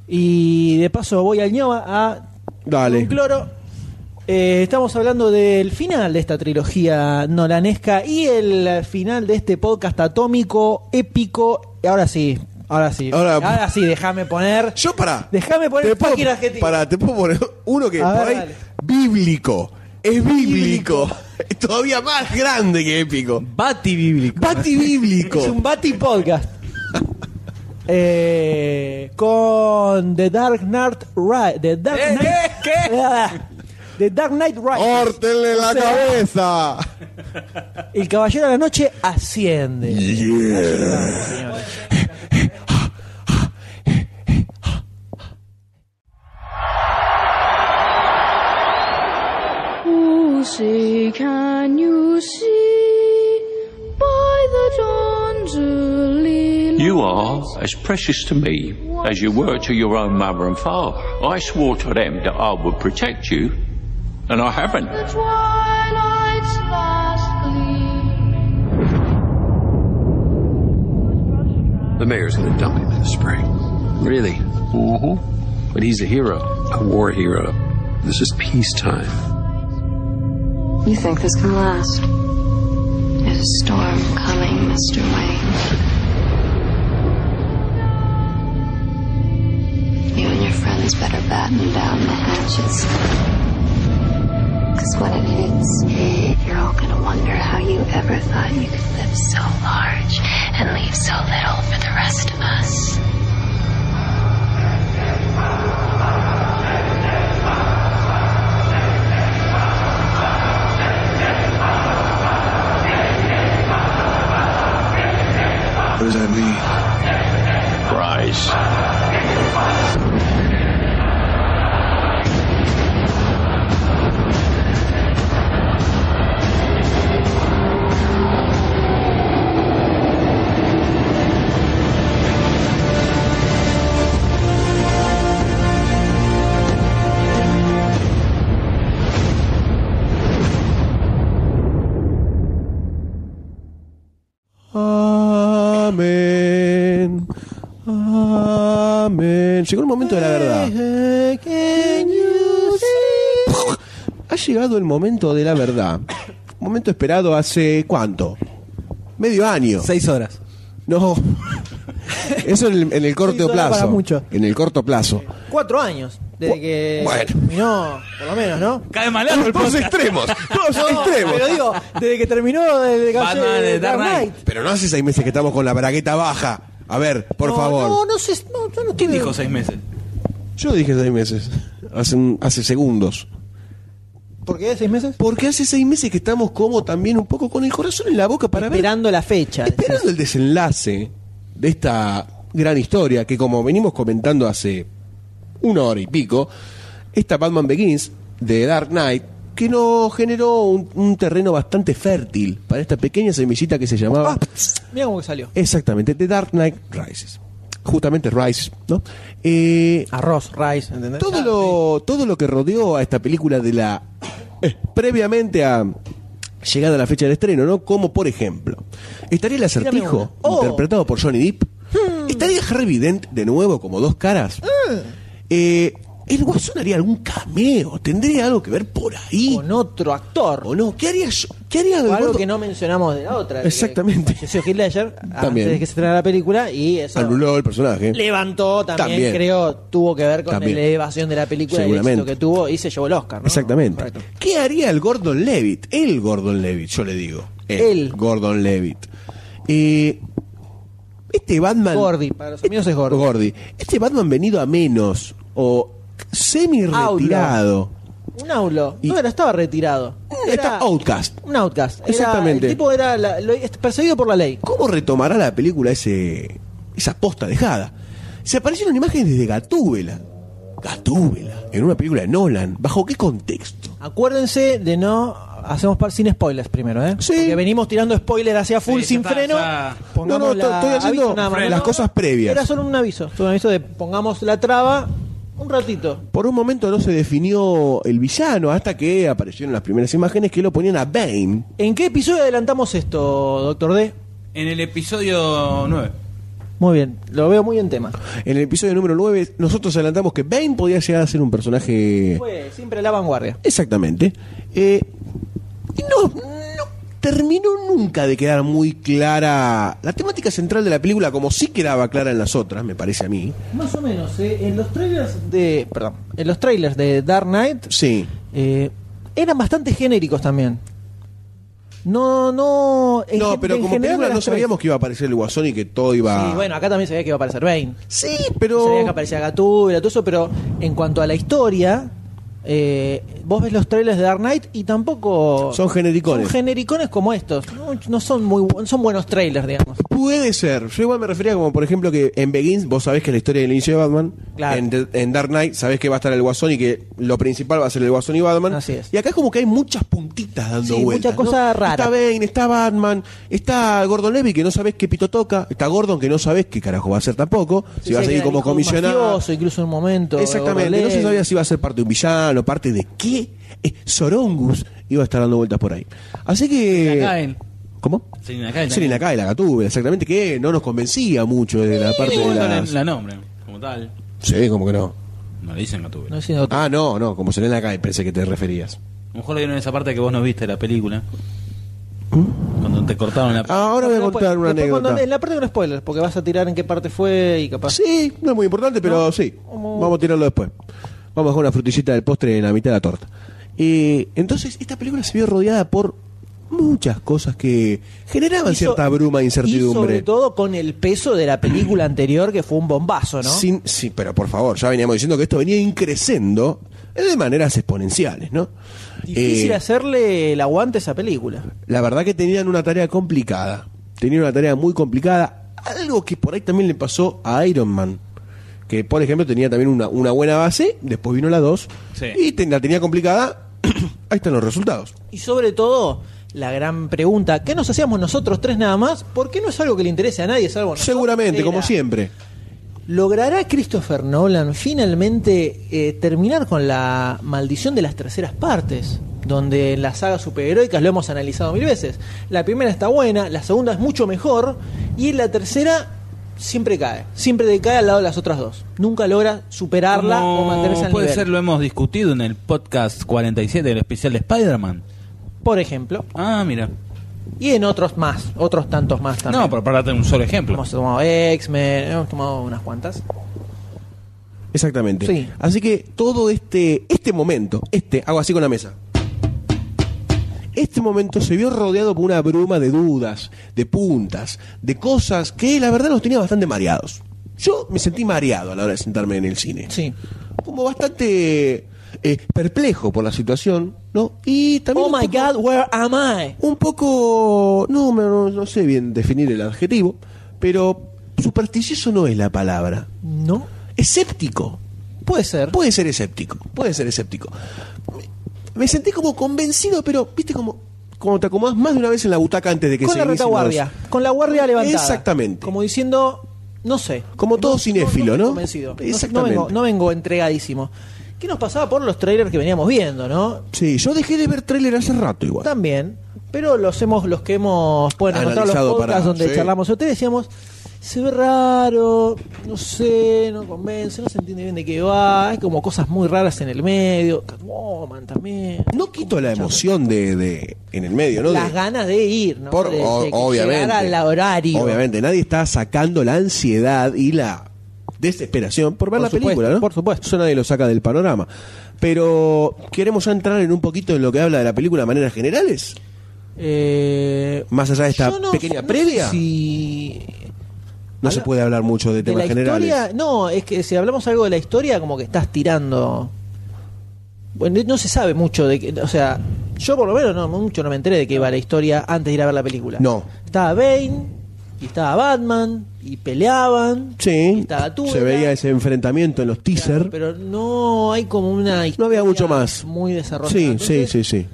S2: Y de paso voy al ñoa a
S3: Dale.
S2: un cloro. Eh, estamos hablando del final de esta trilogía nolanesca y el final de este podcast atómico, épico. Y Ahora sí, ahora sí. Ahora,
S3: Ahora-
S2: sí, déjame poner.
S3: Yo para.
S2: Dejame Déjame poner
S3: te puedo-
S2: fucking adjetivo.
S3: Pará, te puedo poner uno que
S2: A
S3: por
S2: ver,
S3: ahí.
S2: dale.
S3: Bíblico. Es bíblico. [laughs] Es todavía más grande que épico.
S6: Bati bíblico.
S3: Bati bíblico.
S2: [laughs] Es un Bati Podcast. [laughs] Eh, con The Dark Knight Ri- The Dark
S6: Eh,
S2: Knight.
S6: eh, ¿qué?
S2: [laughs] Ah, The Dark Knight Rises.
S3: ¡Hórtenle la
S2: O sea,
S3: cabeza!
S2: El Caballero de la Noche asciende.
S1: Who say can you see by the dawn's early light?
S8: You are as precious to me as you were to your own mother and father. I swore to them that I would protect you, and I haven't.
S1: The twilight's last gleam.
S9: The mayor's gonna dump him in the spring. Really?
S8: Mm-hmm. But he's a hero, a war hero. This is peacetime.
S9: You think this can last? There's a storm coming, Mr. Wayne. You and your friends better batten down the hatches. Because when it hits, you're all gonna wonder how you ever thought you could live so large and leave so little for the rest of us.
S7: What does that mean?
S8: Rise.
S3: Amén. Amén. Llegó el momento de la verdad. Ha llegado el momento de la verdad. Momento esperado hace cuánto? Medio año.
S6: Seis horas.
S3: No. Eso en el, en el corto
S2: horas para
S3: plazo.
S2: mucho.
S3: En el corto plazo.
S2: Cuatro años desde que
S7: Bueno.
S2: terminó, por lo menos, ¿no?
S6: Cae malado el
S7: Dos extremos, dos
S2: No,
S7: extremos.
S2: Pero digo, desde que terminó el
S6: Batman, eh, Dark Knight.
S3: Pero no hace seis meses que estamos con la bragueta baja. A ver, por
S2: No,
S3: favor.
S2: No, no sé, no, yo no estoy-
S6: Dijo seis meses.
S3: Yo dije seis meses. Hace, un- hace segundos.
S2: ¿Por qué? ¿Seis meses?
S3: Porque hace seis meses que estamos como también un poco con el corazón en la boca para ver
S2: Esperando la fecha.
S3: Esperando el desenlace de esta gran historia, que como venimos comentando hace una hora y pico, esta Batman Begins de Dark Knight, que nos generó un, un terreno bastante fértil para esta pequeña semillita que se llamaba...
S2: Mira cómo que salió.
S3: Exactamente, The Dark Knight Rises. Justamente Rises, ¿no? Eh,
S2: Arroz, rice, ¿entendés?
S3: todo lo, todo lo que rodeó a esta película de la eh, previamente a llegada a la fecha del estreno, ¿no? Como por ejemplo, estaría el acertijo
S2: una. Oh. Hmm.
S3: interpretado por Johnny Depp, estaría Harvey Dent de nuevo como dos caras. Eh, el Guasón haría algún cameo, tendría algo que ver por ahí.
S2: Con otro actor.
S3: ¿O no? ¿Qué haría yo? ¿Qué haría el
S2: O algo
S3: gordo?
S2: que no mencionamos de la otra. de que
S3: Exactamente.
S2: Falleció Heath Ledger
S3: También.
S2: antes de que se estrenara la película y eso
S3: Anuló el personaje.
S2: levantó también,
S3: También.
S2: creo, tuvo que ver con
S3: También.
S2: la elevación de la película y el éxito
S3: Seguramente.
S2: que tuvo y se llevó el Oscar. ¿no?
S3: Exactamente.
S2: Correcto.
S3: ¿Qué haría el Gordon Levitt? El Gordon Levitt, yo le digo. El,
S2: El.
S3: Gordon Levitt. Eh, este Batman.
S2: Gordy, para los amigos es Gordy.
S3: Gordy. Este Batman venido a menos o semi-retirado.
S2: Un aulo.
S3: Y-
S2: No, era, estaba retirado. Era
S3: Está Outcast.
S2: Un outcast. Era-
S3: Exactamente.
S2: el tipo era la- lo- perseguido por la ley.
S3: ¿Cómo retomará la película ese, esa posta dejada? Se aparecieron imágenes desde Gatúbela. Gatúbela. En una película de Nolan. ¿Bajo qué contexto?
S2: Acuérdense de no. Hacemos par sin spoilers primero, ¿eh?
S3: Sí.
S2: Porque venimos tirando spoilers hacia full
S6: Sí,
S2: sin
S6: ya está,
S2: freno.
S6: ya.
S2: Pongamos
S3: No, no,
S2: la-
S3: estoy haciendo
S2: aviso nada más,
S3: las cosas previas.
S2: Era solo un aviso. Un aviso de pongamos la traba un ratito.
S3: Por un momento no se definió el villano hasta que aparecieron las primeras imágenes que lo ponían a Bane.
S2: ¿En qué episodio adelantamos esto, doctor D?
S6: En el episodio 9.
S2: Muy bien, lo veo muy en tema.
S3: En el episodio número 9 nosotros adelantamos que Bane podía llegar a ser un personaje...
S2: Fue siempre la vanguardia.
S3: Exactamente. Eh, y no, no terminó nunca de quedar muy clara la temática central de la película como sí quedaba clara en las otras, me parece a mí.
S2: Más o menos, ¿eh? en los trailers de. Perdón. En los trailers de Dark Knight
S3: Sí.
S2: eh, eran bastante genéricos también. No, no. en
S3: No,
S2: gen-
S3: pero
S2: en
S3: como
S2: general
S3: película
S2: las
S3: no
S2: trailers-
S3: sabíamos que iba a aparecer el Guasón y que todo iba...
S2: Sí, bueno, acá también sabía que iba a aparecer Bane.
S3: Sí, pero...
S2: Sabía que aparecía Gatúbela, todo eso, pero en cuanto a la historia, eh, vos ves los trailers de Dark Knight y tampoco.
S3: Son genericones.
S2: Son genericones como estos. No, no son muy buenos, son buenos trailers, digamos.
S3: Puede ser. Yo igual me refería como, por ejemplo, que en Begins vos sabés que es la historia del inicio de Batman.
S2: Claro.
S3: En, en Dark Knight sabés que va a estar el Guasón y que lo principal va a ser el Guasón y Batman.
S2: Así es.
S3: Y acá es como que hay muchas puntitas dando
S2: Sí, mucha
S3: vueltas.
S2: cosa
S3: ¿no?
S2: rara.
S3: Está Bane, está Batman, está Gordon Levy que no sabés qué pito toca, está Gordon que no sabés qué carajo va a ser tampoco, si
S2: Decía
S3: va a
S2: que
S3: seguir
S2: era hijo de
S3: como
S2: un
S3: comisionado.
S2: mafioso, incluso en un momento.
S3: Exactamente, no se sabía si iba a ser parte de un villano, parte de qué. Eh, Sorongus iba a estar dando vueltas por ahí. Así
S6: Selina
S3: que...
S6: Kyle.
S3: ¿Cómo?
S6: Selina Kyle.
S3: Selena Kyle, la Gatúbela, exactamente, que no nos convencía mucho de la parte de
S6: la,
S3: la...
S6: la nombre, como tal.
S3: Sí, como que no.
S6: No le dicen Gatúbela.
S2: No sé, otro.
S3: Ah, no, no, como se lee en la calle, pensé que te referías.
S6: A lo mejor lo vieron en esa parte que vos no viste de la película. Cuando te cortaron la.
S3: Ah, Ahora voy a
S2: Después-
S3: contar una
S2: después cuando-
S3: anécdota.
S2: en la parte con spoilers, porque vas a tirar en qué parte fue y capaz.
S3: Sí, no es muy importante, pero sí. Vamos a tirarlo después. Vamos a dejar una frutillita del postre en la mitad de la torta. Eh, entonces, esta película se vio rodeada por muchas cosas que generaban
S2: Hizo-
S3: cierta bruma e
S2: Y sobre
S3: incertidumbre.
S2: todo con el peso de la película anterior, que fue un bombazo, ¿no?
S3: Sin- sí, pero por favor, ya veníamos diciendo que esto venía increciendo de maneras exponenciales, ¿no?
S2: Difícil
S3: Eh,
S2: hacerle el aguante a esa película.
S3: la verdad que tenían una tarea complicada. Tenían una tarea muy complicada. Algo que por ahí también le pasó a Iron Man. Que, por ejemplo, tenía también una, una buena base. Después vino la 2.
S6: Sí.
S3: Y te- la tenía complicada. [clears throat] ahí están los resultados.
S2: Y sobre todo, la gran pregunta, ¿qué nos hacíamos nosotros tres nada más? ¿Por qué no es algo que le interese a nadie, salvo a nosotros?
S3: Seguramente, como
S2: Era,
S3: siempre.
S2: ¿Logrará Christopher Nolan finalmente eh, terminar con la maldición de las terceras partes? Donde en las sagas superheroicas lo hemos analizado mil veces. La primera está buena, la segunda es mucho mejor y la tercera siempre cae. Siempre decae al lado de las otras dos. Nunca logra superarla o
S6: Como
S2: mantenerse al
S6: puede
S2: nivel.
S6: ser, lo hemos discutido en el podcast 47 del especial de Spider-Man.
S2: Por ejemplo.
S6: Ah, mira.
S2: Y en otros más, otros tantos más también.
S6: No, pero para darte un solo ejemplo.
S2: Hemos tomado X-Men, hemos tomado unas cuantas.
S3: Exactamente.
S2: Sí.
S3: Así que todo este, este momento, este, hago así con la mesa. Este momento se vio rodeado por una bruma de dudas, de puntas, de cosas que la verdad los tenía bastante mareados. Yo me sentí mareado a la hora de sentarme en el cine.
S2: Sí.
S3: Como bastante eh, perplejo por la situación, ¿no? Y también
S2: Oh
S3: un
S2: my
S3: poco-
S2: god, where am I?
S3: un poco, no, me- no, no sé bien definir el adjetivo, pero supersticioso no es la palabra.
S2: No,
S3: Escéptico.
S2: puede ser.
S3: Puede ser escéptico, puede ser escéptico. Me, me sentí como convencido, pero viste como cuando te acomodas más de una vez en la butaca antes de que
S2: con
S3: se
S2: la
S3: inicien
S2: retaguardia,
S3: los-
S2: con la guardia levantada.
S3: Exactamente.
S2: Como diciendo, no sé.
S3: Como todo cinéfilo,
S2: estoy
S3: ¿no?
S2: Convencido. No-
S3: Exactamente.
S2: No, vengo, no vengo entregadísimo. ¿Qué nos pasaba por los trailers que veníamos viendo, no?
S3: Sí, yo dejé de ver tráiler hace rato igual.
S2: También, pero los hemos, los que hemos pueden encontrar los
S3: Analizado
S2: podcasts
S3: para-
S2: donde
S3: sí.
S2: charlamos ustedes decíamos se ve raro, no sé, no convence, no se entiende bien de qué va, hay como cosas muy raras en el medio, Catwoman también.
S3: No quito la emoción de, de- en el medio, ¿no?
S2: Las
S3: De-
S2: ganas de ir, ¿no?
S3: por-
S2: de, de
S3: o-
S2: que
S3: obviamente.
S2: llegara al horario.
S3: Obviamente, nadie está sacando la ansiedad y la desesperación por ver
S2: Por
S3: la
S2: supuesto,
S3: película, ¿no?
S2: por supuesto.
S3: Eso nadie lo saca del panorama. Pero queremos ya entrar en un poquito en lo que habla de la película de maneras generales.
S2: Eh,
S3: Más allá de esta
S2: yo no-
S3: pequeña
S2: no
S3: previa.
S2: sé si
S3: No se puede hablar mucho de
S2: de
S3: temas
S2: la
S3: generales.
S2: historia, no, es que si hablamos algo de la historia, como que estás tirando. Bueno, no se sabe mucho de que, o sea, yo por lo menos no mucho no me enteré de que iba la historia antes de ir a ver la película.
S3: No.
S2: Estaba Bane y estaba Batman y peleaban. y
S3: Sí,
S2: estaba Gatúbela.
S3: se veía ese enfrentamiento en los teaser.
S2: Pero no hay como una historia
S3: no había mucho más.
S2: muy desarrollada.
S3: Sí, sí,
S2: Entonces,
S3: sí, sí.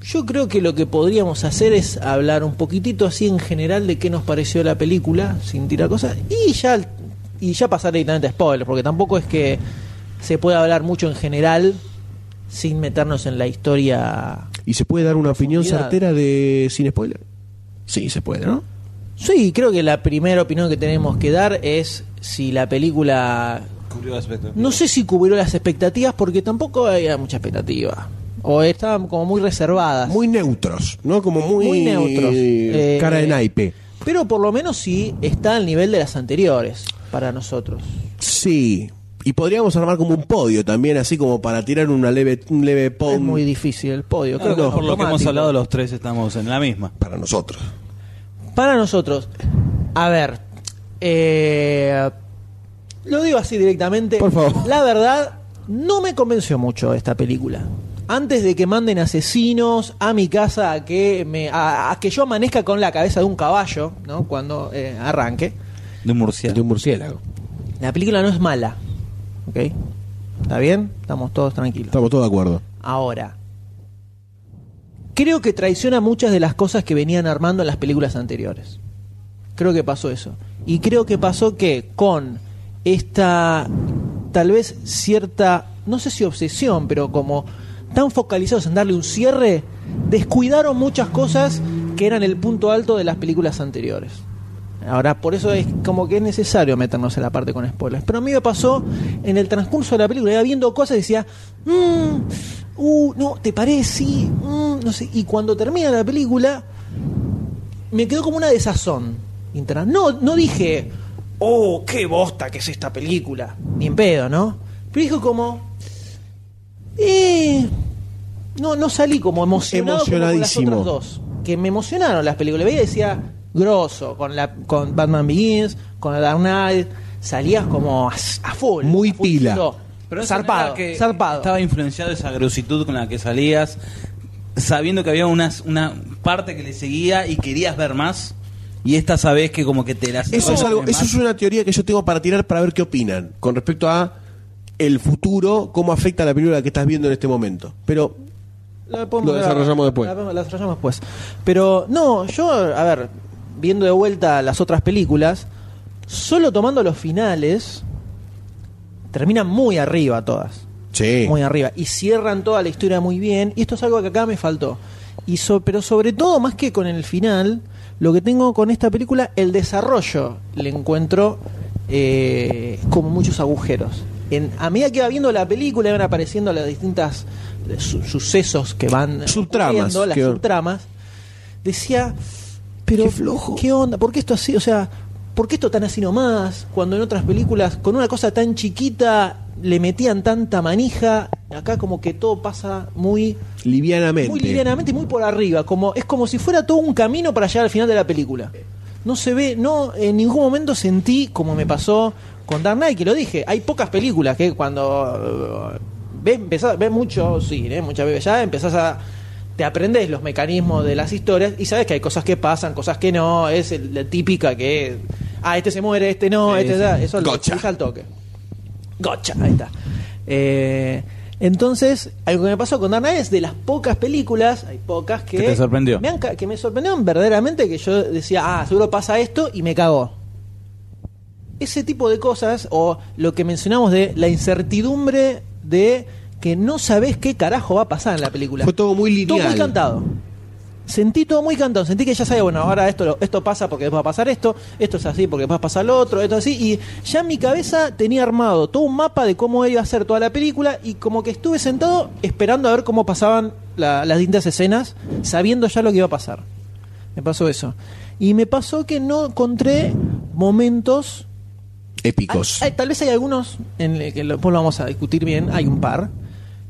S2: Yo creo que lo que podríamos hacer es hablar un poquitito así en general de qué nos pareció la película, sin tirar cosas, y ya, y ya pasar directamente a spoilers, porque tampoco es que se pueda hablar mucho en general sin meternos en la historia.
S3: ¿Y se puede dar una opinión
S2: Profundidad.
S3: certera de sin spoiler? Sí, se puede, ¿no?
S2: Sí, creo que la primera opinión que tenemos que dar es si la película... No sé si cubrió las expectativas, porque tampoco había mucha expectativa. O estaban como muy reservadas.
S3: Muy neutros, ¿no? Como muy,
S2: Muy neutros. Eh,
S3: cara de naipe.
S2: Pero por lo menos sí está al nivel de las anteriores para nosotros.
S3: Sí. Y podríamos armar como un podio también, así como para tirar una leve, un leve pom
S2: Es muy difícil el podio. Creo que
S6: por lo que hemos
S2: automático.
S6: hablado los tres estamos en la misma.
S3: para nosotros.
S2: Para nosotros, a ver, eh, lo digo así directamente.
S3: Por favor.
S2: La verdad, no me convenció mucho esta película. Antes de que manden asesinos a mi casa a que, me, a, a que yo amanezca con la cabeza de un caballo, ¿no? Cuando eh, arranque.
S6: De un murciano.
S3: un murciélago.
S2: La película no es mala. ¿Ok? ¿Está bien? Estamos todos tranquilos.
S3: Estamos todos de acuerdo.
S2: Ahora, creo que traiciona muchas de las cosas que venían armando en las películas anteriores. Creo que pasó eso. Y creo que pasó que con esta, tal vez cierta, no sé si obsesión, pero como tan focalizados en darle un cierre, descuidaron muchas cosas que eran el punto alto de las películas anteriores. Ahora, por eso es como que es necesario meternos en la parte con spoilers. Pero a mí me pasó en el transcurso de la película, iba viendo cosas y decía, mmm, uh, no, ¿te parece? Sí, mm, no sé. Y cuando termina la película, me quedó como una desazón interna. No, no dije, oh, qué bosta que es esta película. Ni en pedo, ¿no? Pero dijo como, eh, no, no salí como emocionado como con las
S3: Emocionadísimo.
S2: otras dos. Que me emocionaron las películas. Veía y decía, grosso, con, la, con Batman Begins, con The Dark Knight. Salías como a, a full.
S3: Muy
S2: a full
S3: pila.
S2: yo.
S6: Pero eso no
S2: zarpado,
S6: era que
S2: zarpado.
S6: Estaba influenciado esa grositud con la que salías, sabiendo que había unas, una parte que le seguía y querías ver más. Y esta sabes que como que te la
S3: Eso es algo, eso es una teoría que yo tengo para tirar para ver qué opinan con respecto a el futuro, cómo afecta a la película que estás viendo en este momento. Pero
S2: La podemos
S3: Lo
S2: grabar.
S3: desarrollamos después.
S2: La, podemos- la desarrollamos después. Pero no, yo, a ver, viendo de vuelta las otras películas, solo tomando los finales, terminan muy arriba todas.
S3: sí,
S2: Muy arriba. Y cierran toda la historia muy bien. Y esto es algo que acá me faltó. Y so- pero sobre todo, más que con el final, lo que tengo con esta película, el desarrollo, le encuentro eh, como muchos agujeros. En, a medida que va viendo la película, van apareciendo las distintas eh, su- sucesos que van
S3: Subtramas,
S2: ocurriendo, las
S3: que-
S2: subtramas. Decía, pero
S3: Qué flojo.
S2: ¿qué onda? ¿Por qué esto así? O sea, ¿por qué esto tan así nomás? Cuando en otras películas, con una cosa tan chiquita, le metían tanta manija. Acá como que todo pasa muy,
S3: livianamente.
S2: muy livianamente, muy por arriba. Como, es como si fuera todo un camino para llegar al final de la película. No se ve, no, en ningún momento sentí como me pasó con Dark Knight, que lo dije. Hay pocas películas que cuando eh, ves, empezás- ves mucho cine, muchas veces ya empezás a. Te aprendes los mecanismos de las historias y sabes que hay cosas que pasan, cosas que no. Es el- la típica que. Ah, este se muere, este no,
S6: Sí,
S2: este
S6: sí.
S2: da. Eso lo
S3: Gotcha.
S2: explica al toque. Gocha, ahí está. Eh, entonces, algo que me pasó con Dark Knight es de las pocas películas, hay pocas que.
S6: Que te sorprendió.
S2: Me han ca- que me sorprendieron verdaderamente que yo decía, ah, seguro pasa esto y me cagó. Ese tipo de cosas, o lo que mencionamos de la incertidumbre de que no sabes qué carajo va a pasar en la película.
S3: Fue todo muy
S2: Todo muy
S3: lineal.
S2: cantado. Sentí todo muy cantado. Sentí que ya sabía, bueno, ahora esto, lo- esto pasa porque después va a pasar esto, esto es así porque después va a pasar lo otro, esto así. Y ya en mi cabeza tenía armado todo un mapa de cómo iba a ser toda la película y como que estuve sentado esperando a ver cómo pasaban la- las distintas escenas, sabiendo ya lo que iba a pasar. Me pasó eso. Y me pasó que no encontré momentos
S3: Épicos.
S2: hay- hay- tal vez hay algunos, en el que lo- después lo vamos a discutir bien, hay un par,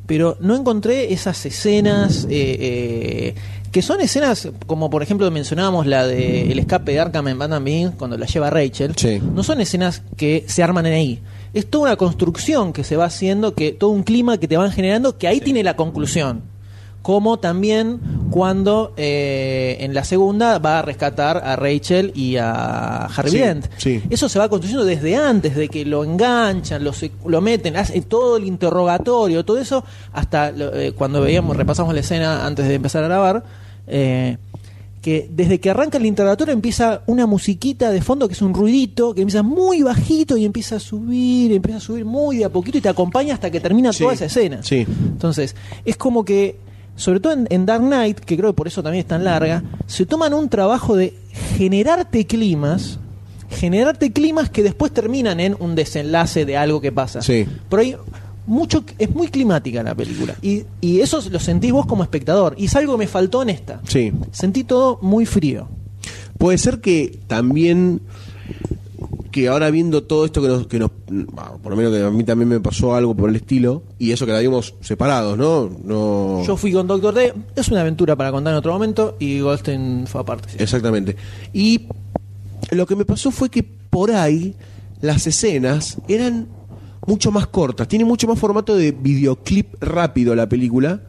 S2: pero no encontré esas escenas, eh, eh, que son escenas, como por ejemplo mencionábamos la de el escape de Arkham en Batman Begins, cuando la lleva Rachel,
S3: Sí.
S2: no son escenas que se arman en ahí. Es toda una construcción que se va haciendo, que todo un clima que te van generando, que ahí tiene la conclusión. Como también cuando eh, en la segunda va a rescatar a Rachel y a Harvey
S3: Sí,
S2: Dent.
S3: sí.
S2: Eso se va construyendo desde antes de que lo enganchan, lo, sec- lo meten, hacen todo el interrogatorio, todo eso, hasta lo- eh, cuando veíamos, repasamos la escena antes de empezar a grabar, eh, que desde que arranca el interrogatorio empieza una musiquita de fondo que es un ruidito, que empieza muy bajito y empieza a subir, empieza a subir muy de a poquito y te acompaña hasta que termina
S3: Sí,
S2: toda esa escena.
S3: sí.
S2: Entonces, es como que, sobre todo en, en Dark Knight, que creo que por eso también es tan larga, se toman un trabajo de generarte climas, generarte climas que después terminan en un desenlace de algo que pasa.
S3: Sí.
S2: Pero hay mucho, es muy climática la película. Y, y eso lo sentís vos como espectador. Y es algo que me faltó en esta.
S3: Sí.
S2: Sentí todo muy frío.
S3: Puede ser que también que ahora viendo todo esto que nos, que nos bueno, por lo menos que a mí también me pasó algo por el estilo y eso que la vimos separados, ¿no? No
S2: Yo fui con Doctor D. Es una aventura para contar en otro momento. Y Goldstein fue aparte. sí.
S3: Exactamente. Y lo que me pasó fue que por ahí las escenas eran mucho más cortas. Tiene mucho más formato de videoclip rápido la película.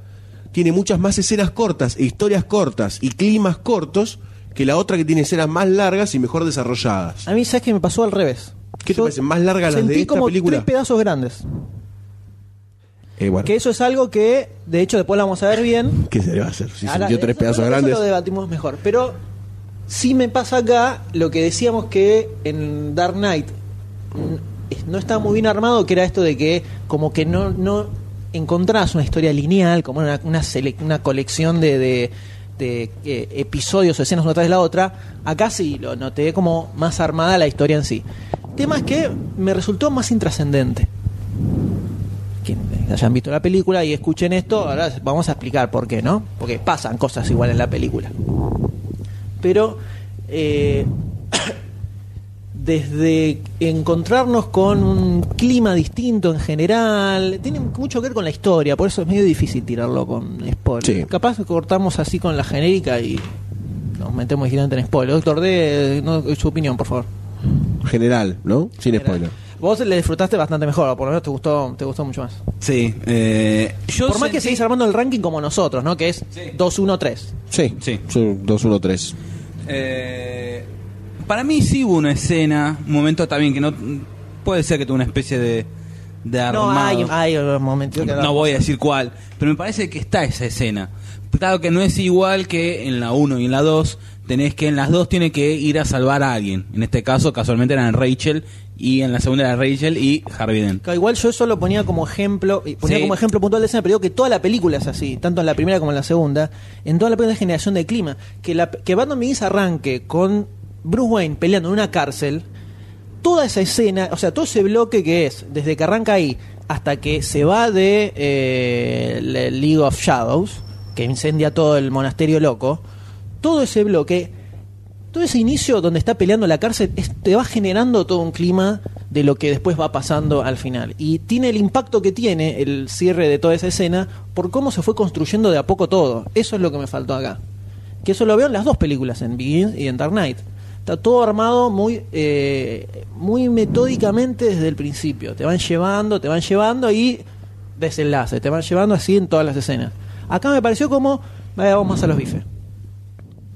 S3: Tiene muchas más escenas cortas, e historias cortas y climas cortos que la otra que tiene escenas más largas y mejor desarrolladas.
S2: A mí, ¿sabes que me pasó al revés?
S3: ¿Qué te
S2: Ah, Yo
S3: parecen más largas las
S2: sentí
S3: de esta
S2: como
S3: película?
S2: tres pedazos grandes.
S3: Eh, bueno,
S2: Que eso es algo que, de hecho, después lo vamos a ver bien.
S3: ¿Qué se le va a hacer? Si
S2: Ahora, eh,
S3: sintió tres
S2: eso-
S3: pedazos
S2: eso
S3: grandes.
S2: lo debatimos mejor. Pero sí me pasa acá lo que decíamos que en Dark Knight mm, es- no estaba muy bien armado, que era esto de que como que no, no encontrás una historia lineal, como una, una, sele- una colección de, de este, eh, episodios o escenas una tras la otra, acá sí lo noté como más armada la historia en sí. El tema es que me resultó más intrascendente. Quienes hayan visto la película y escuchen esto, ahora vamos a explicar por qué, ¿no? Porque pasan cosas igual en la película. Pero eh, [coughs] desde encontrarnos con un clima distinto en general, tiene mucho que ver con la historia, por eso es medio difícil tirarlo con spoiler.
S3: Sí.
S2: Capaz cortamos así con la genérica y nos metemos directamente en spoiler. Doctor D, no, su opinión, por favor.
S3: General, ¿no? Sin spoiler.
S2: Vos le disfrutaste bastante mejor, o por lo menos te gustó, te gustó mucho más.
S6: Sí. eh, yo
S2: por más que
S6: sentí-
S2: seguís armando el ranking como nosotros, ¿no? Que es 2-1-3.
S3: Sí,
S6: Sí.
S3: Son 2, 1, 3.
S6: Eh, para mí sí hubo una escena, un momento también que no. Puede ser que tuvo una especie de. de
S2: No,
S6: armado.
S2: hay, hay un momento que
S6: No voy a decir cuál, pero me parece que está esa escena. Claro que no es igual que en la 1 y en la 2, tenés que en las dos tiene que ir a salvar a alguien. En este caso, casualmente eran Rachel y en la segunda era Rachel y Harvey Dent.
S2: Que Igual yo eso lo ponía como ejemplo, y ponía
S6: Sí.
S2: como ejemplo puntual de escena, pero digo que toda la película es así, tanto en la primera como en la segunda, en toda la película de generación de clima, que, la, que Batman Begins arranque con Bruce Wayne peleando en una cárcel, toda esa escena, o sea, todo ese bloque que es, desde que arranca ahí hasta que se va de eh, la League of Shadows, que incendia todo el monasterio loco, todo ese bloque, todo ese inicio donde está peleando la cárcel, es- te va generando todo un clima de lo que después va pasando al final. Y tiene el impacto que tiene el cierre de toda esa escena por cómo se fue construyendo de a poco todo. Eso es lo que me faltó acá. Que eso lo veo en las dos películas, en Begins y en Dark Knight. Está todo armado muy, eh, muy metódicamente desde el principio. Te van llevando, te van llevando y desenlace. Te van llevando así en todas las escenas. Acá me pareció como, "Vaya, vamos más a los bifes.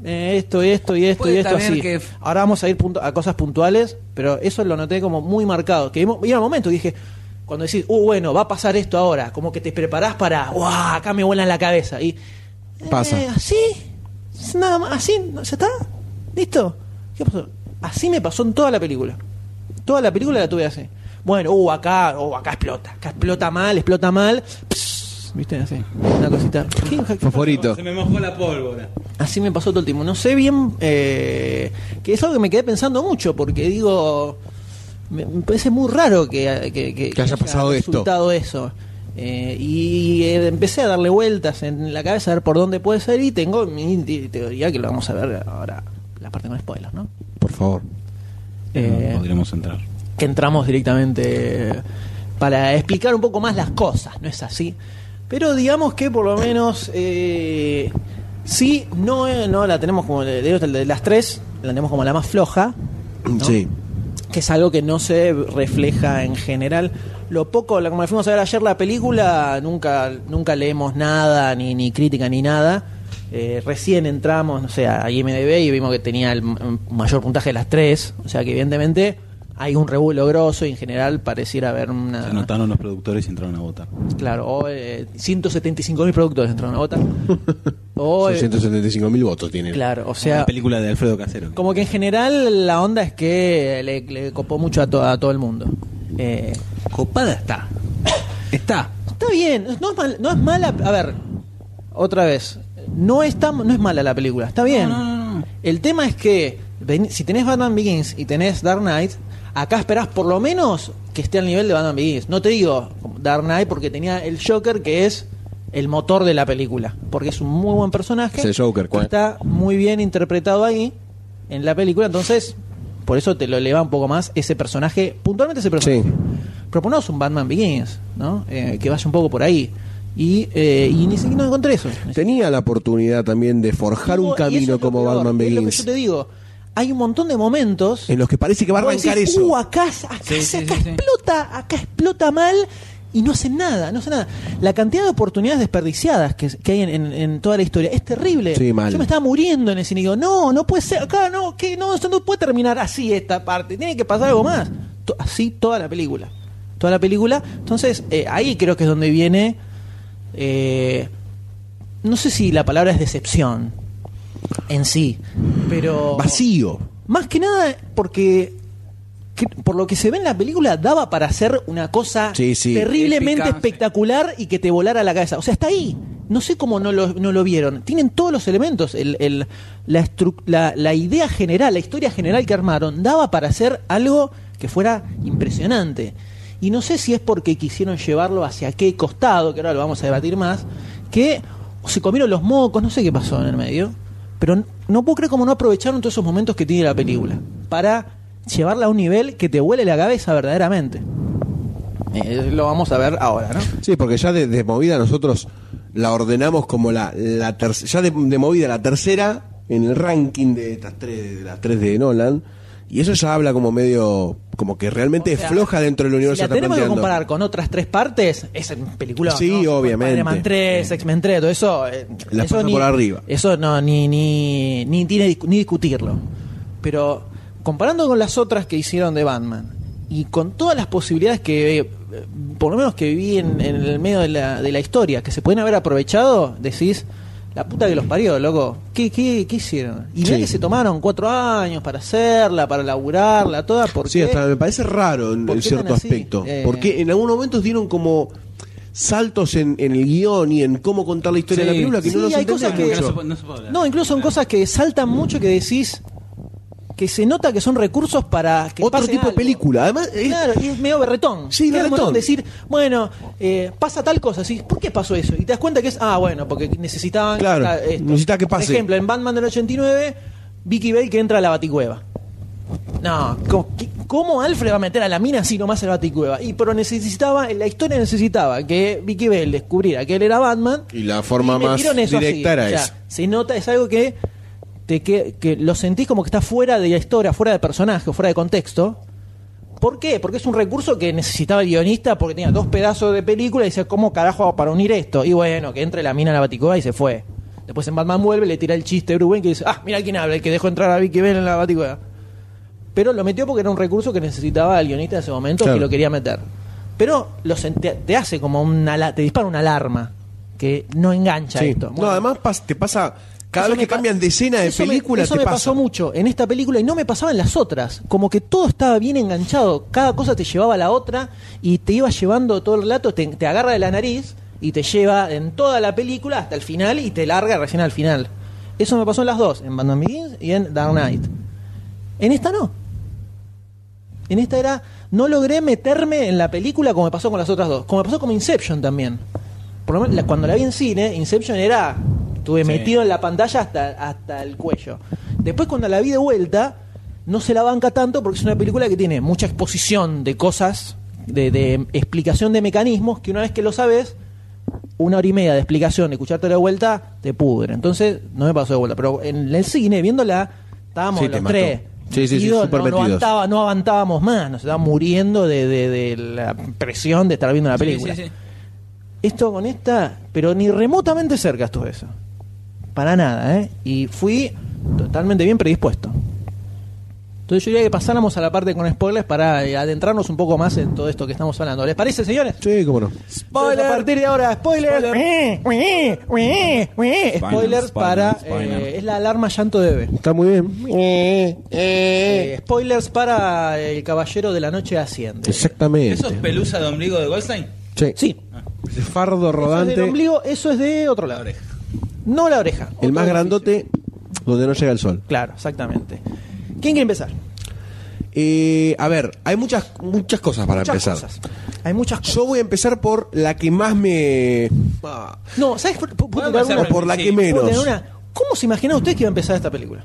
S2: Eh, esto, esto y esto
S6: Puede
S2: y esto
S6: también
S2: así.
S6: que-
S2: Ahora vamos a ir punto- a cosas puntuales, pero eso lo noté como muy marcado. Que hemos- y era un momento que dije, cuando decís, uh, bueno, va a pasar esto ahora, como que te preparás para, ¡guau! Acá me vuela la cabeza. Y. eh,
S3: Pasa.
S2: así. es Nada más, así, ¿no? ¿ya está? ¿Listo? ¿Qué pasó? Así me pasó en toda la película. Toda la película la tuve así. Bueno, uh, acá, uh, acá explota. Acá explota mal, explota mal. Pss, ¿Viste? Así. Una cosita. ¿Qué- qué- qué-
S3: Favorito.
S6: me mojó la pólvora.
S2: Así me pasó todo el tiempo. No sé bien. eh, que es algo que me quedé pensando mucho, porque digo. Me, me parece muy raro que, que,
S3: Que haya pasado esto.
S2: resultado eso. Eh, y eh, empecé a darle vueltas en la cabeza a ver por dónde puede ser. Y tengo mi te- teoría que lo vamos a ver ahora, la parte con spoilers, ¿no?
S3: Por favor.
S2: Eh,
S6: podríamos entrar.
S2: que entramos directamente eh, para explicar un poco más las cosas, ¿no es así? Pero digamos que por lo menos eh, sí, no, eh, no la tenemos como de, de- de las tres, la tenemos como la más floja,
S3: Sí.
S2: que es algo que no se refleja en general. Lo poco, la- como la fuimos a ver ayer la película, nunca, nunca leemos nada, ni, ni crítica, ni nada. Eh, recién entramos, no sé, a IMDB y vimos que tenía el m- mayor puntaje de las tres. O sea que evidentemente hay un revuelo grosso y en general pareciera haber una...
S6: Se anotaron los productores y entraron a votar.
S2: Claro, o eh, 175 mil productores entraron a votar.
S3: [laughs]
S2: O, eh,
S3: 175 mil votos tiene.
S2: claro, o
S6: la
S2: sea...
S6: película de Alfredo Casero.
S2: Como que en general la onda es que le, le copó mucho a, to- a todo el mundo. Eh,
S6: Copada está. Está.
S2: Está bien, no es, mal- no es mala. A ver, otra vez. No es, tan- no es mala la película, está bien.
S6: No, no, no.
S2: El tema es que ven- si tenés Batman Begins y tenés Dark Knight, acá esperás por lo menos que esté al nivel de Batman Begins. No te digo Dark Knight porque tenía el Joker que es el motor de la película. Porque es un muy buen personaje.
S3: Es el Joker,
S2: que
S3: ¿cuál?
S2: Está muy bien interpretado ahí en la película. Entonces, por eso te lo eleva un poco más ese personaje. Puntualmente ese personaje.
S3: Sí.
S2: Proponemos un Batman Begins, ¿no? Eh, que vaya un poco por ahí. Y, eh, y ni siquiera no encontré eso.
S3: Tenía la oportunidad también de forjar
S2: Y
S3: un
S2: eso es lo
S3: camino como
S2: peor,
S3: Batman
S2: es lo que
S3: Begins.
S2: yo te digo. Hay un montón de momentos
S3: En los que parece que va a
S2: vos
S3: arrancar
S2: decís,
S3: eso.
S2: "Uh, acá, acá
S6: Sí,
S2: se-
S6: sí,
S2: acá
S6: sí, sí.
S2: explota, acá explota mal y no hacen nada, no hacen nada. La cantidad de oportunidades desperdiciadas que, que hay en, en- en toda la historia es terrible.
S3: Sí, mal.
S2: Yo me estaba muriendo en el cine y digo, no, no puede ser, acá no, que no, esto no puede terminar así esta parte, tiene que pasar algo más. To- así toda la película. Toda la película. Entonces, eh, ahí creo que es donde viene. eh, no sé si la palabra es decepción en sí, pero.
S3: Vacío.
S2: Más que nada porque que- por lo que se ve en la película daba para hacer una cosa
S3: Sí, sí.
S2: terriblemente
S6: Épica, sí.
S2: espectacular y que te volara la cabeza. O sea, está ahí. No sé cómo no lo, no lo vieron. Tienen todos los elementos. El, el- la, estru- la- la idea general, la historia general que armaron, daba para hacer algo que fuera impresionante. Y no sé si es porque quisieron llevarlo hacia qué costado, que ahora lo vamos a debatir más, que se comieron los mocos, no sé qué pasó en el medio. Pero n- no puedo creer cómo no aprovecharon todos esos momentos que tiene la película para llevarla a un nivel que te huele la cabeza verdaderamente. Eh, lo vamos a ver ahora, ¿no?
S3: Sí, porque ya de, de movida nosotros la ordenamos como la, la ter- ya de, de movida la tercera en el ranking de estas tres, de las tres de Nolan. Y eso ya habla como medio, como que realmente
S2: O
S3: es
S2: sea,
S3: floja dentro del universo.
S2: Si la
S3: está
S2: tenemos que
S3: planteando.
S2: comparar con otras tres partes, es película.
S3: Sí, obviamente.
S2: Spider-Man 3, X-Men 3, todo eso. eh,
S3: Las
S2: eso
S3: pasa por arriba.
S2: Eso no, ni, ni, ni tiene discu- ni discutirlo. Pero comparando con las otras que hicieron de Batman y con todas las posibilidades que, eh, por lo menos que viví en, en el medio de la, de la historia, que se pueden haber aprovechado, decís. La puta que los parió, loco. ¿Qué, qué, qué hicieron? Y mirá
S3: Sí.
S2: que se tomaron cuatro años para hacerla, para laburarla, toda, porque...
S3: Sí, hasta me parece raro en,
S2: ¿Por
S3: en
S2: qué
S3: cierto
S2: tan así?
S3: aspecto.
S2: Eh.
S3: Porque en algunos momentos dieron como saltos en, en el guión y en cómo contar la historia de la
S6: Sí.
S3: película que
S2: Sí,
S3: no los
S2: hay cosas
S3: entendés
S2: que-
S3: mucho.
S6: se puede- se puede hablar.
S2: No, incluso son cosas que saltan mucho que decís que se nota que son recursos para que
S3: Otro
S2: pase
S3: tipo de
S2: algo.
S3: película. Además, es-
S2: Claro, y es medio berretón.
S3: Sí,
S2: Es medio
S3: berretón.
S2: Decir, bueno, eh, pasa tal cosa, ¿sí? ¿por qué pasó eso? Y te das cuenta que es, ah, bueno, porque necesitaban.
S3: Claro,
S2: ah, esto.
S3: necesitaba que pase.
S2: Por ejemplo, en Batman del 89, Vicky Bale que entra a la baticueva. No, ¿cómo, qué- cómo Alfred va a meter a la mina si nomás a la baticueva? Y pero necesitaba, la historia necesitaba que Vicky Bale descubriera que él era Batman
S3: Y la forma
S2: y
S3: más
S2: metieron eso así.
S3: directa era
S2: O sea,
S3: esa.
S2: Se nota, es algo que, te, que, que lo sentís como que está fuera de la historia, fuera de personaje, fuera de contexto. ¿Por qué? Porque es un recurso que necesitaba el guionista porque tenía dos pedazos de película y decía, ¿cómo carajo hago para unir esto? Y bueno, que entre la mina a la baticueva y se fue. Después en Batman vuelve, le tira el chiste a Bruce Wayne que dice, ah, mira quién habla, el que dejó entrar a Vicky Bell en la baticueva. Pero lo metió porque era un recurso que necesitaba el guionista en ese momento
S3: Claro.
S2: que lo quería meter. Pero lo sen- te, te hace como una ala- te dispara una alarma que no engancha
S3: Sí.
S2: esto.
S3: no,
S2: Bueno,
S3: además pas- te pasa. Cada
S2: eso
S3: vez
S2: me
S3: que
S2: pa-
S3: cambian de escena de
S2: eso me-
S3: película,
S2: eso
S3: te
S2: me
S3: pasa.
S2: pasó mucho en esta película y no me pasaba en las otras. Como que todo estaba bien enganchado, cada cosa te llevaba a la otra y te iba llevando todo el relato, te, te agarra de la nariz y te lleva en toda la película hasta el final y te larga recién al final. Eso me pasó en las dos, en Batman Begins y en Dark Knight. En esta no. En esta era, no logré meterme en la película como me pasó con las otras dos, como me pasó con Inception también. Por lo menos la- cuando la vi en cine, Inception era, estuve metido en la pantalla hasta, hasta el cuello. Después cuando la vi de vuelta, no se la banca tanto porque es una película que tiene mucha exposición de cosas, de, de explicación de mecanismos, que una vez que lo sabes, una hora y media de explicación, escucharte la vuelta, te pudre. Entonces, no me pasó de vuelta. Pero en el cine, viéndola, estábamos
S3: Sí, te
S2: los
S3: mató.
S2: tres.
S3: Sí, sí, sí,
S2: metidos,
S3: súper
S2: no, no,
S3: metidos.
S2: avanzaba- Ah, no avanzábamos más, nos estábamos muriendo de, de- de la presión de estar viendo la película.
S6: Sí, sí, sí.
S2: Esto con esta, pero ni remotamente cerca estuve eso. Para nada, ¿eh? Y fui totalmente bien predispuesto. Entonces yo diría que pasáramos a la parte con spoilers para eh, adentrarnos un poco más en todo esto que estamos hablando. ¿Les parece, señores?
S3: Sí, cómo no.
S2: Spoiler. a partir de ahora, spoiler. Eh, Spoiler,
S6: Spoiler,
S2: eh, para.
S6: spoiler.
S2: eh, es la alarma llanto de bebé.
S3: Está muy bien.
S2: Eh, spoilers para El Caballero de la Noche Asciende.
S3: Exactamente.
S6: ¿Eso es pelusa de ombligo de Goldstein?
S3: Sí.
S2: Sí.
S3: Ese fardo
S2: Eso es del
S3: rodante.
S2: ombligo, eso es de otro lado. No la oreja.
S3: El
S2: Otro
S3: más
S2: edificio.
S3: grandote donde no llega el sol.
S2: Claro, exactamente. ¿Quién quiere empezar?
S3: Eh, a ver, hay muchas, muchas cosas para
S2: Muchas
S3: empezar.
S2: cosas. Hay muchas cosas.
S3: Yo voy a empezar por la que más me. Ah,
S2: No, ¿sabes? por- por- por-
S6: Podemos hacer
S2: alguna-
S3: o por la
S6: Sí.
S3: que menos.
S2: Puedo tener una- ¿Cómo se imaginaba usted que iba a empezar esta película?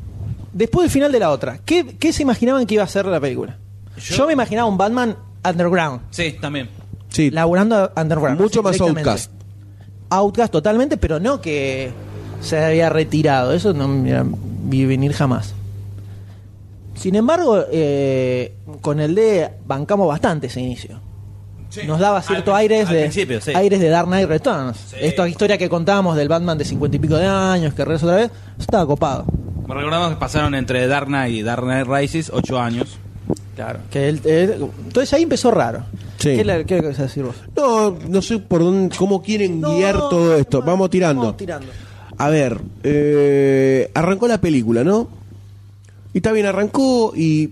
S2: Después del final de la otra, ¿qué, qué se imaginaban que iba a ser la película? Yo,
S6: Yo-
S2: me imaginaba un Batman underground,
S6: Sí, también.
S3: Sí.
S2: laburando underground.
S3: Mucho más
S2: directamente.
S3: Outcast.
S2: Outcast totalmente, pero no que se había retirado. Eso no me la vi venir jamás. Sin embargo, eh, con el D bancamos bastante ese inicio. Nos daba cierto
S6: Al-
S2: aires
S6: al
S2: de
S6: principio, sí.
S2: aires de Dark Knight Returns. Esta historia que contábamos del Batman de cincuenta y pico de años, que regresa otra vez, eso estaba copado.
S6: Me Recordamos que pasaron entre Dark Knight y Dark Knight Rises ocho años.
S2: Claro. Que el- el- entonces ahí empezó raro.
S3: Sí.
S2: ¿Qué le qué le querés decir vos?
S3: No, no sé por dónde, cómo quieren
S2: No,
S3: guiar
S2: no,
S3: todo esto.
S2: no,
S3: Vamos tirando.
S2: vamos tirando.
S3: A ver, eh, arrancó la película, ¿no? Y está bien, arrancó y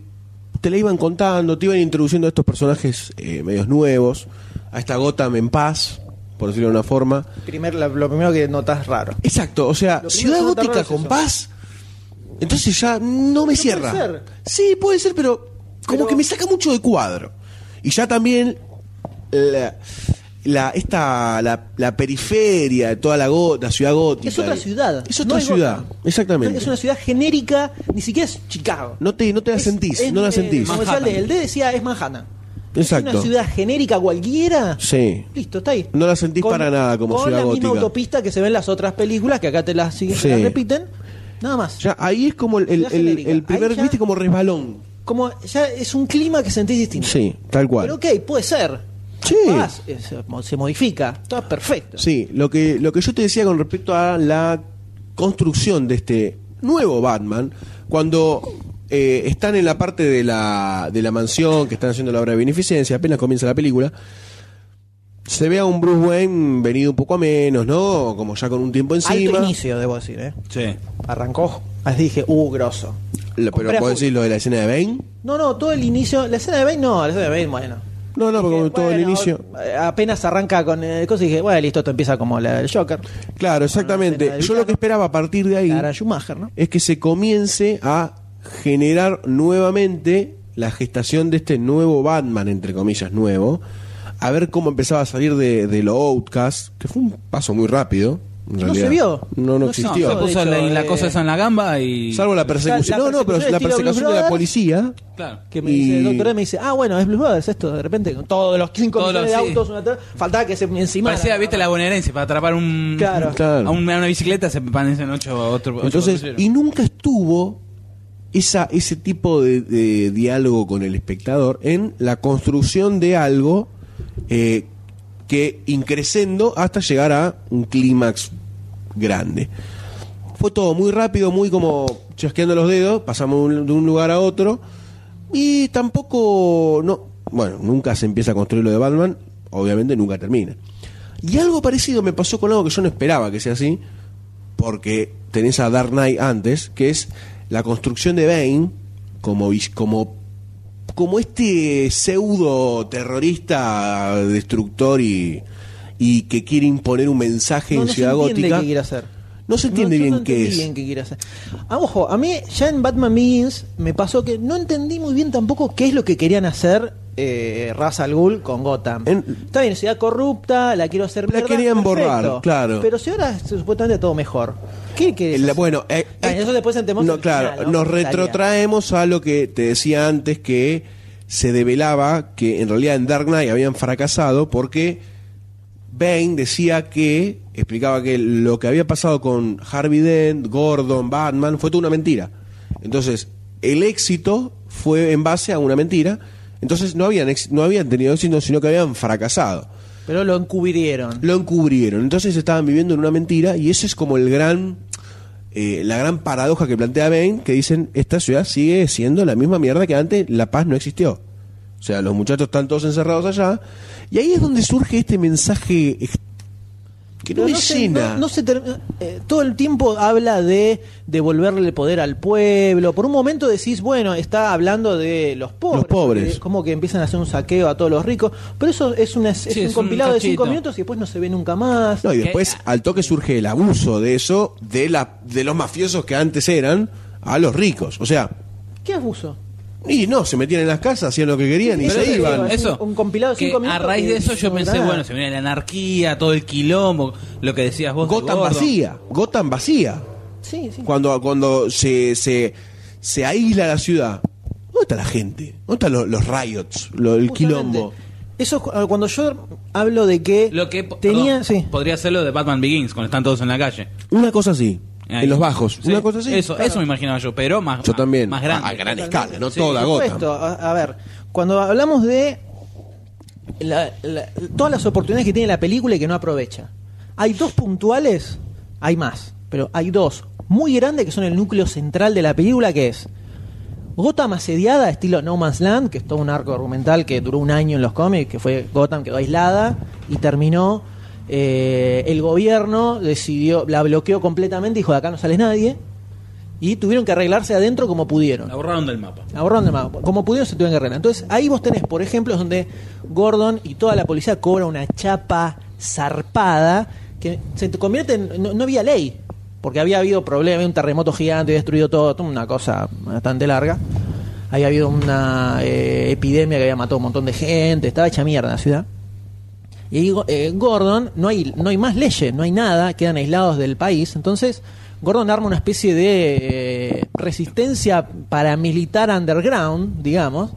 S3: te la iban contando, te iban introduciendo a estos personajes eh, medios nuevos, a esta Gotham en paz, por decirlo de una forma.
S2: Primer- la- lo primero que notas raro.
S3: Exacto, o sea,
S2: Lo primero
S3: ciudad
S2: que se nota
S3: gótica
S2: raro es
S3: con
S2: eso.
S3: paz. Entonces ya no me cierra.
S2: ser.
S3: Sí, puede ser, pero como que me saca mucho de cuadro. Y ya también la, la- esta, la, la periferia de toda la, go- la ciudad gótica.
S2: Es otra ciudad.
S3: Es otra
S2: no es
S3: ciudad,
S2: Gotham.
S3: exactamente.
S2: Es una ciudad genérica, ni siquiera es Chicago.
S3: No te, no te la
S2: Es-
S3: sentís,
S2: es,
S3: no la
S2: eh,
S3: sentís.
S2: Como decía el D, el D decía, es Manhattan.
S3: Exacto.
S2: Es una ciudad genérica cualquiera.
S3: Sí.
S2: Listo, está ahí.
S3: No la sentís para nada como
S2: con
S3: ciudad
S2: la misma
S3: gótica.
S2: autopista que se ven las otras películas, que acá te las, siguen-
S3: Sí.
S2: las repiten. Nada más.
S3: Ya, ahí es como el, el-
S2: Ciudad
S3: el-
S2: genérica.
S3: el primer,
S2: Ahí ya-
S3: viste, como resbalón.
S2: Como ya es un clima que sentís distinto.
S3: Sí, tal cual.
S2: Pero ok, puede ser.
S3: Sí.
S2: Vas, eh, se mo- se modifica. Está perfecto.
S3: Sí, lo que, lo que yo te decía con respecto a la construcción de este nuevo Batman, cuando eh, están en la parte de la, de la mansión, que están haciendo la obra de beneficencia, apenas comienza la película, se ve a un Bruce Wayne venido un poco a menos, ¿no? Como ya con un tiempo
S2: Alto
S3: encima.
S2: inicio, debo decir, ¿eh?
S6: Sí.
S2: Arrancó. Así dije, uh, grosso.
S3: Lo-
S2: Compré
S3: pero
S2: a
S3: puedo
S2: full.
S3: decir lo de la escena de Bane.
S2: No, no, todo el inicio. La escena de Bane, no, la escena de Bane, bueno.
S3: No, no, porque
S2: Dije,
S3: todo el
S2: bueno,
S3: inicio.
S2: eh, Apenas arranca con el cosa y dije, bueno, listo, esto empieza como la del Joker.
S3: Claro,
S2: escena
S3: exactamente.
S2: del
S3: Yo lo
S2: villano.
S3: que esperaba a partir de ahí.
S2: Clara Schumacher, ¿no?
S3: es que se comience a generar nuevamente la gestación de este nuevo Batman, entre comillas, nuevo, a ver cómo empezaba a salir de, de lo Outcast, que fue un paso muy rápido. en
S2: No
S3: realidad.
S2: se vio.
S3: No, no
S2: No,
S3: existió.
S6: se
S2: no, de
S6: puso
S2: hecho,
S6: la, la
S2: eh,
S6: cosa esa en la gamba y.
S3: Salvo la persecución.
S2: La-
S3: No,
S2: la
S3: no, pero
S2: persecución
S3: la
S2: estilo
S3: persecución
S2: Blues
S3: de la
S2: Brothers.
S3: policía.
S6: Claro.
S2: Que me
S3: Y-
S2: dice, el doctor me dice, ah, bueno, es Blue Brothers esto, de repente, con todos los 5
S6: Todos
S2: millones de
S6: los- sí.
S2: autos, una atrás, faltaba que se encima.
S6: Parecía, viste, la bonaerense para atrapar un.
S2: Claro.
S3: Claro.
S6: A un- a una bicicleta se parecen ocho otro. ocho
S3: Entonces,
S6: patrulleros.
S3: y nunca estuvo esa, ese tipo de, de diálogo con el espectador en la construcción de algo eh, que increscendo hasta llegar a un clímax grande. Fue todo muy rápido, muy como chasqueando los dedos, pasamos de un- de un lugar a otro y tampoco, no, bueno, nunca se empieza a construir lo de Batman, obviamente nunca termina. Y algo parecido me pasó con algo que yo no esperaba que sea así, porque tenés a Dark Knight antes, que es la construcción de Bane como vis- como como este pseudo terrorista destructor y y que quiere imponer un mensaje
S2: No,
S3: en
S2: no se
S3: Ciudad
S2: entiende
S3: Gótica.
S2: qué quiere hacer.
S3: No se entiende
S2: yo
S3: bien
S2: no
S3: qué
S2: entendí
S3: es.
S2: bien qué quiere hacer. Ah, ojo, a mí ya en Batman Begins me pasó que no entendí muy bien tampoco qué es lo que querían hacer eh, Ra's al Ghul con Gotham.
S3: En-
S2: Está bien, ciudad corrupta, la quiero hacer
S3: La
S2: mierda,
S3: querían borrar, claro.
S2: Pero si ahora es supuestamente todo mejor. ¿Qué querés
S3: La-
S2: hacer?
S3: bueno, eh,
S2: Ah,
S3: eh,
S2: eso después entendemos
S3: no,
S2: el
S3: claro,
S2: final, ¿no?
S3: nos
S2: Como estaría.
S3: retrotraemos a lo que te decía antes que se develaba que en realidad en Dark Knight habían fracasado porque Bane decía que explicaba que lo que había pasado con Harvey Dent, Gordon, Batman fue toda una mentira. Entonces, el éxito fue en base a una mentira. Entonces no habían ex- no habían tenido éxito, sino que habían fracasado
S2: Pero lo encubrieron.
S3: lo encubrieron. Entonces estaban viviendo en una mentira y ese es como el gran eh, la gran paradoja que plantea Bain, que dicen esta ciudad sigue siendo la misma mierda que antes, la paz no existió. O sea, los muchachos están todos encerrados allá y ahí es donde surge este mensaje ex- que no,
S2: Pero
S3: me
S2: se-
S3: llena.
S2: no- no se term- eh, todo el tiempo habla de devolverle el poder al pueblo. Por un momento decís, bueno, está hablando de los pobres.
S3: Los pobres.
S2: que- como que empiezan a hacer un saqueo a todos los ricos. Pero eso es, una- es
S6: Sí,
S2: un
S6: es un
S2: compilado de cinco
S6: cachito.
S2: minutos y después no se ve nunca más.
S3: No, y
S6: Que-
S3: después
S2: Eh,
S3: al toque surge el abuso de eso de la de los mafiosos que antes eran a los ricos, o sea,
S2: ¿Qué abuso?
S3: y no, se metían en las casas, hacían lo que querían y
S2: Pero
S3: se
S2: eso
S3: iban.
S2: digo, es
S6: Eso.
S2: un- un compilado de
S6: Que
S2: cinco
S6: A
S2: minutos
S6: raíz
S2: que
S6: de eso yo
S2: no
S6: pensé,
S2: da.
S6: bueno, se viene la anarquía, todo el quilombo, lo que decías vos. de
S3: Gotham
S6: Gordon.
S3: vacía, Gotham vacía.
S2: Sí, sí.
S3: cuando, cuando se, se, se aísla la ciudad, ¿dónde está la gente? ¿Dónde están lo- los, riots? Lo- el
S2: Justamente.
S3: quilombo.
S2: Eso es cu- cuando yo hablo de que
S6: Lo que po-
S2: tenía.
S6: perdón,
S2: sí.
S6: podría ser lo de Batman Begins, cuando están todos en la calle.
S3: Una cosa así,
S6: Ahí.
S3: en los bajos.
S6: Sí,
S3: Una cosa así.
S6: Eso, eso me imaginaba yo, pero más,
S3: Yo
S6: más-
S3: también.
S6: más grande.
S3: A gran escala, no
S6: Sí,
S3: toda
S6: por
S3: gota.
S2: Esto, a, a ver, cuando hablamos de la- la- todas las oportunidades que tiene la película y que no aprovecha, hay dos puntuales, hay más, pero hay dos muy grandes que son el núcleo central de la película, que es Gotham asediada, estilo No Man's Land, que es todo un arco argumental que duró un año en los cómics, que fue Gotham quedó aislada y terminó. eh, el gobierno decidió, la bloqueó completamente, dijo de acá no sale nadie, y tuvieron que arreglarse adentro como pudieron.
S6: La borraron del mapa.
S2: Ahorraron de más. Como pudieron, se tuvieron que arreglar. Entonces, ahí vos tenés, por ejemplo, donde Gordon y toda la policía cobra una chapa zarpada que se te convierte en. No, no había ley, porque había habido problemas, un terremoto gigante, había destruido todo, toda una cosa bastante larga. Había habido una eh, epidemia que había matado a un montón de gente, estaba hecha mierda la ciudad. Y ahí, eh, Gordon, no hay, no hay más leyes, no hay nada, quedan aislados del país. Entonces, Gordon arma una especie de eh, resistencia paramilitar underground, digamos,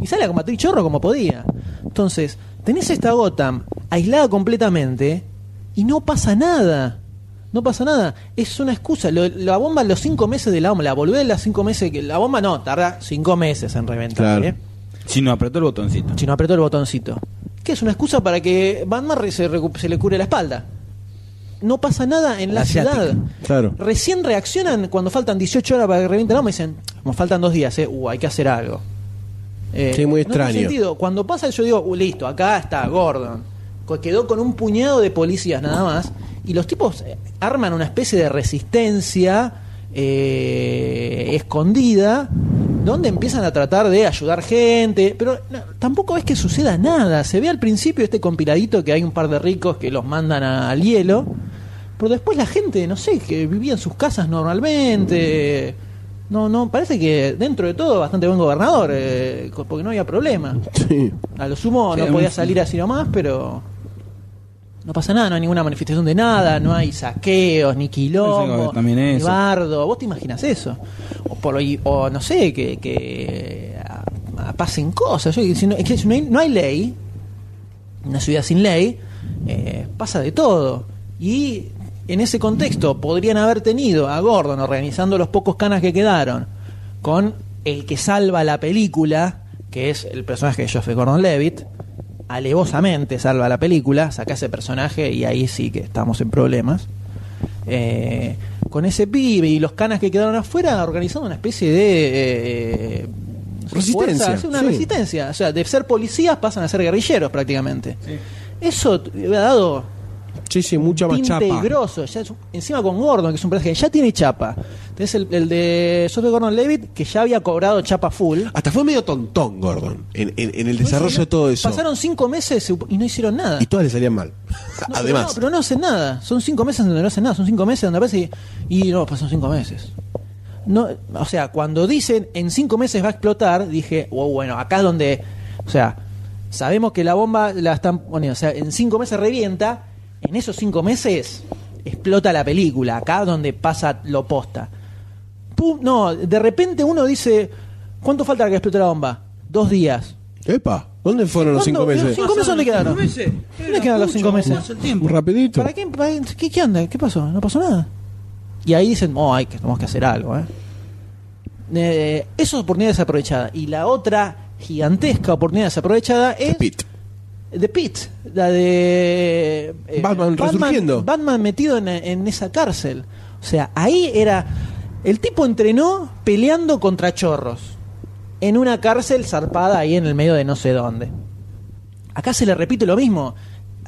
S2: y sale a combatir chorro como podía. Entonces, tenés esta Gotham aislada completamente y no pasa nada. No pasa nada. Es una excusa. Lo- la bomba, los cinco meses de la bomba, la volvé de los cinco meses. que La bomba no, tarda cinco meses en reventar.
S3: Claro.
S2: ¿eh?
S6: Si no apretó el botoncito.
S2: Si no apretó el botoncito. Que es una excusa para que Van Marry se, recu- se le cure la espalda. No pasa nada en la,
S6: La asiática.
S2: ciudad.
S3: Claro.
S2: Recién reaccionan cuando faltan 18 horas para que reviente la bomba y dicen, nos faltan dos días, eh, uh, hay que hacer algo. Eh,
S3: Sí, muy
S2: no tiene
S3: extraño.
S2: sentido. Cuando pasa yo digo, "Uh, listo, acá está Gordon. Co- Quedó con un puñado de policías nada más. Y los tipos eh, arman una especie de resistencia eh, escondida donde empiezan a tratar de ayudar gente. Pero no, tampoco es que suceda nada. Se ve al principio este compiladito que hay un par de ricos que los mandan a- al hielo. Pero después la gente, no sé, que vivía en sus casas normalmente. No, no, parece que dentro de todo bastante buen gobernador, eh, co- porque no había problema.
S3: Sí.
S2: A lo sumo
S6: Sí,
S2: no
S6: un-
S2: podía salir así nomás, pero no pasa nada, no hay ninguna manifestación de nada, no hay saqueos, ni quilombo,
S6: que también
S2: ni
S6: eso.
S2: bardo. ¿Vos te imaginas eso? O, por, ahí- o no sé, que, que a- a- pasen cosas. Yo diciendo, es que si no hay, no hay ley, una ciudad sin ley, eh, pasa de todo. Y en ese contexto podrían haber tenido a Gordon organizando los pocos canas que quedaron con el que salva la película, que es el personaje de Joseph Gordon Levitt, alevosamente salva la película, saca ese personaje y ahí sí que estamos en problemas. Eh, con ese pibe y los canas que quedaron afuera organizando una especie de... eh,
S3: Resistencia,
S2: fuerza, sí, una resistencia
S3: sí.
S2: resistencia. O sea, de ser policías pasan a ser guerrilleros prácticamente. Eso t- le ha dado
S3: Sí, sí, mucha más
S2: tinte
S3: chapa.
S2: grosso. Ya es un- encima con Gordon, que es un personaje que ya tiene chapa. Tenés el, el de Joseph Gordon Levitt, que ya había cobrado chapa full.
S3: Hasta fue medio tontón, Gordon, en, en- en el desarrollo de Ah, todo eso.
S2: Pasaron cinco meses y no hicieron nada.
S3: Y todas le salían mal. [laughs]
S2: No,
S3: Además.
S2: Pero no, pero no hacen nada. Son cinco meses donde no hacen nada. Son cinco meses donde aparece y, y no, pasaron cinco meses. No, o sea, cuando dicen en cinco meses va a explotar, dije, wow, bueno, acá es donde. O sea, sabemos que la bomba la están poniendo. O sea, en cinco meses revienta. En esos cinco meses explota la película. Acá es donde pasa lo posta. Pum, no, de repente uno dice, ¿cuánto falta para que explote la bomba? Dos días.
S3: Epa, ¿dónde fueron los
S2: ¿Cuándo?
S3: cinco meses?
S2: ¿Cinco meses dónde quedaron?
S6: Cinco meses.
S2: ¿Dónde quedaron los cinco meses?
S3: Rapidito.
S2: ¿Para qué, para qué- qué, qué onda? ¿Qué pasó? ¿No pasó nada? Y ahí dicen, oh, hay que, tenemos que hacer algo, ¿eh? Eh, Esa oportunidad desaprovechada. Y la otra gigantesca oportunidad desaprovechada es
S3: Pit.
S2: The Pit, la de eh,
S3: Batman resurgiendo.
S2: Batman metido en, en esa cárcel. O sea, ahí era. El tipo entrenó peleando contra chorros. En una cárcel zarpada ahí en el medio de no sé dónde. Acá se le repite lo mismo.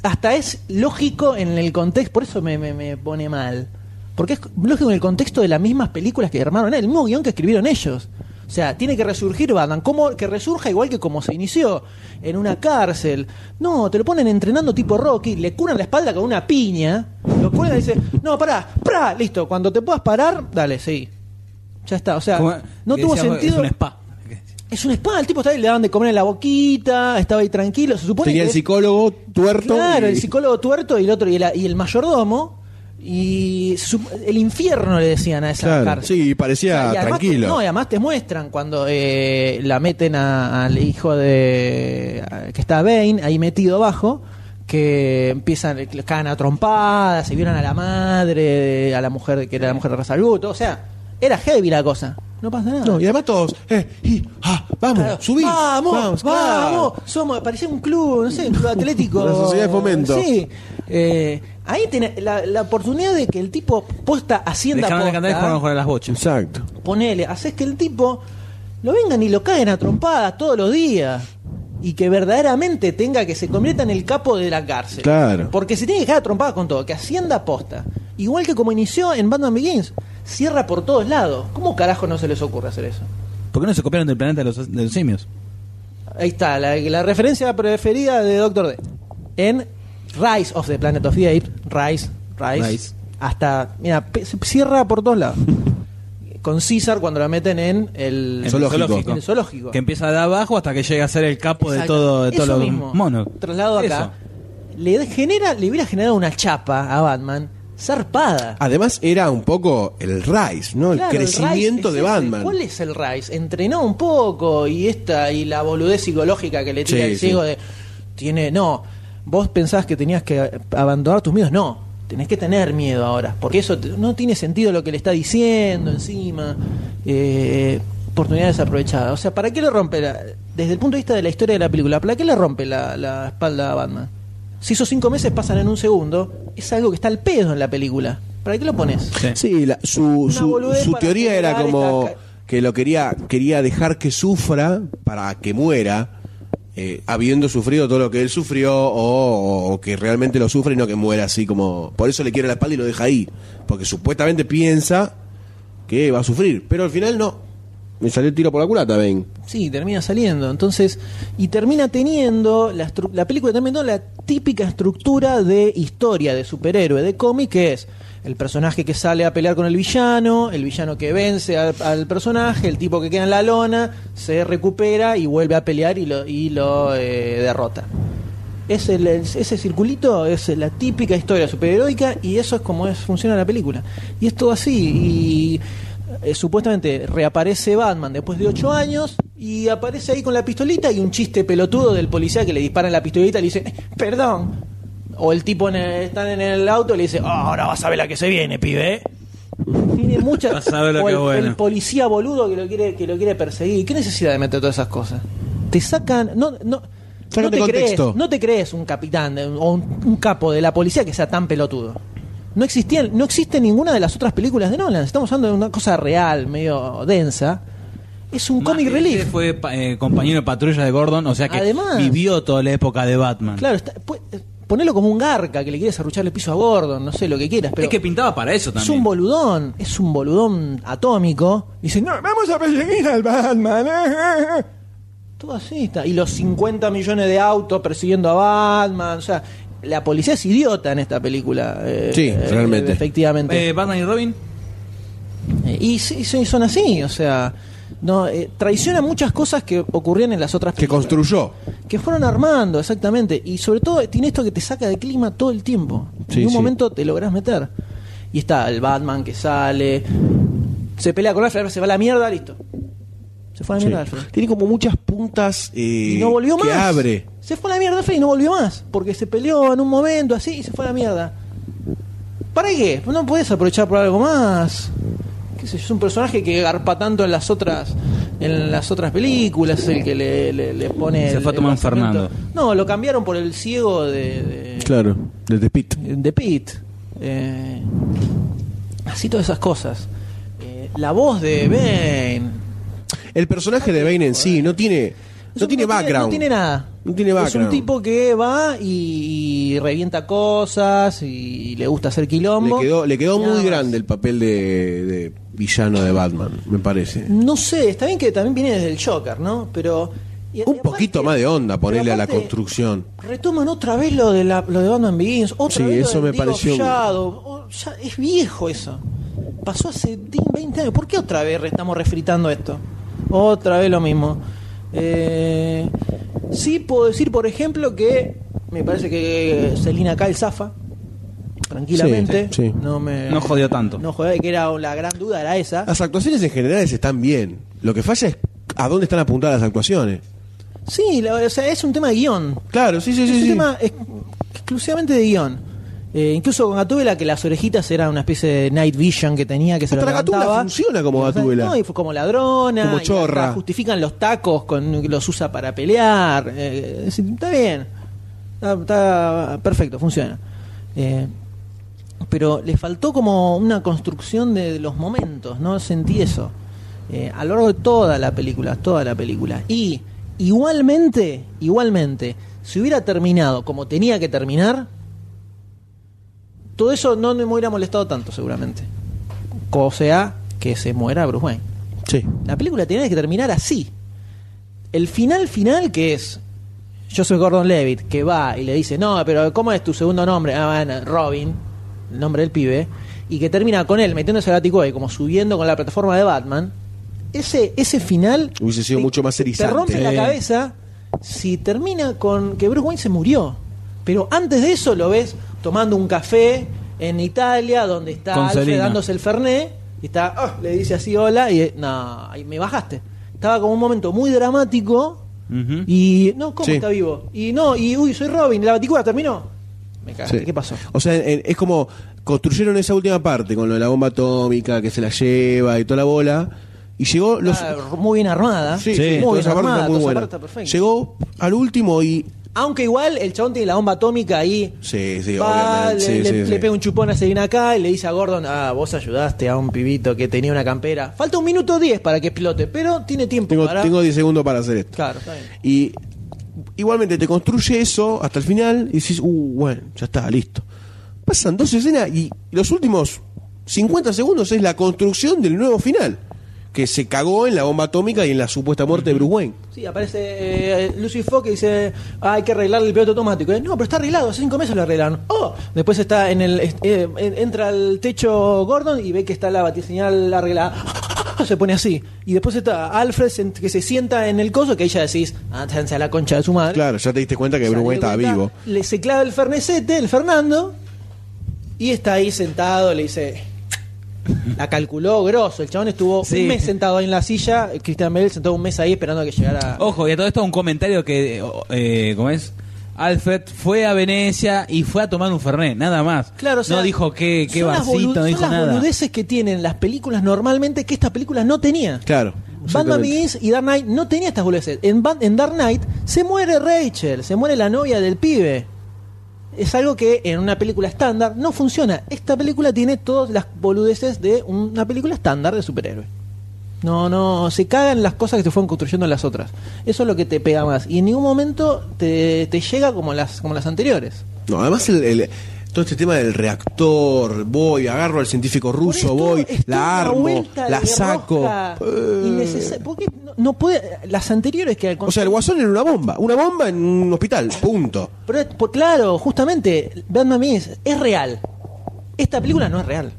S2: Hasta es lógico en el contexto, por eso me, me- me pone mal. Porque es lógico en el contexto de las mismas películas que armaron, el mismo guión que escribieron ellos. O sea, tiene que resurgir Batman, como que resurja igual que como se inició, en una cárcel. No, te lo ponen entrenando tipo Rocky, le curan la espalda con una piña, lo cuelgan y dice, no, pará, pará, listo, cuando te puedas parar, dale, sí. Ya está, o sea,
S6: Como-
S2: no
S6: que
S2: tuvo
S6: decías,
S2: sentido.
S6: Es un spa.
S2: Es un spa, el tipo estaba ahí, le daban de comer en la boquita, estaba ahí tranquilo, se supone
S3: Tenía
S2: que
S3: el
S2: es-
S3: psicólogo tuerto.
S2: Claro,
S3: y-
S2: el psicólogo tuerto y el otro y el, y el mayordomo y su- el infierno le decían a esa
S3: Claro,
S2: cárcel.
S3: sí,
S2: O
S3: parecía
S2: sea, y además-
S3: tranquilo.
S2: no, y además te muestran cuando eh, la meten a- al hijo de a- que está Bane ahí metido abajo que empiezan que caen a trompadas, se violan a la madre, a la mujer que era la mujer de Rasalbuto, o sea, era heavy la cosa. No pasa nada.
S3: No, y además todos. Eh, y, ah, vamos,
S2: Claro.
S3: subí.
S2: Vamos, vamos,
S3: claro.
S2: Somos, parecía un club, no sé, un club atlético.
S3: Una sociedad de fomento.
S2: Sí. Eh, ahí tiene la, la oportunidad de que el tipo posta hacienda
S6: Dejaron de
S2: posta,
S6: cantar y jugaron a jugar a las bochas.
S3: Exacto.
S2: ponele, haces que el tipo lo vengan y lo caguen a trompadas todos los días. Y que verdaderamente tenga que se convierta en el capo de la cárcel.
S3: Claro.
S2: Porque se tiene que cagar a trompadas con todo, que hacienda posta. Igual que como inició en Batman Begins, cierra por todos lados. ¿Cómo carajo no se les ocurre hacer eso?
S6: ¿Por qué no se copiaron del planeta de los, de los simios?
S2: Ahí está, la, la referencia preferida de Doctor D. En Rise of the Planet of the Apes, Rise, Rise,
S6: Rise.
S2: hasta, mira, pe- se cierra por todos lados. Con César cuando la meten en el
S6: En el
S3: Zoológico.
S2: En el zoológico.
S6: Que empieza de abajo hasta que llega a ser el capo de
S2: Exacto.
S6: todo, de
S2: Eso
S6: todos los
S2: mismo.
S6: monos.
S2: Traslado acá.
S6: Eso.
S2: Le genera, le hubiera generado una chapa a Batman zarpada.
S3: Además, era un poco el rise, ¿no? El
S2: Claro, el Rice
S3: crecimiento de
S2: es ese.
S3: Batman.
S2: ¿Cuál es el Rice? Entrenó un poco y esta y la boludez psicológica que le tira
S3: Sí,
S2: el
S3: sí.
S2: ciego de tiene no, vos pensás que tenías que abandonar tus miedos, no, tenés que tener miedo ahora, porque eso te- no tiene sentido lo que le está diciendo encima. Eh, oportunidades aprovechadas. O sea, ¿para qué le rompe la, desde el punto de vista de la historia de la película, ¿para qué le rompe la, la espalda a Batman? Si esos cinco meses pasan en un segundo, es algo que está al pedo en la película. ¿Para qué lo pones?
S3: Sí, la- su,
S2: Una
S3: su-
S2: boludez
S3: su
S2: para
S3: teoría era
S2: generar
S3: como
S2: esta ca-
S3: que lo quería, quería dejar que sufra para que muera, eh, habiendo sufrido todo lo que él sufrió, o, o que realmente lo sufre y no que muera así como. Por eso le quiere la espalda y lo deja ahí. Porque supuestamente piensa que va a sufrir, pero al final no. Me salió el tiro por la culata, ven.
S2: Sí, termina saliendo. Entonces, y termina teniendo la, estru- la película también la típica estructura de historia de superhéroe, de cómic, que es el personaje que sale a pelear con el villano, el villano que vence al, al personaje, el tipo que queda en la lona, se recupera y vuelve a pelear y lo, y lo eh, derrota. Es el- el- ese circulito es la típica historia superheroica y eso es como es, funciona la película. Y es todo así. Y eh, supuestamente reaparece Batman después de ocho años y aparece ahí con la pistolita y un chiste pelotudo del policía que le dispara en la pistolita y le dice, "Eh, perdón. O el tipo en el- están en el auto y le dice, "Ah, ahora vas a ver la que se viene, pibe. Tiene muchas...
S6: Vas a ver lo
S2: o
S6: que
S2: el,
S6: bueno.
S2: el policía boludo que lo quiere que lo quiere perseguir. ¿Qué necesidad de meter todas esas cosas? Te sacan... No, no,
S3: Sácate
S2: no te crees,
S3: contexto.
S2: no te crees un capitán de- o un, un capo de la policía que sea tan pelotudo. No existía, no existe ninguna de las otras películas de Nolan. Estamos hablando de una cosa real, medio densa. Es un
S6: Más
S2: comic
S6: que
S2: relief.
S6: ese Fue pa- eh, compañero de patrulla de Gordon, o sea que
S2: Además.
S6: vivió toda la época de Batman.
S2: Claro, está- pu- ponelo como un garca que le quieres arruchar el piso a Gordon, no sé lo que quieras, pero
S6: es que pintaba para eso
S2: es
S6: también.
S2: un boludón, es un boludón atómico. Dice, no, vamos a perseguir al Batman. eh, eh, eh". Todo así está. Y los 50 millones de autos persiguiendo a Batman. O sea, la policía es idiota en esta película. eh,
S3: Sí,
S2: eh,
S3: realmente.
S2: Efectivamente.
S6: Eh, Batman y Robin.
S2: Eh, y, sí, sí, son así, o sea. No, eh, traiciona muchas cosas que ocurrían en las otras
S3: Que
S2: películas
S3: construyó.
S2: que fueron armando, exactamente. Y sobre todo tiene esto que te saca de clima todo el tiempo.
S3: Sí,
S2: en un
S3: sí.
S2: momento te lográs meter. Y está el Batman que sale, se pelea con Alfred, se va a la mierda, listo. Se fue a la mierda Alfred.
S3: Tiene como muchas puntas eh,
S2: Ah, Y no volvió
S3: que
S2: más.
S3: abre.
S2: Se fue a la mierda Alfred y no volvió más. Porque se peleó en un momento así y se fue a la mierda. ¿Para qué? No puedes aprovechar por algo más. Qué sé yo, es un personaje que garpa tanto en las otras en las otras películas, es el que le, le- le pone.
S6: Se
S2: el-
S6: fue a tomar
S2: el
S6: un Fernando.
S2: lanzamiento. No, lo cambiaron por el ciego de. de-
S3: Claro, desde Pit.
S2: de Pitt. Eh, así todas esas cosas. Eh, la voz de Ben.
S3: El personaje de Bane en sí no tiene, no tiene background.
S2: No tiene nada.
S3: No tiene
S2: Es un
S3: background.
S2: tipo que va y, y revienta cosas y le gusta hacer
S3: Le
S2: quilombo.
S3: quedó, le quedó
S2: Nada
S3: muy
S2: más.
S3: grande el papel de, de villano de Batman, me parece.
S2: No sé, está bien que también viene desde el Joker, ¿no? Pero. y- y
S3: Un
S2: aparte-
S3: poquito más de onda, ponerle
S2: pero
S3: a la
S2: aparte,
S3: construcción.
S2: Retoman otra vez lo de, la, lo de Batman Begins, otra
S3: Sí,
S2: vez lo
S3: eso
S2: del
S3: me
S2: League of
S3: pareció-
S2: Shadow. O- ya es viejo eso. Pasó hace 10, 20 años. ¿Por qué otra vez re- estamos refritando esto? Otra vez lo mismo. Eh, sí puedo decir, por ejemplo, que me parece que Selina Kyle zafa tranquilamente.
S3: Sí, sí.
S2: No me
S6: No jodió tanto.
S2: No jodió, que era la gran duda era esa.
S3: Las actuaciones en general están bien. Lo que falla es a dónde están apuntadas las actuaciones.
S2: Sí, la- o sea, es un tema de guión.
S3: Claro, sí, sí,
S2: Es
S3: sí.
S2: un
S3: sí.
S2: tema ex- exclusivamente de guión. Eh, incluso con Gatúbela, que las orejitas eran una especie de night vision que tenía, que se lo
S3: Pero la Gatúbela
S2: levantaba.
S3: funciona como Gatúbela.
S2: No, y fue como ladrona.
S3: Como
S2: y
S3: chorra.
S2: hasta justifican los tacos, con los usa para pelear. Eh, es decir, está bien. Está, está perfecto, funciona. Eh, pero le faltó como una construcción de, de los momentos, ¿no? Sentí eso. Eh, a lo largo de toda la película, toda la película. Y igualmente, igualmente, si hubiera terminado como tenía que terminar, todo eso no me hubiera molestado tanto seguramente. O sea, que se muera Bruce Wayne.
S3: Sí.
S2: La película tenía que terminar así. El final final que es Joseph Gordon Levitt, que va y le dice, no, pero ¿cómo es tu segundo nombre? Ah, bueno, Robin, el nombre del pibe, y que termina con él metiéndose al ático y como subiendo con la plataforma de Batman, ese, ese final
S3: Hubiese sido
S2: te-
S3: mucho más erizante.
S2: Te rompe la
S3: Sí.
S2: cabeza si termina con que Bruce Wayne se murió. Pero antes de eso lo ves tomando un café en Italia, donde está
S6: Con
S2: Alfred
S6: Selina.
S2: dándose el Fernet, y está, ah, le dice así hola, y eh, no, y me bajaste. Estaba como un momento muy dramático,
S6: Ujú.
S2: y no, ¿cómo
S3: Sí.
S2: está vivo? Y no, y uy, soy Robin, la baticuela terminó. Me cagaste,
S3: Sí.
S2: ¿qué pasó?
S3: O sea, en- en- es como construyeron esa última parte con lo de la bomba atómica que se la lleva y toda la bola. Y llegó los.
S2: Está muy bien armada,
S3: Sí,
S6: sí,
S2: Ah,
S3: toda
S2: muy bien
S3: esa parte
S2: armada,
S3: está
S2: toda
S3: muy
S2: esa
S3: buena.
S2: parte está perfecta.
S3: Llegó al último y.
S2: Aunque igual el chabón tiene la bomba atómica ahí.
S3: Sí, sí,
S2: Va,
S3: obviamente.
S2: le,
S3: sí,
S2: le-
S3: sí,
S2: le
S3: sí.
S2: pega un chupón a Selina acá y le dice a Gordon, ah, vos ayudaste a un pibito que tenía una campera. Falta un minuto diez para que explote, pero tiene tiempo
S3: Tengo,
S2: para...
S3: tengo 10 segundos para hacer esto.
S2: Claro, está bien.
S3: Y igualmente te construye eso hasta el final y dices, uh, bueno, ya está, listo. Pasan dos escenas y los últimos 50 segundos es la construcción del nuevo final, que se cagó en la bomba atómica y en la supuesta muerte de Bruce Wayne.
S2: Sí, aparece eh, Lucy Fox que dice, ah, hay que arreglar el piloto automático. Eh, no, pero está arreglado, hace cinco meses lo arreglaron. Oh, después está en el... est- eh, en- entra al techo Gordon y ve que está la batiseñal arreglada. [laughs] Se pone así. Y después está Alfred sent- que se sienta en el coso, que ella decís, ah, a la concha de su madre.
S3: Claro, ya te diste cuenta que
S2: Sale
S3: Bruce Wayne
S2: de
S3: estaba
S2: vuelta,
S3: vivo.
S2: Le se clava el fernecete, el Fernando, y está ahí sentado, le dice. La calculó grosso. El chabón estuvo
S6: Sí.
S2: un mes sentado ahí en la silla. Christian Bell sentado un mes ahí esperando a que
S3: Oh,
S2: llegara.
S6: Ojo, y a todo esto un comentario que, eh, o- eh, ¿cómo es? Alfred fue a Venecia y fue a tomar un Fernet, nada más.
S2: Claro, o sea,
S6: no dijo qué, qué
S2: son las
S6: vasito,
S2: bolu-
S6: no
S2: son
S6: dijo
S2: las
S6: nada.
S2: boludeces que tienen las películas normalmente que estas películas no tenían.
S3: Claro.
S2: Batman
S3: exactamente.
S2: Begins y Dark Knight no tenía estas boludeces. En, Bat- en Dark Knight se muere Rachel, se muere la novia del pibe. Es algo que en una película estándar no funciona. Esta película tiene todas las boludeces de una película estándar de superhéroe. No, no, se cagan las cosas que se fueron construyendo en las otras. Eso es lo que te pega más. Y en ningún momento te, te llega como las, como las anteriores.
S3: No, además el, el- todo este tema del reactor, voy, agarro al científico
S2: Por
S3: ruso, voy,
S2: esto es una
S3: la armo,
S2: vuelta
S3: la
S2: de
S3: saco.
S2: rosca
S3: Eh.
S2: innecesa- ¿Por qué no, no puede? Las anteriores que al
S3: O sea, el guasón era una bomba, una bomba en un hospital, punto.
S2: Pero es- por- claro, justamente, Batman Begins es real. Esta película no es real.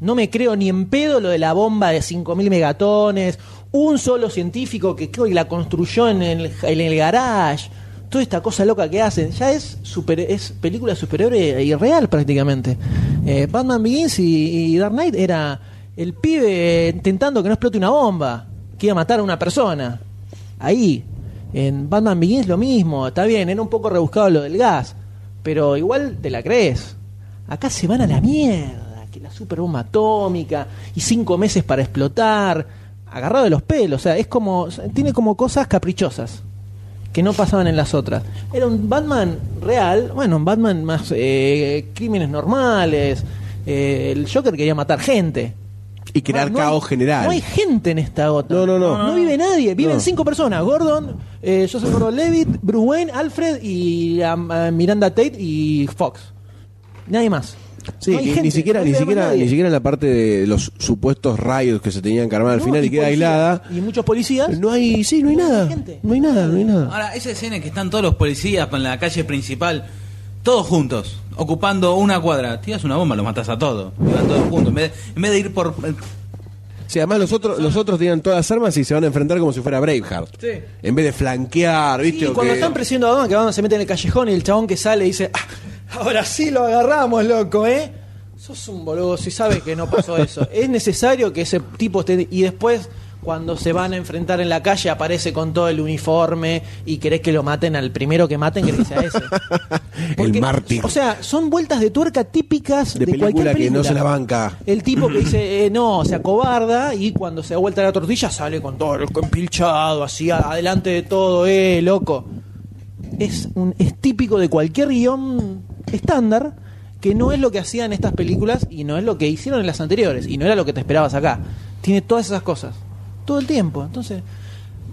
S2: No me creo ni en pedo lo de la bomba de 5.000 megatones, un solo científico que creo que la construyó en el, en el garage, toda esta cosa loca que hacen. Ya es, super, es película superhéroe y real prácticamente. Eh, Batman Begins y, y Dark Knight era el pibe intentando que no explote una bomba, que iba a matar a una persona. Ahí, en Batman Begins lo mismo, está bien, era un poco rebuscado lo del gas, pero igual te la crees. Acá se van a la mierda, que la superbomba atómica y cinco meses para explotar, agarrado de los pelos, o sea, es como, tiene como cosas caprichosas que no pasaban en las otras. Era un Batman real, bueno, un Batman más eh, crímenes normales, eh, el Joker quería matar gente.
S3: Y crear
S2: Ah, No hay-
S3: caos general.
S2: No hay gente en esta gota.
S3: No, no, no.
S2: No vive nadie. Viven
S3: No.
S2: cinco personas. Gordon, eh, Joseph Gordon-Levitt, Bruce Wayne, Alfred y um, eh, Miranda Tate y Fox. Nadie más.
S3: Sí,
S2: No hay
S3: ni, ni
S2: gente,
S3: siquiera,
S2: no
S3: ni
S2: vive
S3: siquiera,
S2: nadie.
S3: ni siquiera en la parte de los supuestos rayos que se tenían que armar al
S2: No,
S3: final y queda
S2: policía.
S3: aislada.
S2: Y muchos policías.
S3: No hay, sí, no hay
S2: No hay
S3: nada.
S2: gente.
S3: No hay nada, no hay nada.
S6: Ahora, esa escena en que están todos los policías en la calle principal, todos juntos, ocupando una cuadra. Tiras una bomba, los matas a todos. Y van todos juntos. En vez de, en vez de ir por. eh,
S3: Sí, además los otros, los otros tienen todas las armas y se van a enfrentar como si fuera Braveheart.
S6: Sí.
S3: En vez de flanquear, ¿viste?
S2: Sí,
S3: O
S2: cuando
S3: que-
S2: están presionando a Batman, que Batman se mete en el callejón y el chabón que sale dice, "Ah, ahora sí lo agarramos, loco, ¿eh? Sos un boludo, si sabes que no pasó
S3: [laughs]
S2: eso. es necesario que ese tipo esté... Y después, cuando se van a enfrentar en la calle, aparece con todo el uniforme y querés que lo maten al primero que maten, querés que sea ese.
S3: el
S2: Porque,
S3: mártir.
S2: O sea, son vueltas de tuerca típicas
S3: De
S2: de,
S3: película
S2: cualquier
S3: que
S2: película.
S3: no se la banca.
S2: El tipo que dice, eh, no, se acobarda y cuando se da vuelta la tortilla sale con todo el empilchado, así, a- adelante de todo, eh, loco. Es, un, es típico de cualquier guión estándar que no es lo que hacían estas películas y no es lo que hicieron en las anteriores y no era lo que te esperabas acá. Tiene todas esas cosas, todo el tiempo. Entonces,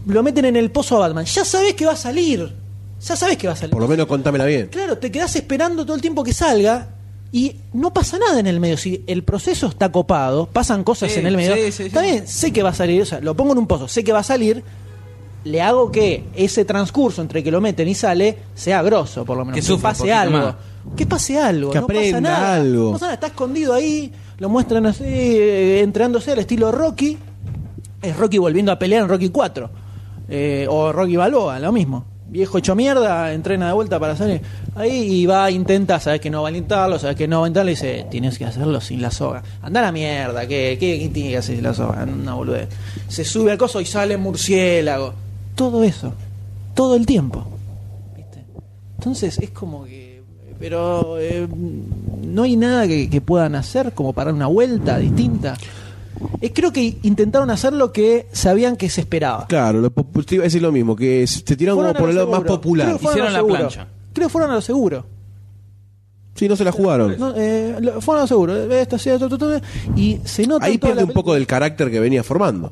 S2: lo meten en el pozo a Batman. Ya sabes que va a salir. Ya sabes que va a salir.
S3: Por lo menos contámela bien.
S2: Claro, te quedás esperando todo el tiempo que salga y no pasa nada en el medio. Si el proceso está copado, pasan cosas
S6: Sí,
S2: en el medio.
S6: sí, sí, sí.
S2: Está bien, sé que va a salir, o sea, lo pongo en un pozo, sé que va a salir, le hago que ese transcurso entre que lo meten y sale sea grosso, por lo menos.
S6: Que sufra un
S2: pase
S6: poquito
S2: algo.
S6: más.
S2: Que pase algo.
S3: Que
S2: no pasa
S3: aprenda
S2: nada.
S3: algo.
S2: No pasa nada, está escondido ahí, lo muestran así, eh, entrenándose al estilo Rocky. Es Rocky volviendo a pelear en Rocky 4. o Rocky Balboa, lo mismo. Viejo hecho mierda, entrena de vuelta para salir. Ahí y va, intenta, sabes que no va a alentarlo, sabes que no va a alentarlo y dice, tienes que hacerlo sin la soga. Anda a la mierda, ¿qué, qué, qué tiene que hacer sin la soga? Una boludez. Se sube al coso y sale murciélago. Todo eso. Todo el tiempo. ¿viste? Entonces es como que. Pero eh, no hay nada que, que puedan hacer como para dar una vuelta distinta. Eh, creo que intentaron hacer lo que sabían que se esperaba.
S3: Claro, lo popu- te iba a decir lo mismo, que se te tiraron como
S2: Fueron a
S3: por
S2: lo
S3: el lado más
S2: seguro. Creo
S3: popular.
S2: que fueron a lo
S6: Hicieron la
S2: seguro.
S6: plancha.
S2: Creo que fueron a lo seguro.
S3: Sí, no se la jugaron.
S2: No, eh, lo- fueron a lo seguro. Eh, esto, sí, esto, esto, esto, y se nota
S3: Ahí
S2: en toda
S3: pierde
S2: la
S3: un poco del carácter que venía formando.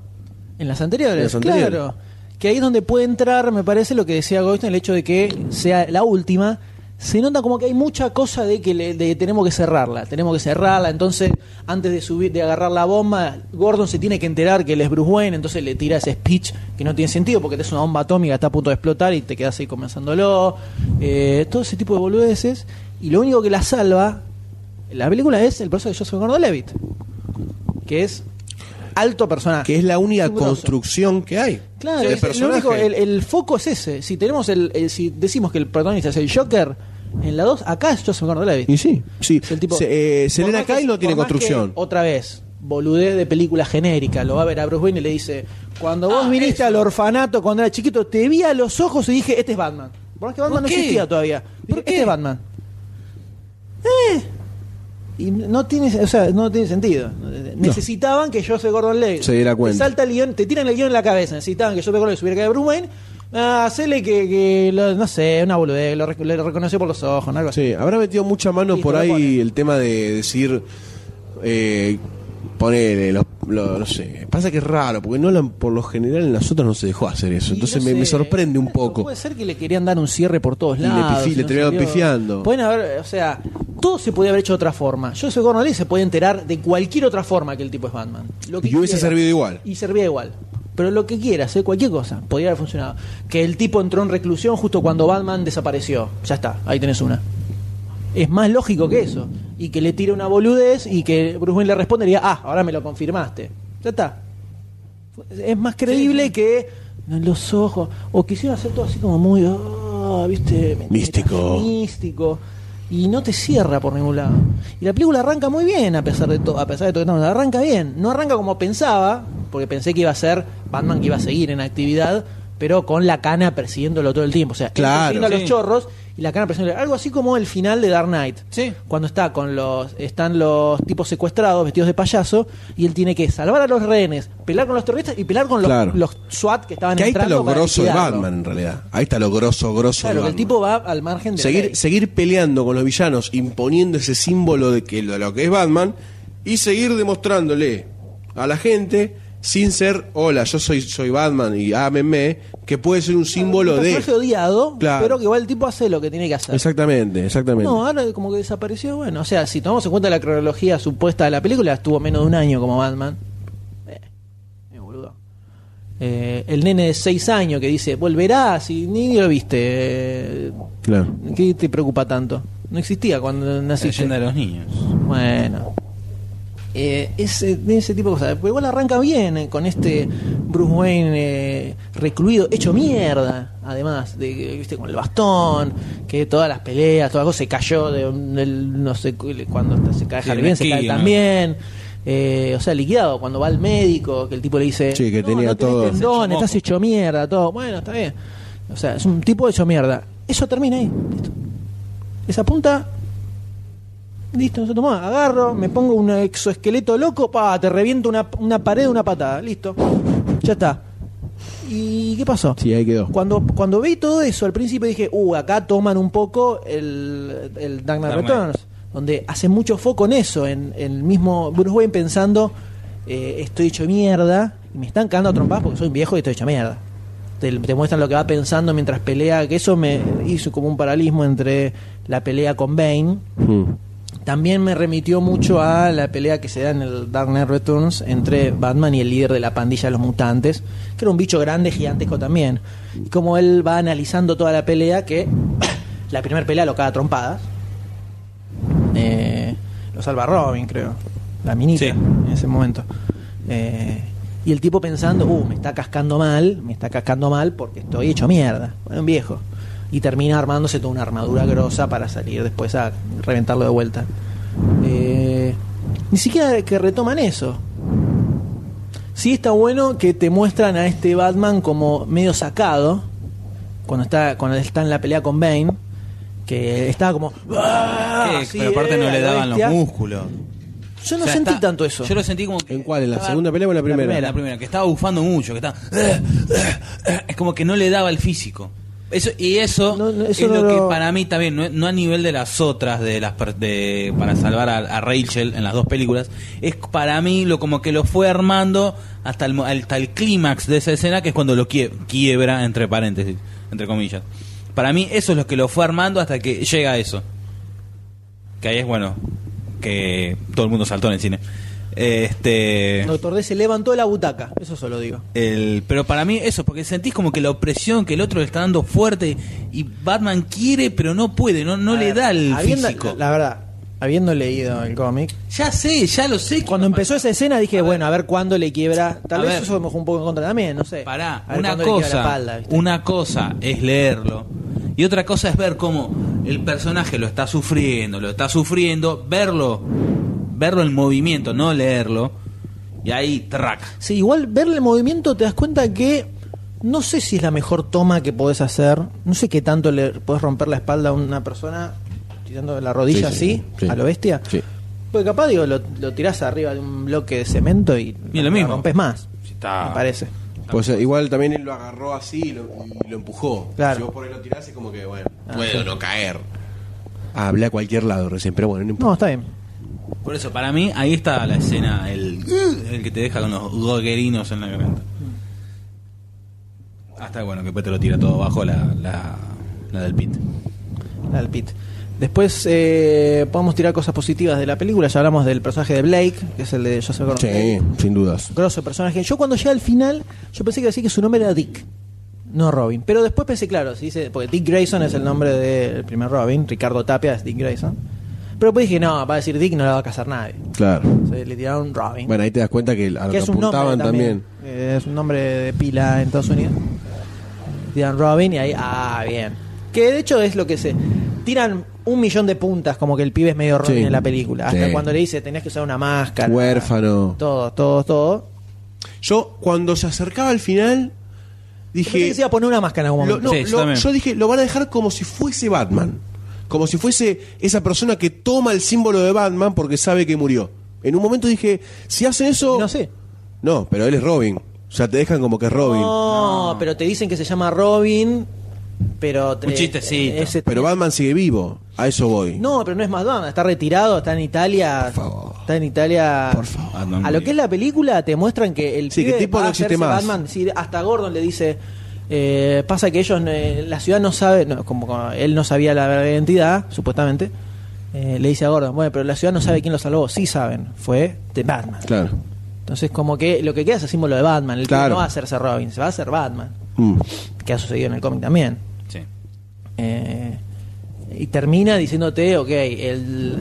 S2: En las anteriores,
S3: En las anteriores.
S2: claro. Que ahí es donde puede entrar, me parece, lo que decía Goldstein, el hecho de que sea la última. Se nota como que hay mucha cosa de que le- de tenemos que cerrarla, tenemos que cerrarla. Entonces, antes de subir, de agarrar la bomba, Gordon se tiene que enterar que él es Bruce Wayne, entonces le tira ese speech que no tiene sentido porque te es una bomba atómica, está a punto de explotar y te quedas ahí comenzándolo. Eh, todo ese tipo de boludeces. Y lo único que la salva, la película es el proceso de Joseph Gordon Levitt, que es alto personaje.
S3: Que es la única
S2: Un grosso.
S3: construcción que hay.
S2: Claro,
S3: de
S2: es- lo
S3: personaje.
S2: único- el, el foco es ese. Si tenemos el, el- si decimos que el protagonista es el Joker, en la 2, acá es Joseph Gordon-Levitt.
S3: Y sí, sí.
S2: Es el tipo-
S3: Se- eh,
S2: por
S3: Selena
S2: más que-
S3: Kyle no tiene
S2: por más que,
S3: construcción.
S2: otra vez, boludez de película genérica. Lo va a ver a Bruce Wayne y le dice: Cuando
S6: Ah,
S2: vos viniste al orfanato cuando era chiquito, te vi a los ojos y dije: Este es Batman. Por más que Batman
S6: ¿Por
S2: no
S6: qué?
S2: existía todavía.
S6: ¿Por
S2: Dije,
S6: qué?
S2: Este es Batman. Eh. Y no tiene, o sea, no tiene sentido. Necesitaban que Joseph Gordon Levitt
S3: Se diera
S2: Te
S3: cuenta.
S2: salta el guión, te tiran el guión en la cabeza. Necesitaban que Joseph Gordon Levitt subiera que de Bruce Wayne. Ah, hacele que, que lo- no sé, una boludez, lo, rec- lo reconoció por los ojos, ¿no? algo así.
S3: Sí, habrá metido mucha mano
S2: Listo,
S3: por
S2: lo
S3: ahí
S2: pone.
S3: el tema de decir. Eh, ponele, los- lo- no sé. Pasa que es raro, porque Nolan por lo general en las otras no se dejó hacer eso.
S2: Y
S3: Entonces
S2: no
S3: me, me
S2: sé,
S3: sorprende un
S2: claro,
S3: poco.
S2: Puede ser que le querían dar un cierre por todos
S3: Y le
S2: lados.
S3: pifi-
S2: y
S3: le
S2: no
S3: terminaron
S2: se dio.
S3: pifiando.
S2: Pueden haber, o sea, todo se podía haber hecho de otra forma. Yo soy Gordon Lee se puede enterar de cualquier otra forma que el tipo es Batman. Lo que
S3: Y hubiese
S2: quiera.
S3: servido igual.
S2: Y servía igual. Pero lo que quieras, ¿eh? cualquier cosa, podría haber funcionado. Que el tipo entró en reclusión justo cuando Batman desapareció. Ya está, ahí tenés una. Es más lógico que eso. Y que le tire una boludez y que Bruce Wayne le responde y diga, ah, ahora me lo confirmaste. Ya está. Es más creíble que en los ojos. O quisieron hacer todo así como muy. ah, ¿Viste?
S3: Místico.
S2: Místico. Y no te cierra por ningún lado. Y la película arranca muy bien, a pesar de todo. A pesar de todo que estamos- Arranca bien. No arranca como pensaba, porque pensé que iba a ser Batman que iba a seguir en actividad, pero con la cana persiguiéndolo todo el tiempo. O sea, él
S3: Claro.
S2: persiguiendo a los
S6: Sí.
S2: chorros y la cana persiguiéndolo. Algo así como el final de Dark Knight.
S6: Sí.
S2: Cuando está con los. Están los tipos secuestrados, vestidos de payaso, y él tiene que salvar a los rehenes, pelear con los terroristas y pelear con los,
S3: Claro.
S2: los SWAT que estaban
S3: Que ahí está
S2: entrando
S3: lo
S2: para
S3: grosso de
S2: liquidarlo.
S3: Batman en realidad. Ahí está lo grosso, grosso de
S2: Claro, que el
S3: Batman.
S2: tipo va al margen de la ley.
S3: seguir, seguir peleando con los villanos, imponiendo ese símbolo de, que, de lo que es Batman, y seguir demostrándole a la gente, sin ser, hola, yo soy, soy Batman y ámenme, que puede ser un símbolo
S2: un
S3: de...
S2: personaje odiado,
S3: Claro.
S2: pero que igual el tipo hace lo que tiene que hacer.
S3: Exactamente, exactamente.
S2: No, ahora como que desapareció, bueno, o sea, si tomamos en cuenta la cronología supuesta de la película, estuvo menos de un año como Batman. Eh, eh, boludo. Eh, el nene de 6 años que dice, volverás y ni lo viste. eh,
S3: Claro.
S2: ¿Qué te preocupa tanto? No existía cuando
S6: La
S2: naciste.
S6: leyenda de los niños.
S2: Bueno. Eh, ese, de ese tipo de cosas. Pero igual arranca bien eh, con este Bruce Wayne eh, recluido, hecho mierda, además, de, que, viste, con el bastón, que todas las peleas, todas las cosas, se cayó de, un- del- no sé cu- cuando hasta se cae
S6: Sí,
S2: Harvey Dent, se cae
S6: mezquino.
S2: también. Eh, o sea, liquidado, cuando va al médico, que el tipo le dice,
S3: Sí, que
S2: "No,
S3: tenía
S2: no tenés
S3: todo".
S2: tendones,
S6: Se echó
S2: estás
S6: moco.
S2: hecho mierda, todo. Bueno, está bien. O sea, es un tipo hecho mierda. Eso termina ahí. Listo. Esa punta Listo, nosotros tomá, agarro, me pongo un exoesqueleto loco, pa, te reviento una, una pared de una patada, listo. Ya está. ¿Y qué pasó?
S3: Sí, ahí quedó.
S2: Cuando, cuando vi todo eso al principio dije, uh, acá toman un poco el, el Dark Knight
S6: Dark Knight.
S2: Returns, donde hace mucho foco en eso, en en el mismo Bruce Wayne pensando, eh, estoy hecho mierda, y me están cagando a trompadas porque soy un viejo y estoy hecho mierda. Te, te muestran lo que va pensando mientras pelea, que eso me hizo como un paralismo entre la pelea con Bane,
S3: Mm.
S2: También me remitió mucho a la pelea que se da en el Dark Knight Returns entre Batman y el líder de la pandilla de los mutantes, que era un bicho grande, gigantesco también. Y como él va analizando toda la pelea, que [coughs] la primera pelea lo caga a trompadas. Eh, lo salva Robin, creo. La minita
S6: Sí.
S2: en ese momento. Eh, y el tipo pensando, uh, me está cascando mal, me está cascando mal porque estoy hecho mierda. Bueno, un viejo. Y termina armándose toda una armadura grosa para salir después a reventarlo de vuelta. Eh, ni siquiera que retoman eso. Sí está bueno que te muestran a este Batman como medio sacado cuando está cuando está en la pelea con Bane, que estaba como "Ah",
S6: Eh,
S2: así,
S6: pero aparte
S2: eh,
S6: no
S2: a
S6: le
S2: la
S6: daban los
S2: bestia.
S6: músculos.
S2: Yo no
S6: O sea,
S2: sentí
S6: está-
S2: tanto eso.
S6: Yo lo sentí como. que Ah,
S3: ¿En cuál?
S2: Ah,
S3: ¿En la
S6: estaba-
S3: segunda pelea o en la primera?
S6: La primera, que estaba bufando mucho, que estaba. eh, Es como que no le daba el físico. Eso, y eso,
S2: No, no, eso
S6: es
S2: no
S6: lo,
S2: lo-
S6: que para mí también, no, no a nivel de las otras, de las per- de, para salvar a, a Rachel en las dos películas, es para mí lo como que lo fue armando hasta el, mo- hasta el clímax de esa escena, que es cuando lo quie- quiebra, entre paréntesis, entre comillas. Para mí eso es lo que lo fue armando hasta que llega a eso. Que ahí es bueno, que todo el mundo saltó en el cine. Este...
S2: Doctor D se levantó de la butaca, eso solo digo.
S6: El- pero para mí eso, porque sentís como que la opresión que el otro le está dando fuerte y Batman quiere pero no puede, no, no
S2: A
S6: le
S2: ver,
S6: da el
S2: habiendo-
S6: físico.
S2: La verdad, habiendo leído el cómic,
S6: Ya sé, ya lo sé. que-
S2: cuando empezó esa escena dije, bueno, a ver cuándo le quiebra. Tal
S6: A
S2: vez
S6: ver.
S2: eso me jugó un poco en contra también, no sé.
S6: Pará,
S2: A ver
S6: una
S2: cuándo le quiebra
S6: cosa,
S2: la espalda, ¿viste?
S6: una cosa es leerlo y otra cosa es ver cómo el personaje lo está sufriendo, lo está sufriendo, verlo, verlo en movimiento, no leerlo y ahí track.
S2: Sí, igual verle el movimiento te das cuenta que no sé si es la mejor toma que podés hacer. No sé qué tanto le podés romper la espalda a una persona tirando la rodilla
S3: Sí, sí,
S2: así,
S3: sí.
S2: a lo bestia.
S3: Sí.
S2: Porque capaz, digo, lo, lo tirás arriba de un bloque de cemento y,
S6: Y lo
S2: la
S6: mismo.
S2: rompes más.
S6: está-
S3: Ah.
S2: Me parece.
S3: Pues eh, igual también él lo agarró así y lo, y lo empujó.
S2: Claro.
S3: Si vos por ahí lo tirás, es como que, bueno, puedo no caer. Ah, hablé a cualquier lado recién, pero bueno, no importa.
S2: No, está bien.
S6: Por eso, para mí, ahí está la escena, el, el que te deja con los goguerinos en la garganta. Hasta bueno, que después te lo tira todo abajo la, la, la del pit.
S2: La del Pit. Después eh, podemos tirar cosas positivas de la película. Ya hablamos del personaje de Blake, que es el de Joseph Gordon.
S3: Sí, sin dudas.
S2: grosso personaje. Yo cuando llega al final, yo pensé que iba a decir que su nombre era Dick, no Robin. Pero después pensé, claro, si dice, porque Dick Grayson es el nombre del primer Robin, Ricardo Tapia es Dick Grayson. Pero después dije, no, va a decir Dick, no la va a casar nadie.
S3: Claro.
S2: Se le tiraron Robin.
S3: Bueno, ahí te das cuenta que a lo
S2: que
S3: que
S2: es un nombre
S3: apuntaban
S2: también.
S3: también.
S2: Eh, es un nombre de pila en Estados Unidos. Tiran Robin y ahí, ah, bien. Que de hecho es lo que se. Tiran un millón de puntas, como que el pibe es medio Robin
S3: Sí.
S2: en la película. Hasta
S3: Sí.
S2: cuando le dice, tenías que usar una máscara.
S3: Huérfano.
S2: Todo, todo, todo.
S3: Yo, cuando se acercaba al final,
S2: Pensé que
S3: dije.
S2: se iba a poner una máscara en algún
S3: lo-
S2: momento.
S3: no,
S6: Sí, yo
S3: lo-
S6: también.
S3: yo dije, lo van a dejar como si fuese Batman. Como si fuese esa persona que toma el símbolo de Batman porque sabe que murió. En un momento dije, si hacen eso.
S2: No sé.
S3: No, pero él es Robin. O sea, te dejan como que es Robin.
S2: No, pero te dicen que se llama Robin, pero... Te,
S6: Un chistecito.
S2: ese-
S3: Pero Batman sigue vivo. A eso voy.
S2: No, pero no es más Batman, está retirado, está en Italia.
S3: Por favor.
S2: Está en Italia.
S3: Por favor.
S6: Batman
S2: A lo
S6: murió.
S2: que es la película te muestran que el
S3: Sí, que
S2: pibe
S3: tipo
S2: va
S3: no
S2: a hacerse
S3: existe más.
S2: Batman, sí, hasta Gordon le dice eh, pasa que ellos eh, la ciudad no sabe, no, como, como él no sabía la verdadera identidad, supuestamente. eh, le dice a Gordon, bueno, pero la ciudad no sabe quién lo salvó, sí saben, fue de Batman.
S3: Claro.
S2: Entonces, como que lo que queda es el símbolo de Batman. El pibe
S3: Claro.
S2: no va a hacerse Robin, se va a hacer Batman.
S3: Mm.
S2: Que ha sucedido en el cómic también.
S6: Sí.
S2: Eh, y termina diciéndote, ok, el,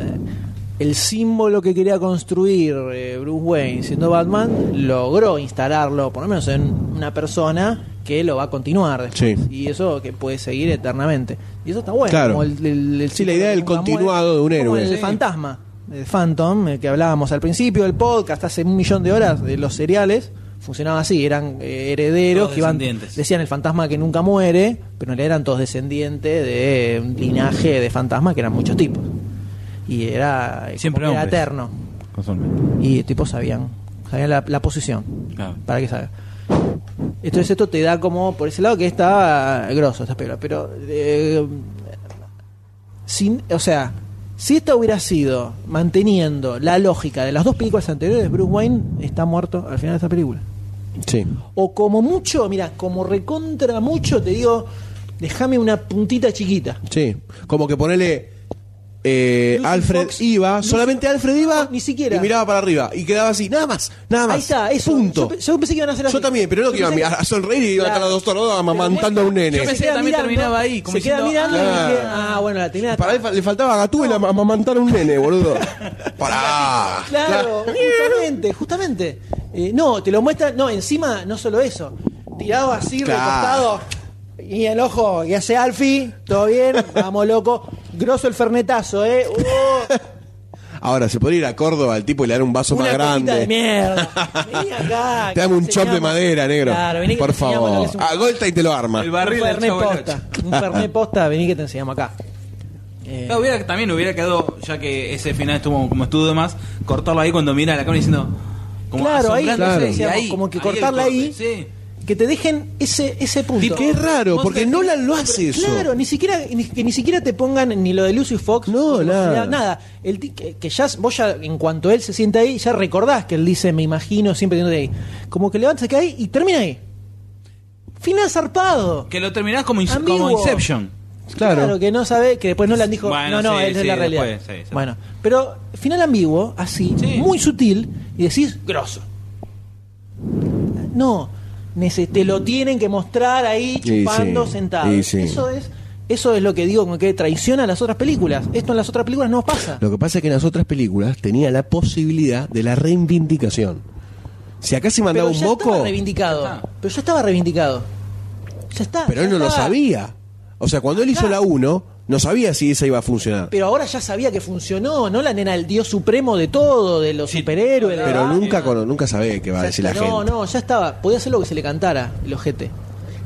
S2: el símbolo que quería construir eh, Bruce Wayne siendo Batman, logró instalarlo, por lo menos en una persona que lo va a continuar después.
S3: Sí.
S2: Y eso que puede seguir eternamente. Y eso está bueno.
S3: Claro.
S2: como el- el- el
S3: Sí, la
S2: símbolo
S3: idea
S2: que
S3: del
S2: nunca muere,
S3: continuado de un
S2: como
S3: héroe.
S2: El
S3: Sí.
S2: fantasma, el Phantom, el que hablábamos al principio del podcast, hace un millón de horas, de los seriales. Funcionaba así, eran eh, herederos
S6: Todos
S2: que iban
S6: descendientes.
S2: decían el fantasma que nunca muere, pero en realidad eran todos descendientes de eh, un linaje de fantasmas que eran muchos tipos. Y era, eh, como
S6: Siempre
S2: que era
S6: hombres.
S2: eterno. Y tipos sabían, sabían la, la posición.
S6: Claro.
S2: Para que sabe. Entonces esto te da como por ese lado que está grosso esta película. Pero eh, sin, o sea, si esta hubiera sido manteniendo la lógica de las dos películas anteriores, Bruce Wayne está muerto al final de esta película.
S3: Sí.
S2: O como mucho, mira, como recontra mucho, te digo, déjame una puntita chiquita.
S3: Sí. Como que ponele. eh,
S2: Lucy
S3: Alfred
S2: Fox-
S3: iba,
S2: Lucy-
S3: solamente Alfred iba,
S2: No, ni siquiera.
S3: y miraba para arriba y quedaba así, nada más, nada más.
S2: Ahí está, eso.
S3: Punto.
S2: Yo, pe- yo pensé que iban a hacer
S3: Yo,
S2: así.
S3: también, pero no que iba a,
S2: pensé
S3: mirar, a sonreír y iba a estar a
S2: Claro.
S3: dos tornados amamantando a un nene.
S6: Yo pensé
S2: Se
S6: que
S2: queda
S6: también
S2: mirando,
S6: terminaba ahí, como
S2: se queda
S6: diciendo,
S2: mirando
S3: "Ah".
S2: y dije, ah, bueno, la tenía.
S3: Para él fa- le faltaba a Gatúbela am- amamantar a un
S2: [laughs]
S3: nene, boludo. Pará.
S2: Claro, justamente, justamente. Eh, no, te lo muestra, no, encima no solo eso. Tirado así,
S3: Claro.
S2: recostado. Y el ojo, y hace Alfi, todo bien,
S3: [laughs]
S2: vamos loco. Grosso el fernetazo, eh.
S3: [laughs]
S2: Uh,
S3: Ahora, se podría ir a Córdoba al tipo y le dar un vaso
S2: una
S3: más
S2: copita de
S3: grande. [laughs]
S2: mierda. Vení acá.
S3: Te
S2: que
S3: dame un
S2: te
S3: chop de
S2: enseñamos.
S3: madera, negro.
S2: Claro, vení que
S3: Por
S2: te enseñamos lo que
S3: favor. Ah,
S2: es un-
S3: A Golta y te lo arma.
S6: El
S2: Un
S6: barril del
S2: fernet
S6: Chavo del
S2: posta.
S6: Ocho.
S2: Un fernet posta, vení que te enseñamos acá. Eh,
S6: Claro, hubiera- también hubiera quedado, ya que ese final estuvo como estuvo de más, cortarlo ahí cuando mira la cámara diciendo. Como
S2: Claro, ahí,
S6: asombrándose,
S2: claro.
S6: y
S2: Decíamos, como que cortarla
S6: el corte,
S2: ahí.
S6: Sí.
S2: que te dejen ese, ese punto.
S3: Qué raro,
S6: Vos
S3: porque
S6: decís,
S3: Nolan lo hace eso.
S2: Claro, ni siquiera, ni, que ni siquiera te pongan ni lo de Lucius Fox.
S3: No,
S2: ni lo de
S3: nada.
S2: nada. El ti- que, que ya, vos ya, en cuanto él se sienta ahí, ya recordás que él dice, me imagino, siempre teniendo ahí. Como que levanta que ahí y termina ahí. Final zarpado.
S6: Que lo terminás como, in-
S2: Ambiguo.
S6: como Inception.
S2: Claro. que no sabe, que después Nolan dijo,
S6: Bueno,
S2: no, no,
S6: sí,
S2: esa es
S6: sí,
S2: la realidad.
S6: después, sí, sí.
S2: Bueno, pero final ambiguo, así,
S6: Sí.
S2: muy sutil, y decís, grosso. No, nece- te lo tienen que mostrar ahí
S3: Y
S2: chupando
S3: sí,
S2: sentado.
S3: y sí.
S2: Eso es eso es lo que digo, como que traiciona a las otras películas. Esto en las otras películas no pasa.
S3: Lo que pasa es que en las otras películas tenía la posibilidad de la reivindicación. Si acá se mandaba
S2: Pero
S3: un
S2: ya estaba
S3: moco,
S2: reivindicado.
S6: Ya está.
S2: Pero ya estaba reivindicado. Ya está.
S3: pero
S2: ya
S3: él no lo
S2: estaba.
S3: sabía. O sea, cuando él hizo
S2: Acá.
S3: la 1, no sabía si esa iba a funcionar.
S2: Pero ahora ya sabía que funcionó, ¿no? La nena, el dios supremo de todo, de los
S6: Sí,
S2: superhéroes. de
S3: Pero
S2: Batman.
S3: nunca cono- nunca sabe qué va a
S2: Ya
S3: decir la
S2: está,
S3: gente.
S2: no, no, ya estaba. Podía hacer lo que se le cantara, el ojete.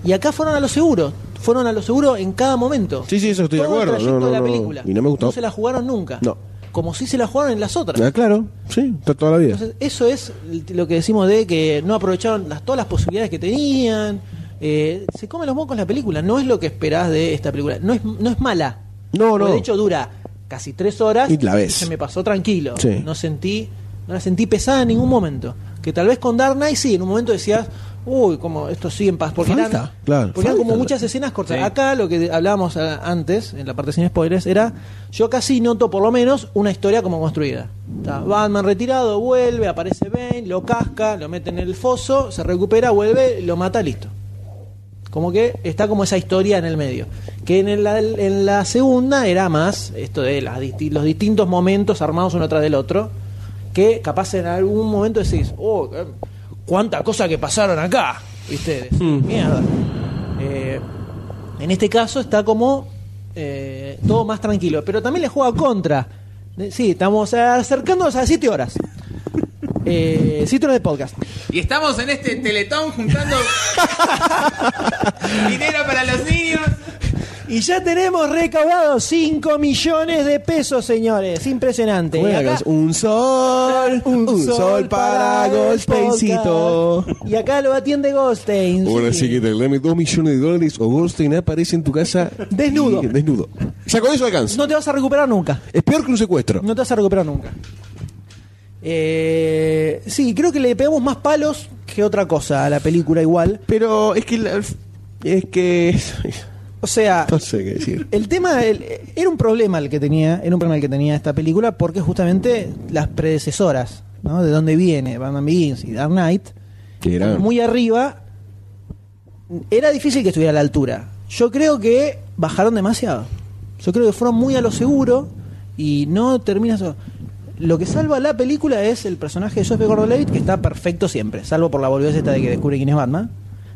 S2: Y acá fueron a lo seguro. Fueron a lo seguro en cada momento.
S3: Sí, sí, eso estoy de
S2: Todo el
S3: acuerdo.
S2: trayecto
S3: No, no,
S2: de la
S3: no.
S2: película.
S3: Y no me gustó.
S2: No se la jugaron nunca.
S3: No.
S2: Como si se la jugaron en las otras.
S3: Ah, claro, sí, to- toda la vida.
S2: Entonces, eso es lo que decimos de que no aprovecharon las, todas las posibilidades que tenían. Eh, se come los mocos la película. No es lo que esperás de esta película. No es, no es mala.
S3: No,
S2: Porque
S3: no.
S2: De hecho, dura casi tres horas.
S3: Y la ves.
S2: Se me pasó tranquilo.
S3: Sí.
S2: No sentí no la sentí pesada en ningún momento. Que tal vez con Dark Knight sí, en un momento decías, uy, como esto sigue en paz. Porque,
S3: Falta,
S2: eran,
S3: claro,
S2: porque eran como
S3: falta.
S2: muchas escenas cortas.
S6: Sí.
S2: Acá lo que de- hablábamos ah, antes, en la parte sin spoilers, era yo casi noto por lo menos una historia como construida. Está Batman retirado, vuelve, aparece Bane, lo casca, lo mete en el foso, se recupera, vuelve, lo mata, listo. Como que está como esa historia en el medio. Que en la, en la segunda era más esto de las disti- los distintos momentos armados uno tras del otro. Que capaz en algún momento decís, oh, eh, cuánta cosa que pasaron acá. ¿Viste? Decís, Mierda. Eh, en este caso está como eh, todo más tranquilo. Pero también le juega contra. De- Sí, estamos acercándonos a 7 horas. Eh, 7 horas de podcast.
S6: Y estamos en este teletón [laughs] juntando dinero para los niños.
S2: Y ya tenemos recaudados 5 millones de pesos, señores. Impresionante.
S3: Bueno,
S2: Y acá-
S3: un sol, un, sol, para
S2: el
S3: Goldsteincito.
S2: podcast. Y acá lo atiende Goldstein.
S3: Ahora
S2: sí.
S3: sí que te dame dos millones de dólares o Goldstein aparece en tu casa
S2: Desnudo.
S3: y- [laughs] desnudo. Ya con eso alcanza.
S2: No te vas a recuperar nunca.
S3: Es peor que un secuestro.
S2: No te vas a recuperar nunca. Eh, sí, creo que le pegamos más palos que otra cosa a la película igual.
S3: Pero es que la- es que
S2: O sea,
S3: no sé qué decir.
S2: El tema el- era un problema el que tenía, era un problema el que tenía esta película porque justamente las predecesoras, ¿no? De dónde viene Batman Begins y Dark Knight,
S3: Que era-
S2: muy arriba, era difícil que estuviera a la altura. Yo creo que bajaron demasiado. Yo creo que fueron muy a lo seguro y no termina eso. Lo que salva la película es el personaje de Joseph Gordon-Levitt que está perfecto siempre, salvo por la boludez esta de que descubre quién es Batman.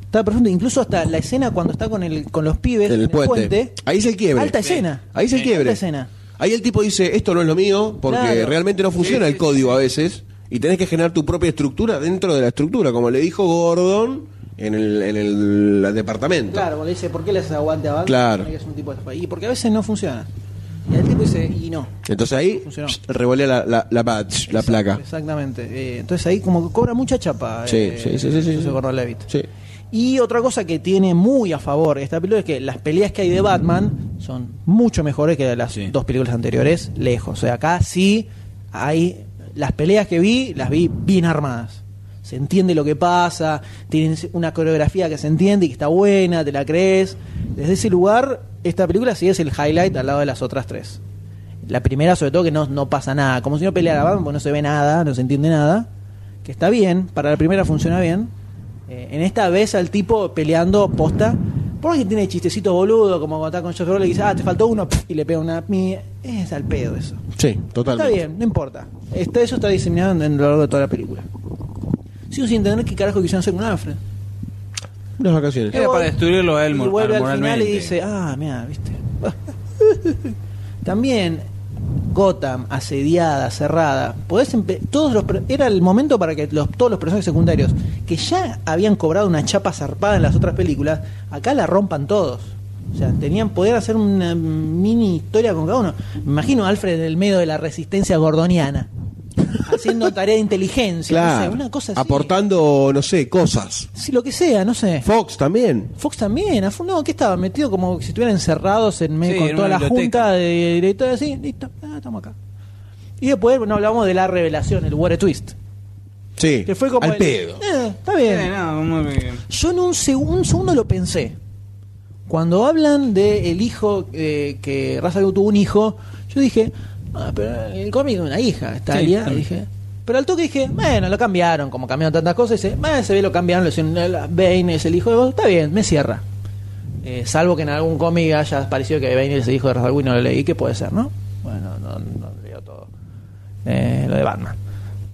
S2: Está perfecto, incluso hasta la escena cuando está con el con los pibes
S3: el,
S2: en
S3: puente. Ahí es el quiebre.
S2: Alta escena.
S3: Ahí es el
S2: Alta
S3: quiebre.
S2: escena.
S3: Ahí el tipo dice, esto no es lo mío, porque
S2: Claro.
S3: realmente no funciona el código a veces. Y tenés que generar tu propia estructura dentro de la estructura, como le dijo Gordon en el, en el departamento.
S2: Claro, cuando le dice, ¿por qué les aguante a Batman?
S3: Claro.
S2: Es un tipo de- Y porque a veces no funciona. Y el tipo dice, y no.
S3: Entonces ahí
S2: Funcionó.
S3: psh, revolea la, la, la badge, la
S2: Exacto,
S3: placa.
S2: Exactamente. Eh, entonces ahí como que cobra mucha chapa.
S3: Sí,
S2: eh,
S3: sí, sí, sí, sí,
S2: Joseph
S3: sí.
S2: Gordon-Levitt.
S3: Sí.
S2: Y otra cosa que tiene muy a favor esta película es que las peleas que hay de Batman son mucho mejores que las
S6: Sí.
S2: dos películas anteriores, lejos. O sea, acá sí hay. Las peleas que vi, las vi bien armadas. Se entiende lo que pasa, tienen una coreografía que se entiende y que está buena, te la crees. Desde ese lugar, esta película sí es el highlight al lado de las otras tres. La primera, sobre todo, que no, no pasa nada. Como si no peleara Batman, porque no se ve nada, no se entiende nada. Que está bien, para la primera funciona bien. Eh, en esta vez al tipo peleando posta. Por que tiene chistecitos boludo, como cuando está con Josh Brolin y dice, ah, te faltó uno, pf, y le pega una. mi- Es al pedo eso.
S3: Sí,
S2: Está
S3: totalmente.
S2: bien, no importa. Está, eso está diseminado en, en lo largo de toda la película. Sigo sin entender qué carajo quisieron hacer con Alfred.
S3: Unas vacaciones.
S6: Era para destruirlo a él
S2: Y
S6: mor-
S2: vuelve al final
S6: moralmente.
S2: y dice, ah, mira, viste. [laughs] También Gotham, asediada, cerrada. Podés empe- todos los pre- era el momento para que los, todos los personajes secundarios, que ya habían cobrado una chapa zarpada en las otras películas, acá la rompan todos. O sea, tenían poder hacer una mini historia con cada uno. Me imagino a Alfred en el medio de la resistencia gordoniana, haciendo tarea de inteligencia. no sé,
S3: Claro.
S2: una cosa así.
S3: Aportando, no sé, cosas.
S2: Sí, lo que sea, no sé.
S3: Fox también.
S2: Fox también, a Fox no, que estaba metido como si estuvieran encerrados en medio
S6: Sí,
S2: con
S6: en
S2: toda
S6: una
S2: la
S6: biblioteca.
S2: junta de directores así, listo, ah, estamos acá. Y después no hablamos de la revelación, el Water Twist,
S3: Sí.
S2: que fue como
S3: al
S2: el-
S3: pedo.
S2: Eh, está bien.
S6: Eh, no, muy bien.
S2: Yo en un, seg- un segundo lo pensé. Cuando hablan de el hijo eh, que Raza tuvo un hijo, yo dije, ah, pero en el cómic una hija, está
S6: Sí,
S2: Alia",
S6: también.
S2: dije. Pero al toque dije, bueno, lo cambiaron, como cambiaron tantas cosas, dice, bueno, se ve lo cambiaron, lo hicieron eh, la- Bane es el hijo de vos, está bien, me cierra. Eh, salvo que en algún cómic haya aparecido que Bane es el hijo de Ra's al Ghul y no lo leí, que puede ser, ¿no? Bueno, no, no leo todo eh, lo de Batman.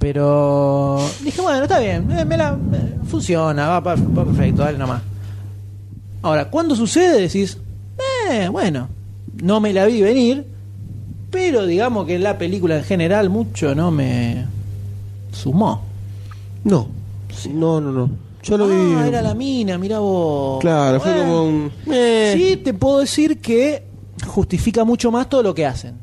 S2: Pero dije, bueno, está bien, eh, me la- me- funciona, va, pa- va perfecto, dale nomás. Ahora, cuando sucede decís, eh, bueno, no me la vi venir, pero digamos que la película en general mucho no me sumó.
S3: No. No, no, no. Yo lo
S2: ah,
S3: vi.
S2: era la mina, mirá vos.
S3: Claro, fue
S2: Bueno. Eh.
S3: como un. eh.
S2: Sí, te puedo decir que justifica mucho más todo lo que hacen.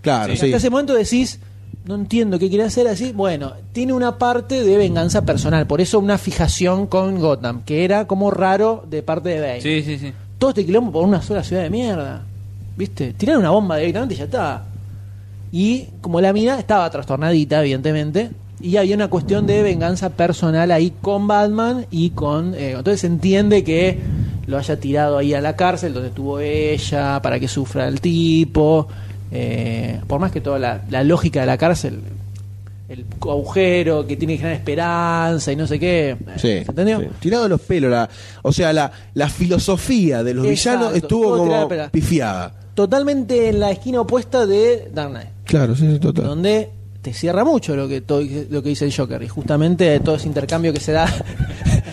S3: Claro,
S2: Hasta
S3: sí.
S2: ese momento decís, no entiendo qué quiere hacer así. Bueno, tiene una parte de venganza personal, por eso una fijación con Gotham, que era como raro de parte de Bane.
S6: Sí, sí, sí.
S2: Todo este quilombo por una sola ciudad de mierda. ¿Viste? Tirar una bomba directamente y ya está. Y como la mina estaba trastornadita, evidentemente, y había una cuestión de venganza personal ahí con Batman y con... eh, entonces se entiende que lo haya tirado ahí a la cárcel donde estuvo ella, para que sufra el tipo. eh, por más que toda la, la lógica de la cárcel, el agujero que tiene que generar esperanza y no sé qué. eh, ¿se
S3: Sí,
S2: entendió?
S3: sí. Tirado de los pelos. La, o sea, la, la filosofía de los
S2: Exacto,
S3: villanos estuvo
S2: estuvo tirada de
S3: como
S2: pela.
S3: pifiada.
S2: Totalmente en la esquina opuesta de Dark Knight.
S3: Claro, sí, sí, total.
S2: donde te cierra mucho lo que to- lo que dice el Joker y justamente todo ese intercambio que se da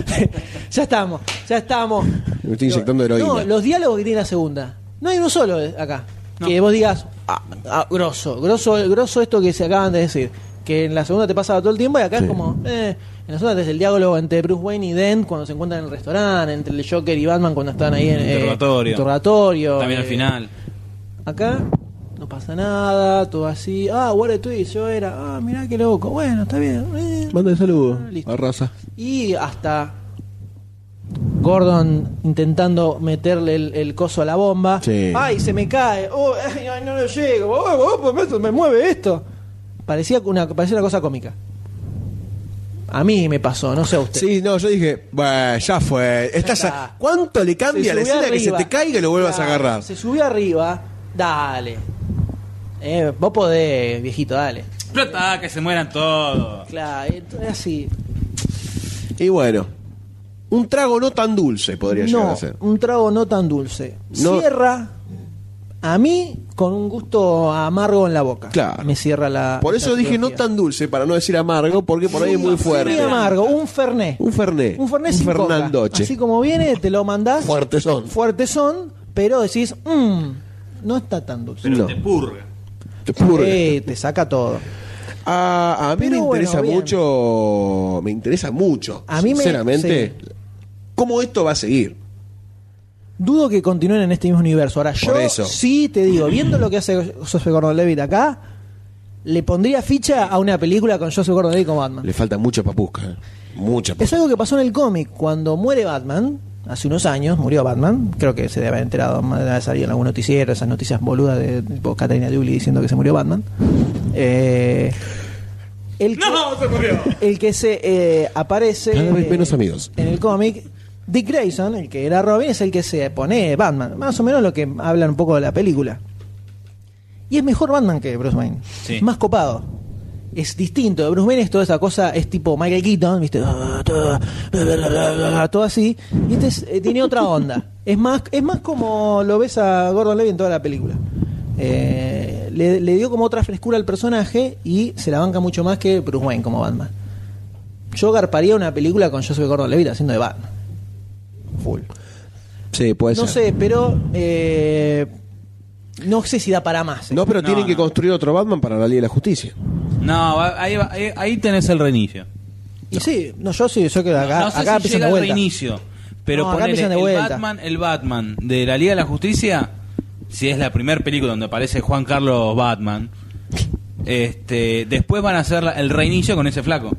S2: [laughs] ya estamos ya estamos
S3: Me estoy inyectando heroína.
S2: no los diálogos que tiene la segunda no hay uno solo eh, acá que vos digas ah, ah, grosso grosso grosso esto que se acaban de decir que en la segunda te pasaba todo el tiempo y acá
S3: Sí.
S2: es como eh, en la segunda tenés el diálogo entre Bruce Wayne y Dent cuando se encuentran en el restaurante entre el Joker y Batman cuando están ahí en eh,
S6: Interrogatorio.
S2: interrogatorio,
S6: También al
S2: eh,
S6: final.
S2: Acá no pasa nada, todo así. Ah, what a twist, yo era. Ah, mirá qué loco. Bueno, está bien. eh.
S3: Manda de saludo
S2: Ah, listo.
S3: a raza.
S2: Y hasta Gordon intentando meterle el, el coso a la bomba.
S3: Sí.
S2: Ay, se me cae. Oh, ay, ay, no lo llego. Oh, oh, me- me mueve esto. Parecía una, parecía una cosa cómica. A mí me pasó, no sé a usted.
S3: Sí, no, yo dije, bueno, ya fue. Está
S2: está.
S3: ya. ¿Cuánto le cambia
S2: Se
S3: la
S2: subió
S3: escena que se
S2: arriba.
S3: te caiga y lo vuelvas
S2: Claro,
S3: a agarrar?
S2: Se subió arriba, dale. Eh, vos podés, viejito, dale.
S6: Explota, ah, que se mueran todos.
S2: Claro, eh, es así.
S3: Y bueno, un trago no tan dulce podría llegar
S2: No,
S3: a ser.
S2: un trago no tan dulce.
S3: No.
S2: Cierra a mí con un gusto amargo en la boca.
S3: Claro.
S2: Me cierra la.
S3: Por eso
S2: la
S3: dije no
S2: trilogía.
S3: tan dulce, para no decir amargo, porque por ahí es muy
S2: Ah, Sí,
S3: fuerte.
S2: amargo, un ferné.
S3: Un ferné.
S2: Un ferné
S3: Un
S2: sin coca.
S3: Fernandoche.
S2: Así como viene, te lo mandás.
S3: Fuertes son.
S2: Fuertezón, pero decís, mmm, no está tan dulce.
S3: No.
S6: Te purga. [laughs]
S3: Te purga.
S2: Eh, te saca todo.
S3: Ah, A, a mí
S2: Pero
S3: me
S2: bueno,
S3: interesa
S2: bien.
S3: mucho, me interesa mucho,
S2: A mí me-
S3: sinceramente, cómo esto va a seguir.
S2: Dudo que continúen en este mismo universo. Ahora, yo
S3: Por eso.
S2: sí te digo, viendo lo que hace Joseph Gordon-Levitt acá, le pondría ficha a una película con Joseph Gordon-Levitt como Batman.
S3: Le falta mucha papusca, eh. mucha
S2: Es
S3: papusca.
S2: algo que pasó en el cómic. Cuando muere Batman, hace unos años, murió Batman. Creo que se debe haber enterado, debe haber salido en algún noticiero, esas noticias boludas de tipo Catalina Duli diciendo que se murió Batman. Eh, el que, El que se eh, aparece.
S3: Cada vez
S2: eh,
S3: menos amigos.
S2: En el cómic. Dick Grayson, el que era Robin, es el que se pone Batman. Más o menos lo que hablan un poco de la película. Y es mejor Batman que Bruce Wayne.
S6: Sí.
S2: Es más copado. Es distinto. De Bruce Wayne es toda esa cosa, es tipo Michael Keaton, ¿viste? Ah, Todo así. Y este es- eh, tiene otra
S3: [laughs]
S2: onda. Es más, es más como lo ves a Gordon Levy en toda la película. Eh, le, le dio como otra frescura al personaje y se la banca mucho más que Bruce Wayne como Batman. Yo garparía una película con Joseph Gordon Levitt haciendo de Batman. Full.
S3: Sí, puede
S2: No
S3: ser.
S2: sé, pero. eh, no sé si da para más. eh.
S3: No, pero
S6: No,
S3: tienen que
S6: no.
S3: construir otro Batman para la Liga de la Justicia.
S6: No, va- ahí, va- ahí- ahí tenés el reinicio.
S2: Y sí, no, yo sí, yo creo que acá,
S6: no sé
S2: acá
S6: si
S2: empiezan
S6: llega
S2: de
S6: el
S2: vuelta.
S6: reinicio, pero
S2: No, acá
S6: ponele,
S2: empiezan de
S6: el
S2: vuelta.
S6: Batman, el Batman de la Liga de la Justicia, si es la primera película donde aparece Juan Carlos Batman, este, después van a hacer la- el reinicio con ese flaco.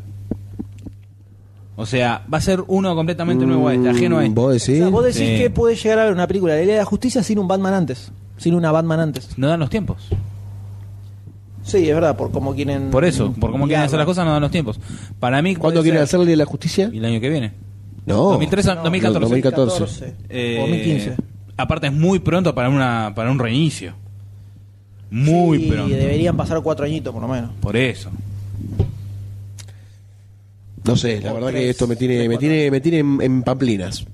S6: O sea, va a ser uno completamente nuevo
S2: Mm,
S6: a este, ajeno a este.
S3: ¿Vos
S2: O
S3: decís?
S2: sea, vos decís
S6: Sí.
S2: que puede llegar a haber una película de la Liga de la Justicia sin un Batman antes. Sin una Batman antes.
S6: No dan los tiempos.
S2: Sí, es verdad, por cómo quieren.
S6: Por eso, por cómo quieren
S2: guiarla.
S6: hacer las cosas, no dan los tiempos. Para mí,
S3: ¿Cuándo
S6: puede
S3: quieren
S6: ser
S3: hacer la Liga de la Justicia?
S6: El año que viene.
S3: No.
S6: 2013, 2014.
S3: 2014.
S2: 14.
S6: Eh,
S2: o 2015.
S6: Aparte es muy pronto para una para un reinicio. Muy
S2: Sí,
S6: pronto.
S2: deberían pasar cuatro añitos por lo menos.
S6: Por eso.
S3: No sé, la
S2: O
S3: verdad
S2: tres,
S3: que esto me tiene,
S2: tres,
S3: me
S2: cuatro.
S3: tiene, me tiene en, en pamplinas.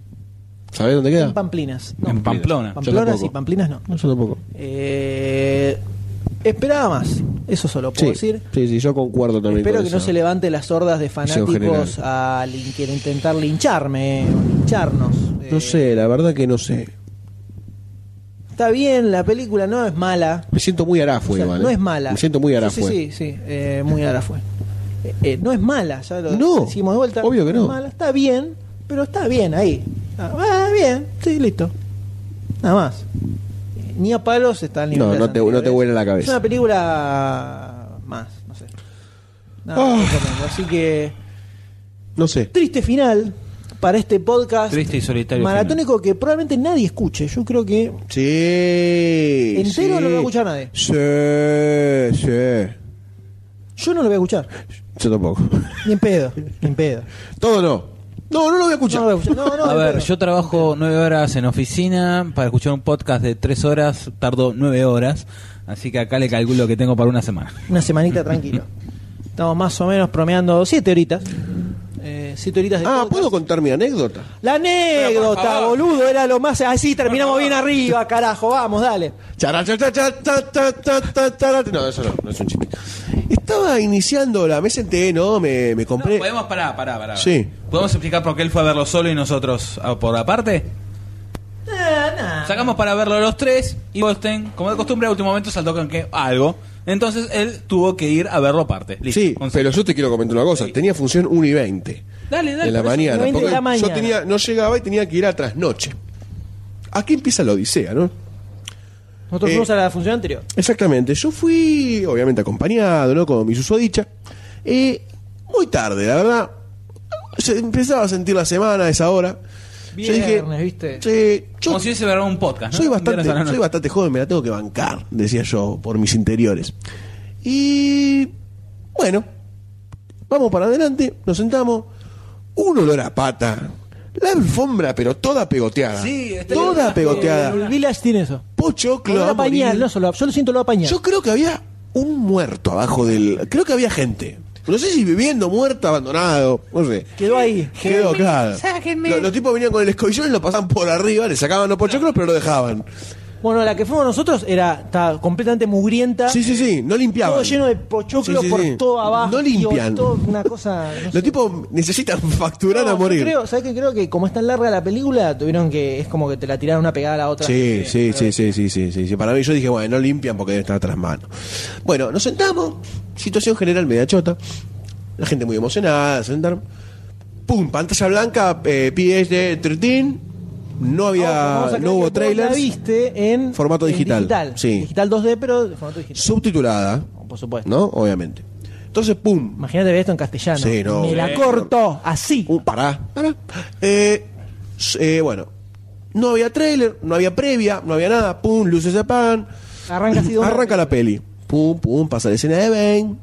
S3: ¿Sabés dónde queda?
S2: En Pamplinas. No,
S6: en Pamplona.
S2: Pamplonas
S3: tampoco.
S2: y Pamplinas no.
S3: No, yo tampoco.
S2: Eh, esperaba más. Eso solo puedo
S3: Sí,
S2: decir.
S3: sí, sí, yo concuerdo también.
S2: Espero
S3: con
S2: que
S3: eso.
S2: no se levante las hordas de
S3: Visión
S2: fanáticos al in- que intentar lincharme, o lincharnos.
S3: No
S2: Eh,
S3: sé, la verdad que no sé.
S2: Está bien, la película no es mala.
S3: Me siento muy
S2: O
S3: arafue,
S2: sea,
S3: igual,
S2: no
S3: eh.
S2: es mala.
S3: Me siento muy
S2: Sí,
S3: arafue.
S2: Sí, sí, sí, eh, muy arafue. Eh, eh, no es mala, ya lo
S3: No,
S2: decimos de vuelta.
S3: obvio que no.
S2: Es mala, está bien, pero está bien ahí. Ah, ah, bien, sí, listo. Nada más. Eh, Ni a palos está al nivel
S3: No,
S2: de
S3: no
S2: las
S3: te- no te
S2: anteriores.
S3: vuela la cabeza.
S2: Es una película más, no sé. Nada,
S3: Ah.
S2: que comentar. Así que
S3: No sé.
S2: triste final para este podcast
S6: Triste y solitario.
S2: maratónico que probablemente nadie escuche. Yo creo que
S3: Sí.
S2: entero no
S3: sí.
S2: lo va a escuchar nadie.
S3: Sí, sí.
S2: Yo no lo voy a escuchar.
S3: Yo tampoco. [laughs]
S2: Ni en pedo, ni en pedo.
S3: Todo no. No, no lo voy a escuchar.
S2: No lo voy a escuchar. No, no,
S6: final. A
S2: en
S6: ver,
S2: pedo.
S6: yo trabajo nueve horas en oficina. Para escuchar un podcast de tres horas, tardo nueve horas. Así que acá le calculo que tengo para una semana.
S2: Una semanita tranquilo. Estamos más o menos bromeando siete horitas. Eh, siete horitas de
S3: Ah,
S2: podcast.
S3: ¿puedo contar mi anécdota?
S2: La anécdota, boludo, era lo más... Así terminamos bien arriba, carajo. Vamos, dale.
S6: Eh,
S3: Chara, cha, cha, cha, ta, ta, ta, ta, ta, ta. No, eso no, no es un chiste. Estaba iniciando la, me senté, ¿no? Me, me compré.
S6: podemos parar, parar, parar.
S3: Sí.
S6: ¿Podemos explicar por qué él fue a verlo solo y nosotros ah, por aparte? Sacamos para verlo los tres y Goldstein, como de costumbre, a último momento saltó con que algo. Entonces él tuvo que ir a verlo aparte. Listo,
S3: Sí,
S6: consenso.
S3: pero yo te quiero comentar una cosa. Tenía función 1 y 20
S6: Dale, dale.
S3: en la
S6: por eso.
S3: mañana.
S2: 20 de
S3: porque
S2: la mañana.
S3: Yo tenía, no llegaba y tenía que ir a trasnoche. Aquí empieza la odisea, ¿no?
S2: Nosotros
S3: Eh,
S2: fuimos a la función anterior.
S3: Exactamente. Yo fui, obviamente, acompañado, ¿no? Como mi susodicha. Eh, muy tarde, la verdad. Se empezaba a sentir la semana a esa hora. Yo dije,
S2: Viernes, ¿viste?
S3: Sí, yo
S6: Como si hubiese grabado un podcast. ¿no?
S3: soy
S6: Viernes a la
S3: bastante,
S6: noche.
S3: soy bastante joven, me la tengo que bancar, decía yo, por mis interiores. Y bueno, vamos para adelante, nos sentamos, un olor a pata, la alfombra, pero toda pegoteada.
S6: Sí, está
S3: toda
S2: El
S3: pegoteada.
S2: Village Eh, tiene eso.
S3: Pochoclo.
S2: Lo
S3: a morir.
S2: apañar, no solo, yo lo siento lo apañar.
S3: Yo creo que había un muerto abajo del. Creo que había gente. No sé si viviendo, muerto, abandonado, no sé.
S2: Quedó ahí.
S3: Quedó claro. Los, los tipos venían con el escobillón y lo pasaban por arriba, le sacaban los pochoclos, pero lo dejaban.
S2: Bueno, la que fuimos nosotros era estaba completamente mugrienta.
S3: Sí, sí, sí, no limpiaban.
S2: Todo lleno de pochoclo
S3: Sí, sí,
S2: por
S3: sí.
S2: todo abajo.
S3: No limpian.
S2: todo una cosa. no sé.
S3: Los tipos necesitan [laughs] facturar
S2: No,
S3: a
S2: yo
S3: morir.
S2: Creo, ¿Sabes qué? Creo que como es tan larga la película, tuvieron que. Es como que te la tiraron una pegada a la otra. Ah,
S3: Sí, sí, sí, sí, sí, sí, sí, sí. Para mí yo dije, bueno, no limpian porque deben estar tras mano. Bueno, nos sentamos, situación general media chota, la gente muy emocionada, se sentaron. Pum, pantalla blanca, eh, de 13, no
S2: Ah, Vamos a
S3: había,
S2: creer
S3: no
S2: que
S3: hubo
S2: vos La
S3: trailers,
S2: viste en.
S3: Formato
S2: en
S3: digital,
S2: Digital.
S3: sí.
S2: Digital 2D, pero de formato digital.
S3: subtitulada,
S2: Por supuesto.
S3: ¿no? Obviamente. Entonces, pum,
S2: Imagínate ver esto en castellano.
S3: Sí, no.
S2: Me la
S3: Sí.
S2: corto así.
S3: Uh, pará, pará. Eh, s- eh, bueno, no había trailer, no había previa, no había nada. Pum, luces se apagan.
S2: Arranca así de una-
S3: Arranca la peli. Pum, pum, pasa la escena de Ben.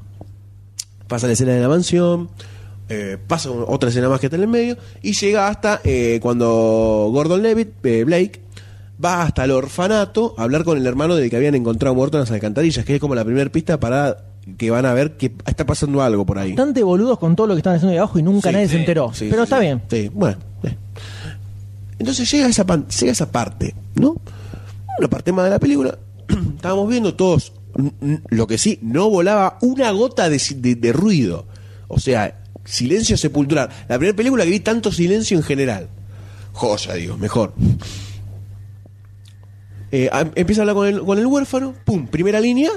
S3: Pasa la escena de la mansión. eh, pasa un- otra escena más que está en el medio. Y llega hasta eh, cuando Gordon Levitt, eh, Blake, va hasta el orfanato a hablar con el hermano del que habían encontrado muerto en las alcantarillas, que es como la primera pista para que van a ver que está pasando algo por ahí.
S2: Bastante boludos con todo lo que estaban haciendo ahí abajo y nunca
S3: Sí,
S2: nadie se
S3: sí,
S2: enteró.
S3: sí,
S2: pero
S3: sí,
S2: está
S3: sí.
S2: bien.
S3: Sí, bueno. eh. Entonces llega esa, pan- llega esa parte, ¿no? Una parte más de la película. [clears throat] Estábamos viendo todos. n- n- Lo que sí, no volaba una gota de, si- de- de ruido. O sea, silencio sepultural. La primera película que vi tanto silencio en general. Joya, digo, mejor. Eh, a- empieza a hablar con el, con el huérfano, pum, primera línea,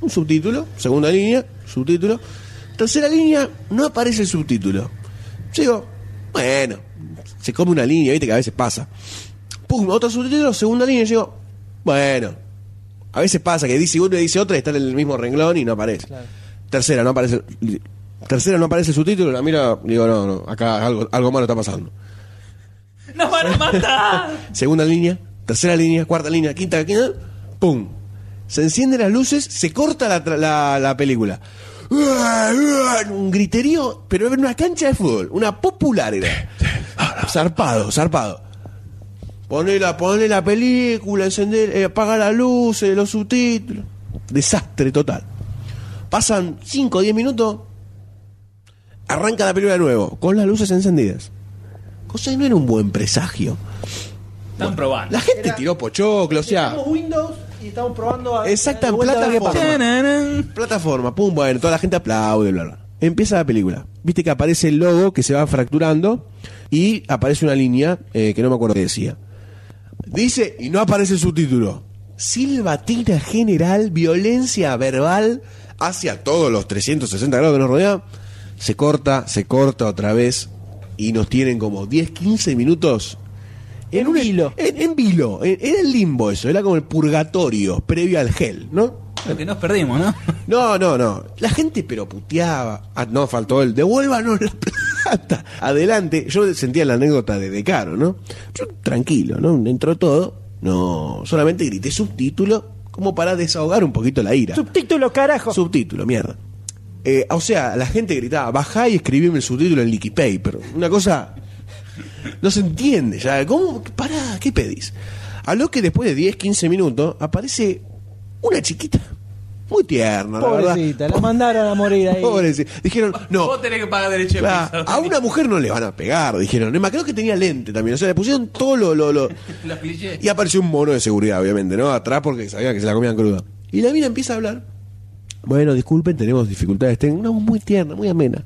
S3: un subtítulo, segunda línea, subtítulo, tercera línea, no aparece el subtítulo. Sigo, bueno, se come una línea, viste que a veces pasa. Pum, otro subtítulo, segunda línea, llego, bueno, a veces pasa que dice uno y dice otra y está en el mismo renglón y no aparece. Tercera, no aparece. el- Tercera no aparece el subtítulo, la mira, digo, no, no, acá algo, algo malo está pasando.
S6: ¡Nos van a matar!
S3: Segunda línea, tercera línea, cuarta línea, quinta, quinta. ¡Pum! Se encienden las luces, se corta la, tra- la- la película. Un griterío, pero era una cancha de fútbol, una popular era. Zarpado, zarpado. Poné la, poné la película, encender, eh, apaga las luces, los subtítulos. Desastre total. Pasan 5 o 10 minutos, arranca la película de nuevo, con las luces encendidas. Cosa que no era un buen presagio.
S6: Están probando.
S3: La gente tiró pochoclo, o sea,
S2: Windows y estamos probando.
S3: Exacta, plataforma. Plataforma, pum, bueno, toda la gente aplaude, bla, bla. Empieza la película. Viste que aparece el logo que se va fracturando y aparece una línea eh, que no me acuerdo qué decía. Dice, y no aparece el subtítulo. Silbatina general, violencia verbal hacia todos los 360 grados que nos rodean. Se corta, se corta otra vez y nos tienen como 10, 15 minutos en, un hilo. En, en vilo, en- era el limbo eso, era como el purgatorio previo al gel, ¿no?
S6: Lo que nos perdimos, ¿no?
S3: No, no, no. La gente pero puteaba. Ah, no, faltó el devuélvanos la plata. [laughs] Adelante. Yo sentía la anécdota de De Caro, ¿no? Yo, tranquilo, ¿no? Entró todo. No, solamente grité subtítulo como para desahogar un poquito la ira.
S2: Subtítulo, carajo.
S3: Subtítulo, mierda. Eh, o sea, la gente gritaba, bajá y escribime el subtítulo en leaky paper. Una cosa. No se entiende ya. ¿Cómo? Pará, ¿qué pedís? A lo que después de 10, 15 minutos aparece una chiquita. Muy tierna,
S2: Pobrecita, la
S3: la verdad.
S2: mandaron a morir ahí.
S3: Pobrecita. Dijeron, no.
S6: Vos tenés que pagar derecho de
S3: claro,
S6: piso.
S3: a una mujer no le van a pegar, dijeron. Además, creo que tenía lente también. O sea, le pusieron todo lo- lo- lo
S6: [laughs] Los clichés.
S3: y apareció un mono de seguridad, obviamente, ¿no? Atrás porque sabía que se la comían cruda. Y la mina empieza a hablar. Bueno, disculpen, tenemos dificultades técnicas. Una voz muy tierna, muy amena.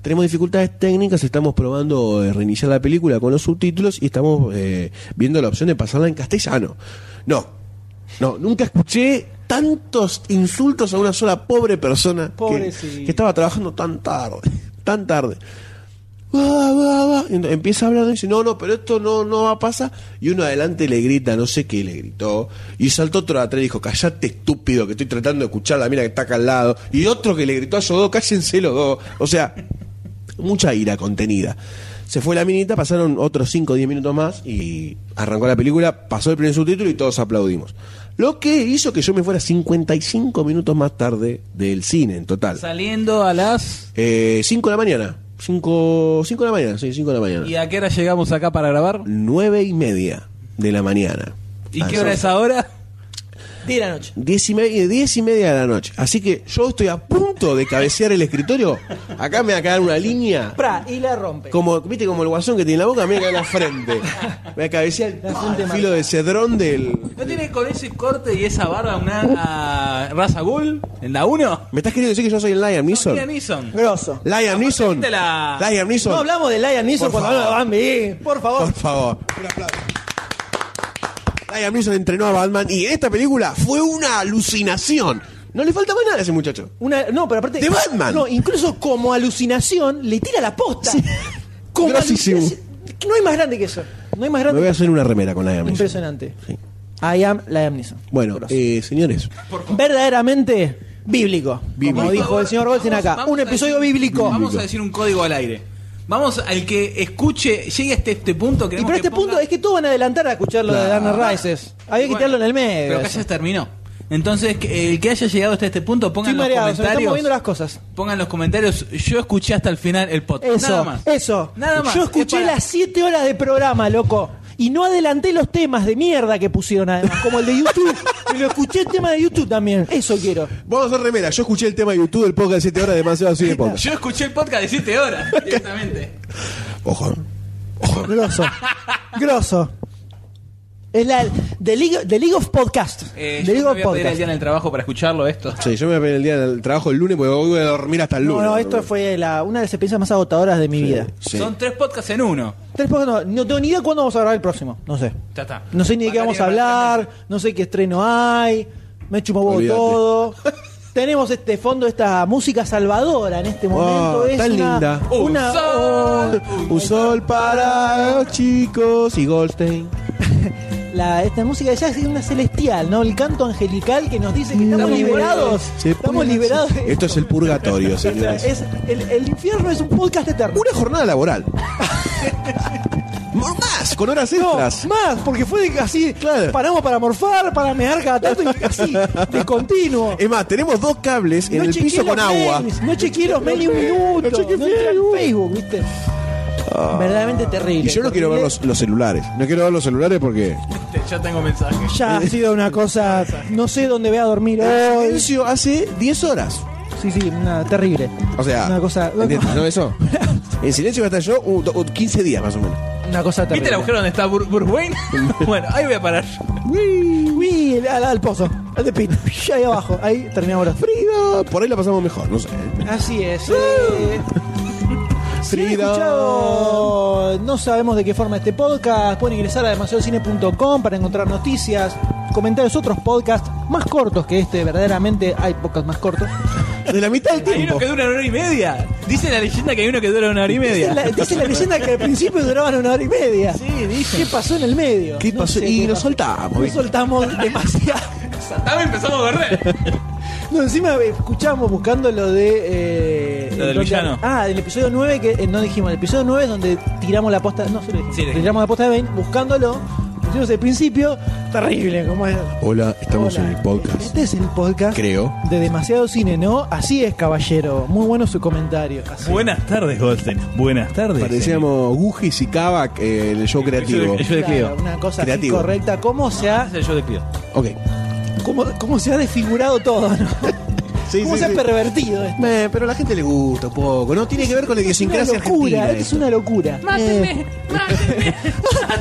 S3: Tenemos dificultades técnicas, estamos probando eh, reiniciar la película con los subtítulos y estamos eh, viendo la opción de pasarla en castellano. No, no, nunca escuché tantos insultos a una sola pobre persona que,
S2: Pobrecita.
S3: que estaba trabajando tan tarde, tan tarde. Va, va, va. Y ent- Empieza a hablar, dice, no, no, pero esto no, no va a pasar. Y uno adelante le grita, no sé qué le gritó. Y saltó otro de atrás y dijo, callate estúpido, que estoy tratando de escuchar la mira que está acá al lado. Y otro que le gritó a esos dos, cállense los dos. O sea, mucha ira contenida. Se fue la minita, pasaron otros 5 o 10 minutos más y arrancó la película, pasó el primer subtítulo y todos aplaudimos. Lo que hizo que yo me fuera 55 minutos más tarde del cine en total.
S6: Saliendo a las...
S3: 5 de la mañana. 5 de la mañana, sí, 5 de la mañana.
S6: ¿Y a qué hora llegamos acá para grabar?
S3: 9 y media de la mañana.
S6: ¿Y qué hora es ahora?
S2: De la noche.
S3: 10 y, media, 10 y media de la noche. Así que yo estoy a punto de cabecear el escritorio. Acá me va a quedar una línea.
S2: Pra, y la rompe.
S3: Como, ¿Viste como el guasón que tiene en la boca? Me va a caer en la frente. Me va a cabecear el, el filo de cedrón del.
S6: ¿No tiene con ese corte y esa barba
S2: Uh.
S6: una a Raza Bull en la 1?
S3: ¿Me estás queriendo decir que yo soy el Liam Neeson?
S6: Liam Neeson.
S2: Grosso.
S3: Liam Neeson.
S6: Aparte la-
S3: Liam Neeson.
S2: No hablamos de Lion Neeson
S3: Por
S2: cuando hablamos de
S3: favor.
S2: Bambi. Por favor.
S3: Por favor. Un aplauso. Liam Neeson entrenó a Batman y en esta película fue una alucinación. No le falta más nada a ese muchacho.
S2: Una- no, pero aparte.
S3: De Batman.
S2: No, incluso como alucinación le tira la posta. [laughs] Como
S3: Grosísimo.
S2: alucinación. No hay más grande que eso. No hay más
S3: Me
S2: grande.
S3: voy a
S2: que
S3: hacer una remera con Liam Neeson.
S2: Impresionante.
S3: Sí.
S2: I am Liam Neeson.
S3: Bueno,
S2: Grosso.
S3: eh, señores,
S2: verdaderamente bíblico.
S3: Bíblico.
S2: Como
S3: Por
S2: dijo el señor Goldstein acá. Un episodio bíblico.
S6: Vamos a decir un código al aire. Vamos al que escuche, llegue hasta este punto.
S2: Y para este punto es que todos van a adelantar a escuchar lo de Dana Rises. Había que tirarlo en el medio.
S6: Ah. Pero acá
S2: eso.
S6: ya terminó. Entonces, que- el que haya llegado hasta este punto, pongan
S2: Estoy
S6: los
S2: mareado, se me están
S6: comentarios.
S2: moviendo las cosas.
S6: Pongan en los comentarios. Yo escuché hasta el final el podcast.
S2: Eso,
S6: Nada más.
S2: eso.
S6: Nada más.
S2: Yo
S6: Es
S2: escuché
S6: para-
S2: las 7 horas de programa, loco. Y no adelanté los temas de mierda que pusieron además, como el de YouTube. Y lo escuché el tema de YouTube también. Eso quiero.
S3: Vamos a hacer remera. Yo escuché el tema de YouTube del podcast de 7 horas de Demasiado Así de Podcast.
S6: Yo escuché el podcast de 7
S2: [laughs]
S6: horas directamente.
S3: Ojo.
S2: Grosso. Grosso. Es la The League, The League of Podcast.
S6: Eh,
S2: The
S6: yo me
S2: League
S6: voy
S2: of
S6: a pedir el
S2: Podcast.
S6: día en el trabajo para escucharlo esto.
S3: Sí, yo me voy a pedir el día del trabajo el lunes porque hoy voy a dormir hasta el
S2: No,
S3: lunes.
S2: no, esto fue la- una de las experiencias más agotadoras de mi vida.
S3: Sí.
S6: Son tres podcasts en uno.
S2: Tres podcasts, no, no tengo ni idea cuándo vamos a grabar el próximo. No sé.
S6: Ya está.
S2: No sé ni de qué vamos a hablar, no sé qué estreno hay, me chupo huevo
S3: Olvídate. [laughs]
S2: todo. Tenemos este fondo, esta música salvadora en este momento. es
S3: tan
S2: una-
S3: linda.
S6: Un
S2: Una,
S6: sol.
S3: Un sol para los chicos y Goldstein.
S2: la- esta música ya es una celestial, ¿no? El canto angelical que nos dice que estamos liberados.
S3: Se
S2: Estamos
S3: puede-
S2: liberados. de
S3: Esto es el
S2: [laughs]
S3: purgatorio,
S2: O sea,
S3: señores.
S2: es- el, el infierno es un podcast eterno.
S3: Una
S2: [laughs]
S3: jornada laboral. Más, con horas
S2: No,
S3: extras.
S2: más, porque fue de- así,
S3: Claro.
S2: paramos para morfar, para mear cada tanto y así, de continuo.
S3: Es más, tenemos dos cables en el
S2: chequeé
S3: piso
S2: los
S3: con agua.
S2: mails, no chequeé los mails ni un minuto. No chequeé Facebook, ¿viste? Verdaderamente terrible.
S3: Ah. Y yo no quiero ver los, los celulares. No quiero ver los celulares porque.
S6: Ya tengo mensaje.
S2: Ya ha sido una cosa. No sé dónde voy a
S3: [laughs]
S2: dormir hoy.
S3: Silencio hace 10 horas.
S2: Sí, sí, una, terrible.
S3: O sea.
S2: Una cosa.
S3: ¿entiendes,
S2: [laughs]
S3: ¿No eso? En silencio va a estar yo un- do- 15 días más o menos.
S2: Una cosa terrible.
S6: ¿Viste el agujero donde está Bur-
S2: [laughs]
S6: Bruce Wayne? bueno, ahí voy a parar.
S2: Uy, uy, el- al, al pozo, al de [laughs] pin. Ahí abajo, ahí terminamos los.
S3: Frida, Ah, por ahí la pasamos mejor, no sé.
S2: Así es. eh. Si han escuchado, no sabemos de qué forma este podcast. Pueden ingresar a demasiadocine.com para encontrar noticias, comentarios, otros podcasts más cortos que este. Verdaderamente hay podcasts más cortos.
S3: De la mitad del
S6: Hay uno
S3: tiempo.
S6: que dura una hora y media. Dice la leyenda que hay uno que dura una hora y
S2: Dice
S6: media. [laughs]
S2: la, dice la leyenda que al principio duraban una hora y media. Sí, dice. ¿Qué pasó en el medio?
S3: ¿Qué
S2: No
S3: pasó?
S2: sé
S3: y
S2: qué
S3: lo
S2: pasó.
S3: soltamos.
S2: Nos
S3: ¿viste? [laughs]
S2: soltamos demasiado.
S6: Saltame y empezamos
S2: [laughs]
S6: a correr.
S2: No, encima escuchamos buscando lo de. eh,
S6: Lo del
S2: donde-
S6: villano.
S2: Ah, del episodio 9 que eh, no dijimos. El episodio 9 es donde tiramos la posta. No, se lo dijimos.
S6: Sí, lo dijimos.
S2: tiramos la posta de Bane buscándolo. Pusimos el principio. Terrible, como es.
S3: Hola, estamos
S2: Hola,
S3: en el podcast.
S2: Este es el podcast.
S3: Creo.
S2: De demasiado cine, ¿no? Así es, caballero. Muy bueno su comentario. Así.
S6: Buenas tardes, Goldstein. Buenas tardes.
S3: Parecíamos Gugis y Kavak eh, en el show creativo.
S6: Yo de Clio.
S2: Claro, una cosa así
S3: Creativo.
S2: correcta. ¿Cómo se ha,
S6: Es el show de Clio.
S3: Ok.
S2: cómo, cómo se ha desfigurado todo, ¿no?
S3: Sí,
S2: ¿Cómo
S3: sí,
S2: se ha
S3: sí.
S2: pervertido esto?
S3: Eh, pero a la gente le gusta un poco, ¿no? Tiene que ver con la
S2: Es una
S3: idiosincrasia
S2: locura,
S3: argentina.
S2: esto es
S3: esto.
S2: una locura.
S1: Eh,
S2: Eh, Mátenme,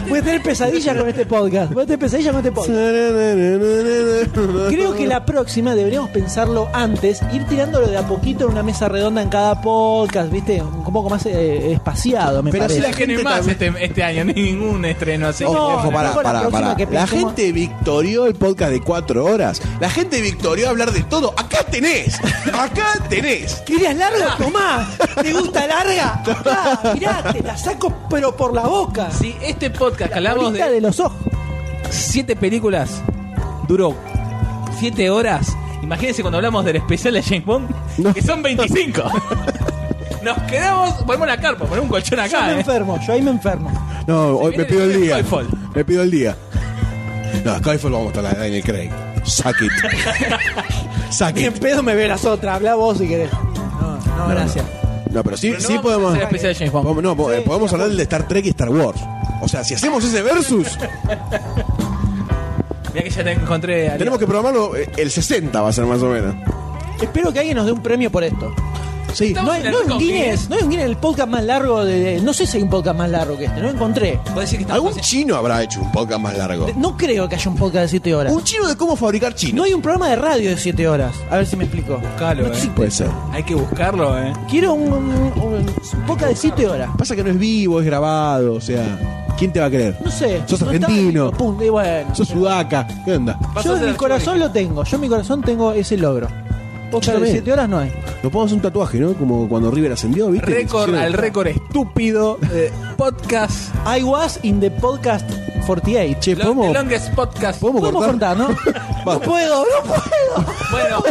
S2: Voy a tener pesadillas con este podcast. Voy a tener pesadillas con este podcast. Creo que la próxima deberíamos pensarlo antes, ir tirándolo de a poquito en una mesa redonda en cada podcast, ¿viste? Un poco más eh, espaciado, me
S3: Pero si
S2: parece.
S3: la
S6: ¿Qué
S3: gente
S6: más
S3: también-
S6: este, este año? [laughs] Ni ningún estreno así.
S2: No,
S3: Ojo, pará,
S2: mejor la
S3: pará,
S2: próxima
S3: pará.
S2: que
S3: La
S2: pensemos-
S3: gente victorió el podcast de cuatro horas. La gente victorió hablar de todo. Acá tenés. Acá tenés.
S2: ¿Querías larga? Tomá. ¿Te gusta larga? Tomá, Ah. mirá, te la saco pero por la boca.
S6: Si este podcast que hablamos
S2: Ahorita
S6: de
S2: de los ojos.
S6: siete películas duró siete horas, imagínense cuando hablamos del especial de James Bond, que son 25. [laughs] Nos quedamos, ponemos la carpa, ponemos un colchón
S2: Yo me
S6: acá. ¿eh?
S2: enfermo, yo ahí me enfermo.
S3: No, hoy
S6: viene
S3: me pido
S6: el
S3: el día.
S6: Skyfall.
S3: Me pido el día. No, Skyfall vamos a la de Daniel Craig. Suck
S6: [laughs]
S3: it. Suck
S2: Bien
S3: it.
S2: pedo me verás otra, habla vos si querés. No, no, gracias.
S3: No, pero sí,
S6: Pero no
S3: sí
S6: vamos a
S3: podemos.
S6: hacer el especial de James Bond.
S3: Podemos- no, po- eh, podemos hablar del de Star Trek y Star Wars. O sea, si hacemos ese
S6: [laughs]
S3: versus,
S6: Mirá que ya te encontré. a-
S3: tenemos que programarlo. eh, El 60 va a ser más o menos.
S2: Espero que alguien nos dé un premio por esto.
S3: Sí.
S2: No hay, no hay un Guinness, no hay un Guinness el podcast más largo de, de- No sé si hay un podcast más largo que este, no encontré.
S6: Podés decir que estamos
S3: Algún
S6: haciendo-
S3: chino habrá hecho un podcast más largo.
S2: No creo que haya un podcast de 7 horas.
S3: Un chino de cómo fabricar
S2: No
S3: chinos.
S2: hay un programa de radio de 7 horas. A ver si me explico.
S6: Buscalo, eh.
S3: Puede ser.
S6: Hay que buscarlo, eh.
S2: Quiero un, un- un podcast de 7 horas.
S3: Pasa que no es vivo, es grabado, o sea, ¿quién te va a creer?
S2: No sé.
S3: Sos
S2: no está
S3: argentino.
S2: escrito, punto, y bueno.
S3: Sos sudaca, ¿qué onda?
S6: Vas a
S2: Yo en
S6: hacer
S2: mi corazón lo tengo. Yo en mi corazón tengo ese logro. Podcast de
S3: bien.
S2: 7 horas no hay.
S3: Nos podemos hacer un tatuaje, ¿no? Como cuando River ascendió, ¿viste?
S6: récord
S3: Que se
S6: al
S3: hicieron-
S6: récord estúpido de podcast
S2: [laughs] I was in the podcast 48.
S3: Che,
S6: lo-
S3: ¿podemos,
S6: the longest podcast
S3: ¿podemos
S2: Podemos
S3: cortar?
S2: cortar, ¿no?
S3: [laughs]
S2: no puedo, no puedo.
S6: bueno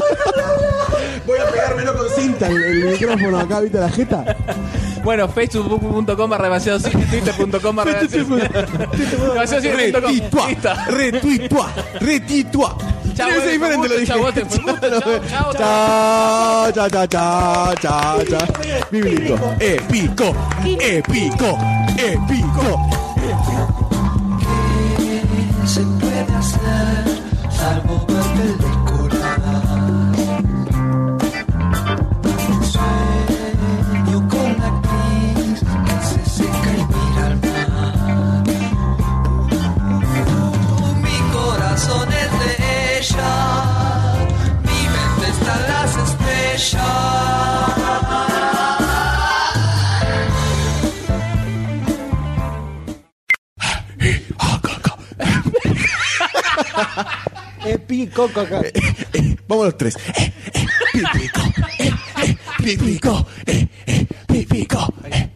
S3: Voy a pegármelo con cinta el, el micrófono acá, ¿viste? La
S6: Ah,
S3: jeta.
S6: bueno facebook.com barra demasiado cine
S3: [laughs]
S6: twitter.com barra [laughs] demasiado cine punto com.
S3: Retituá,
S6: listo
S3: retituá, retituá.
S6: Chao,
S3: Debe ser
S6: fue un
S3: diferente, lo
S6: gusto,
S3: dije.
S6: chao, vos, te fue un gusto, chao, chao,
S3: chao, chao, chao, chao, chao, chao. Bíblico, épico, épico, épico.
S10: se puede hacer, salvo ver películas. Sueño con la actriz que se seca y mira al mar. Mi corazón es de ella, mi mente está en las estrellas.
S2: Épico, caca.
S3: Vamos los tres. Eh, eh, pípico. Eh, eh, pípico. Eh, eh, pípico. Eh,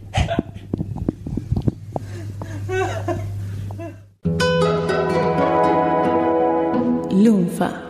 S11: Lunfa.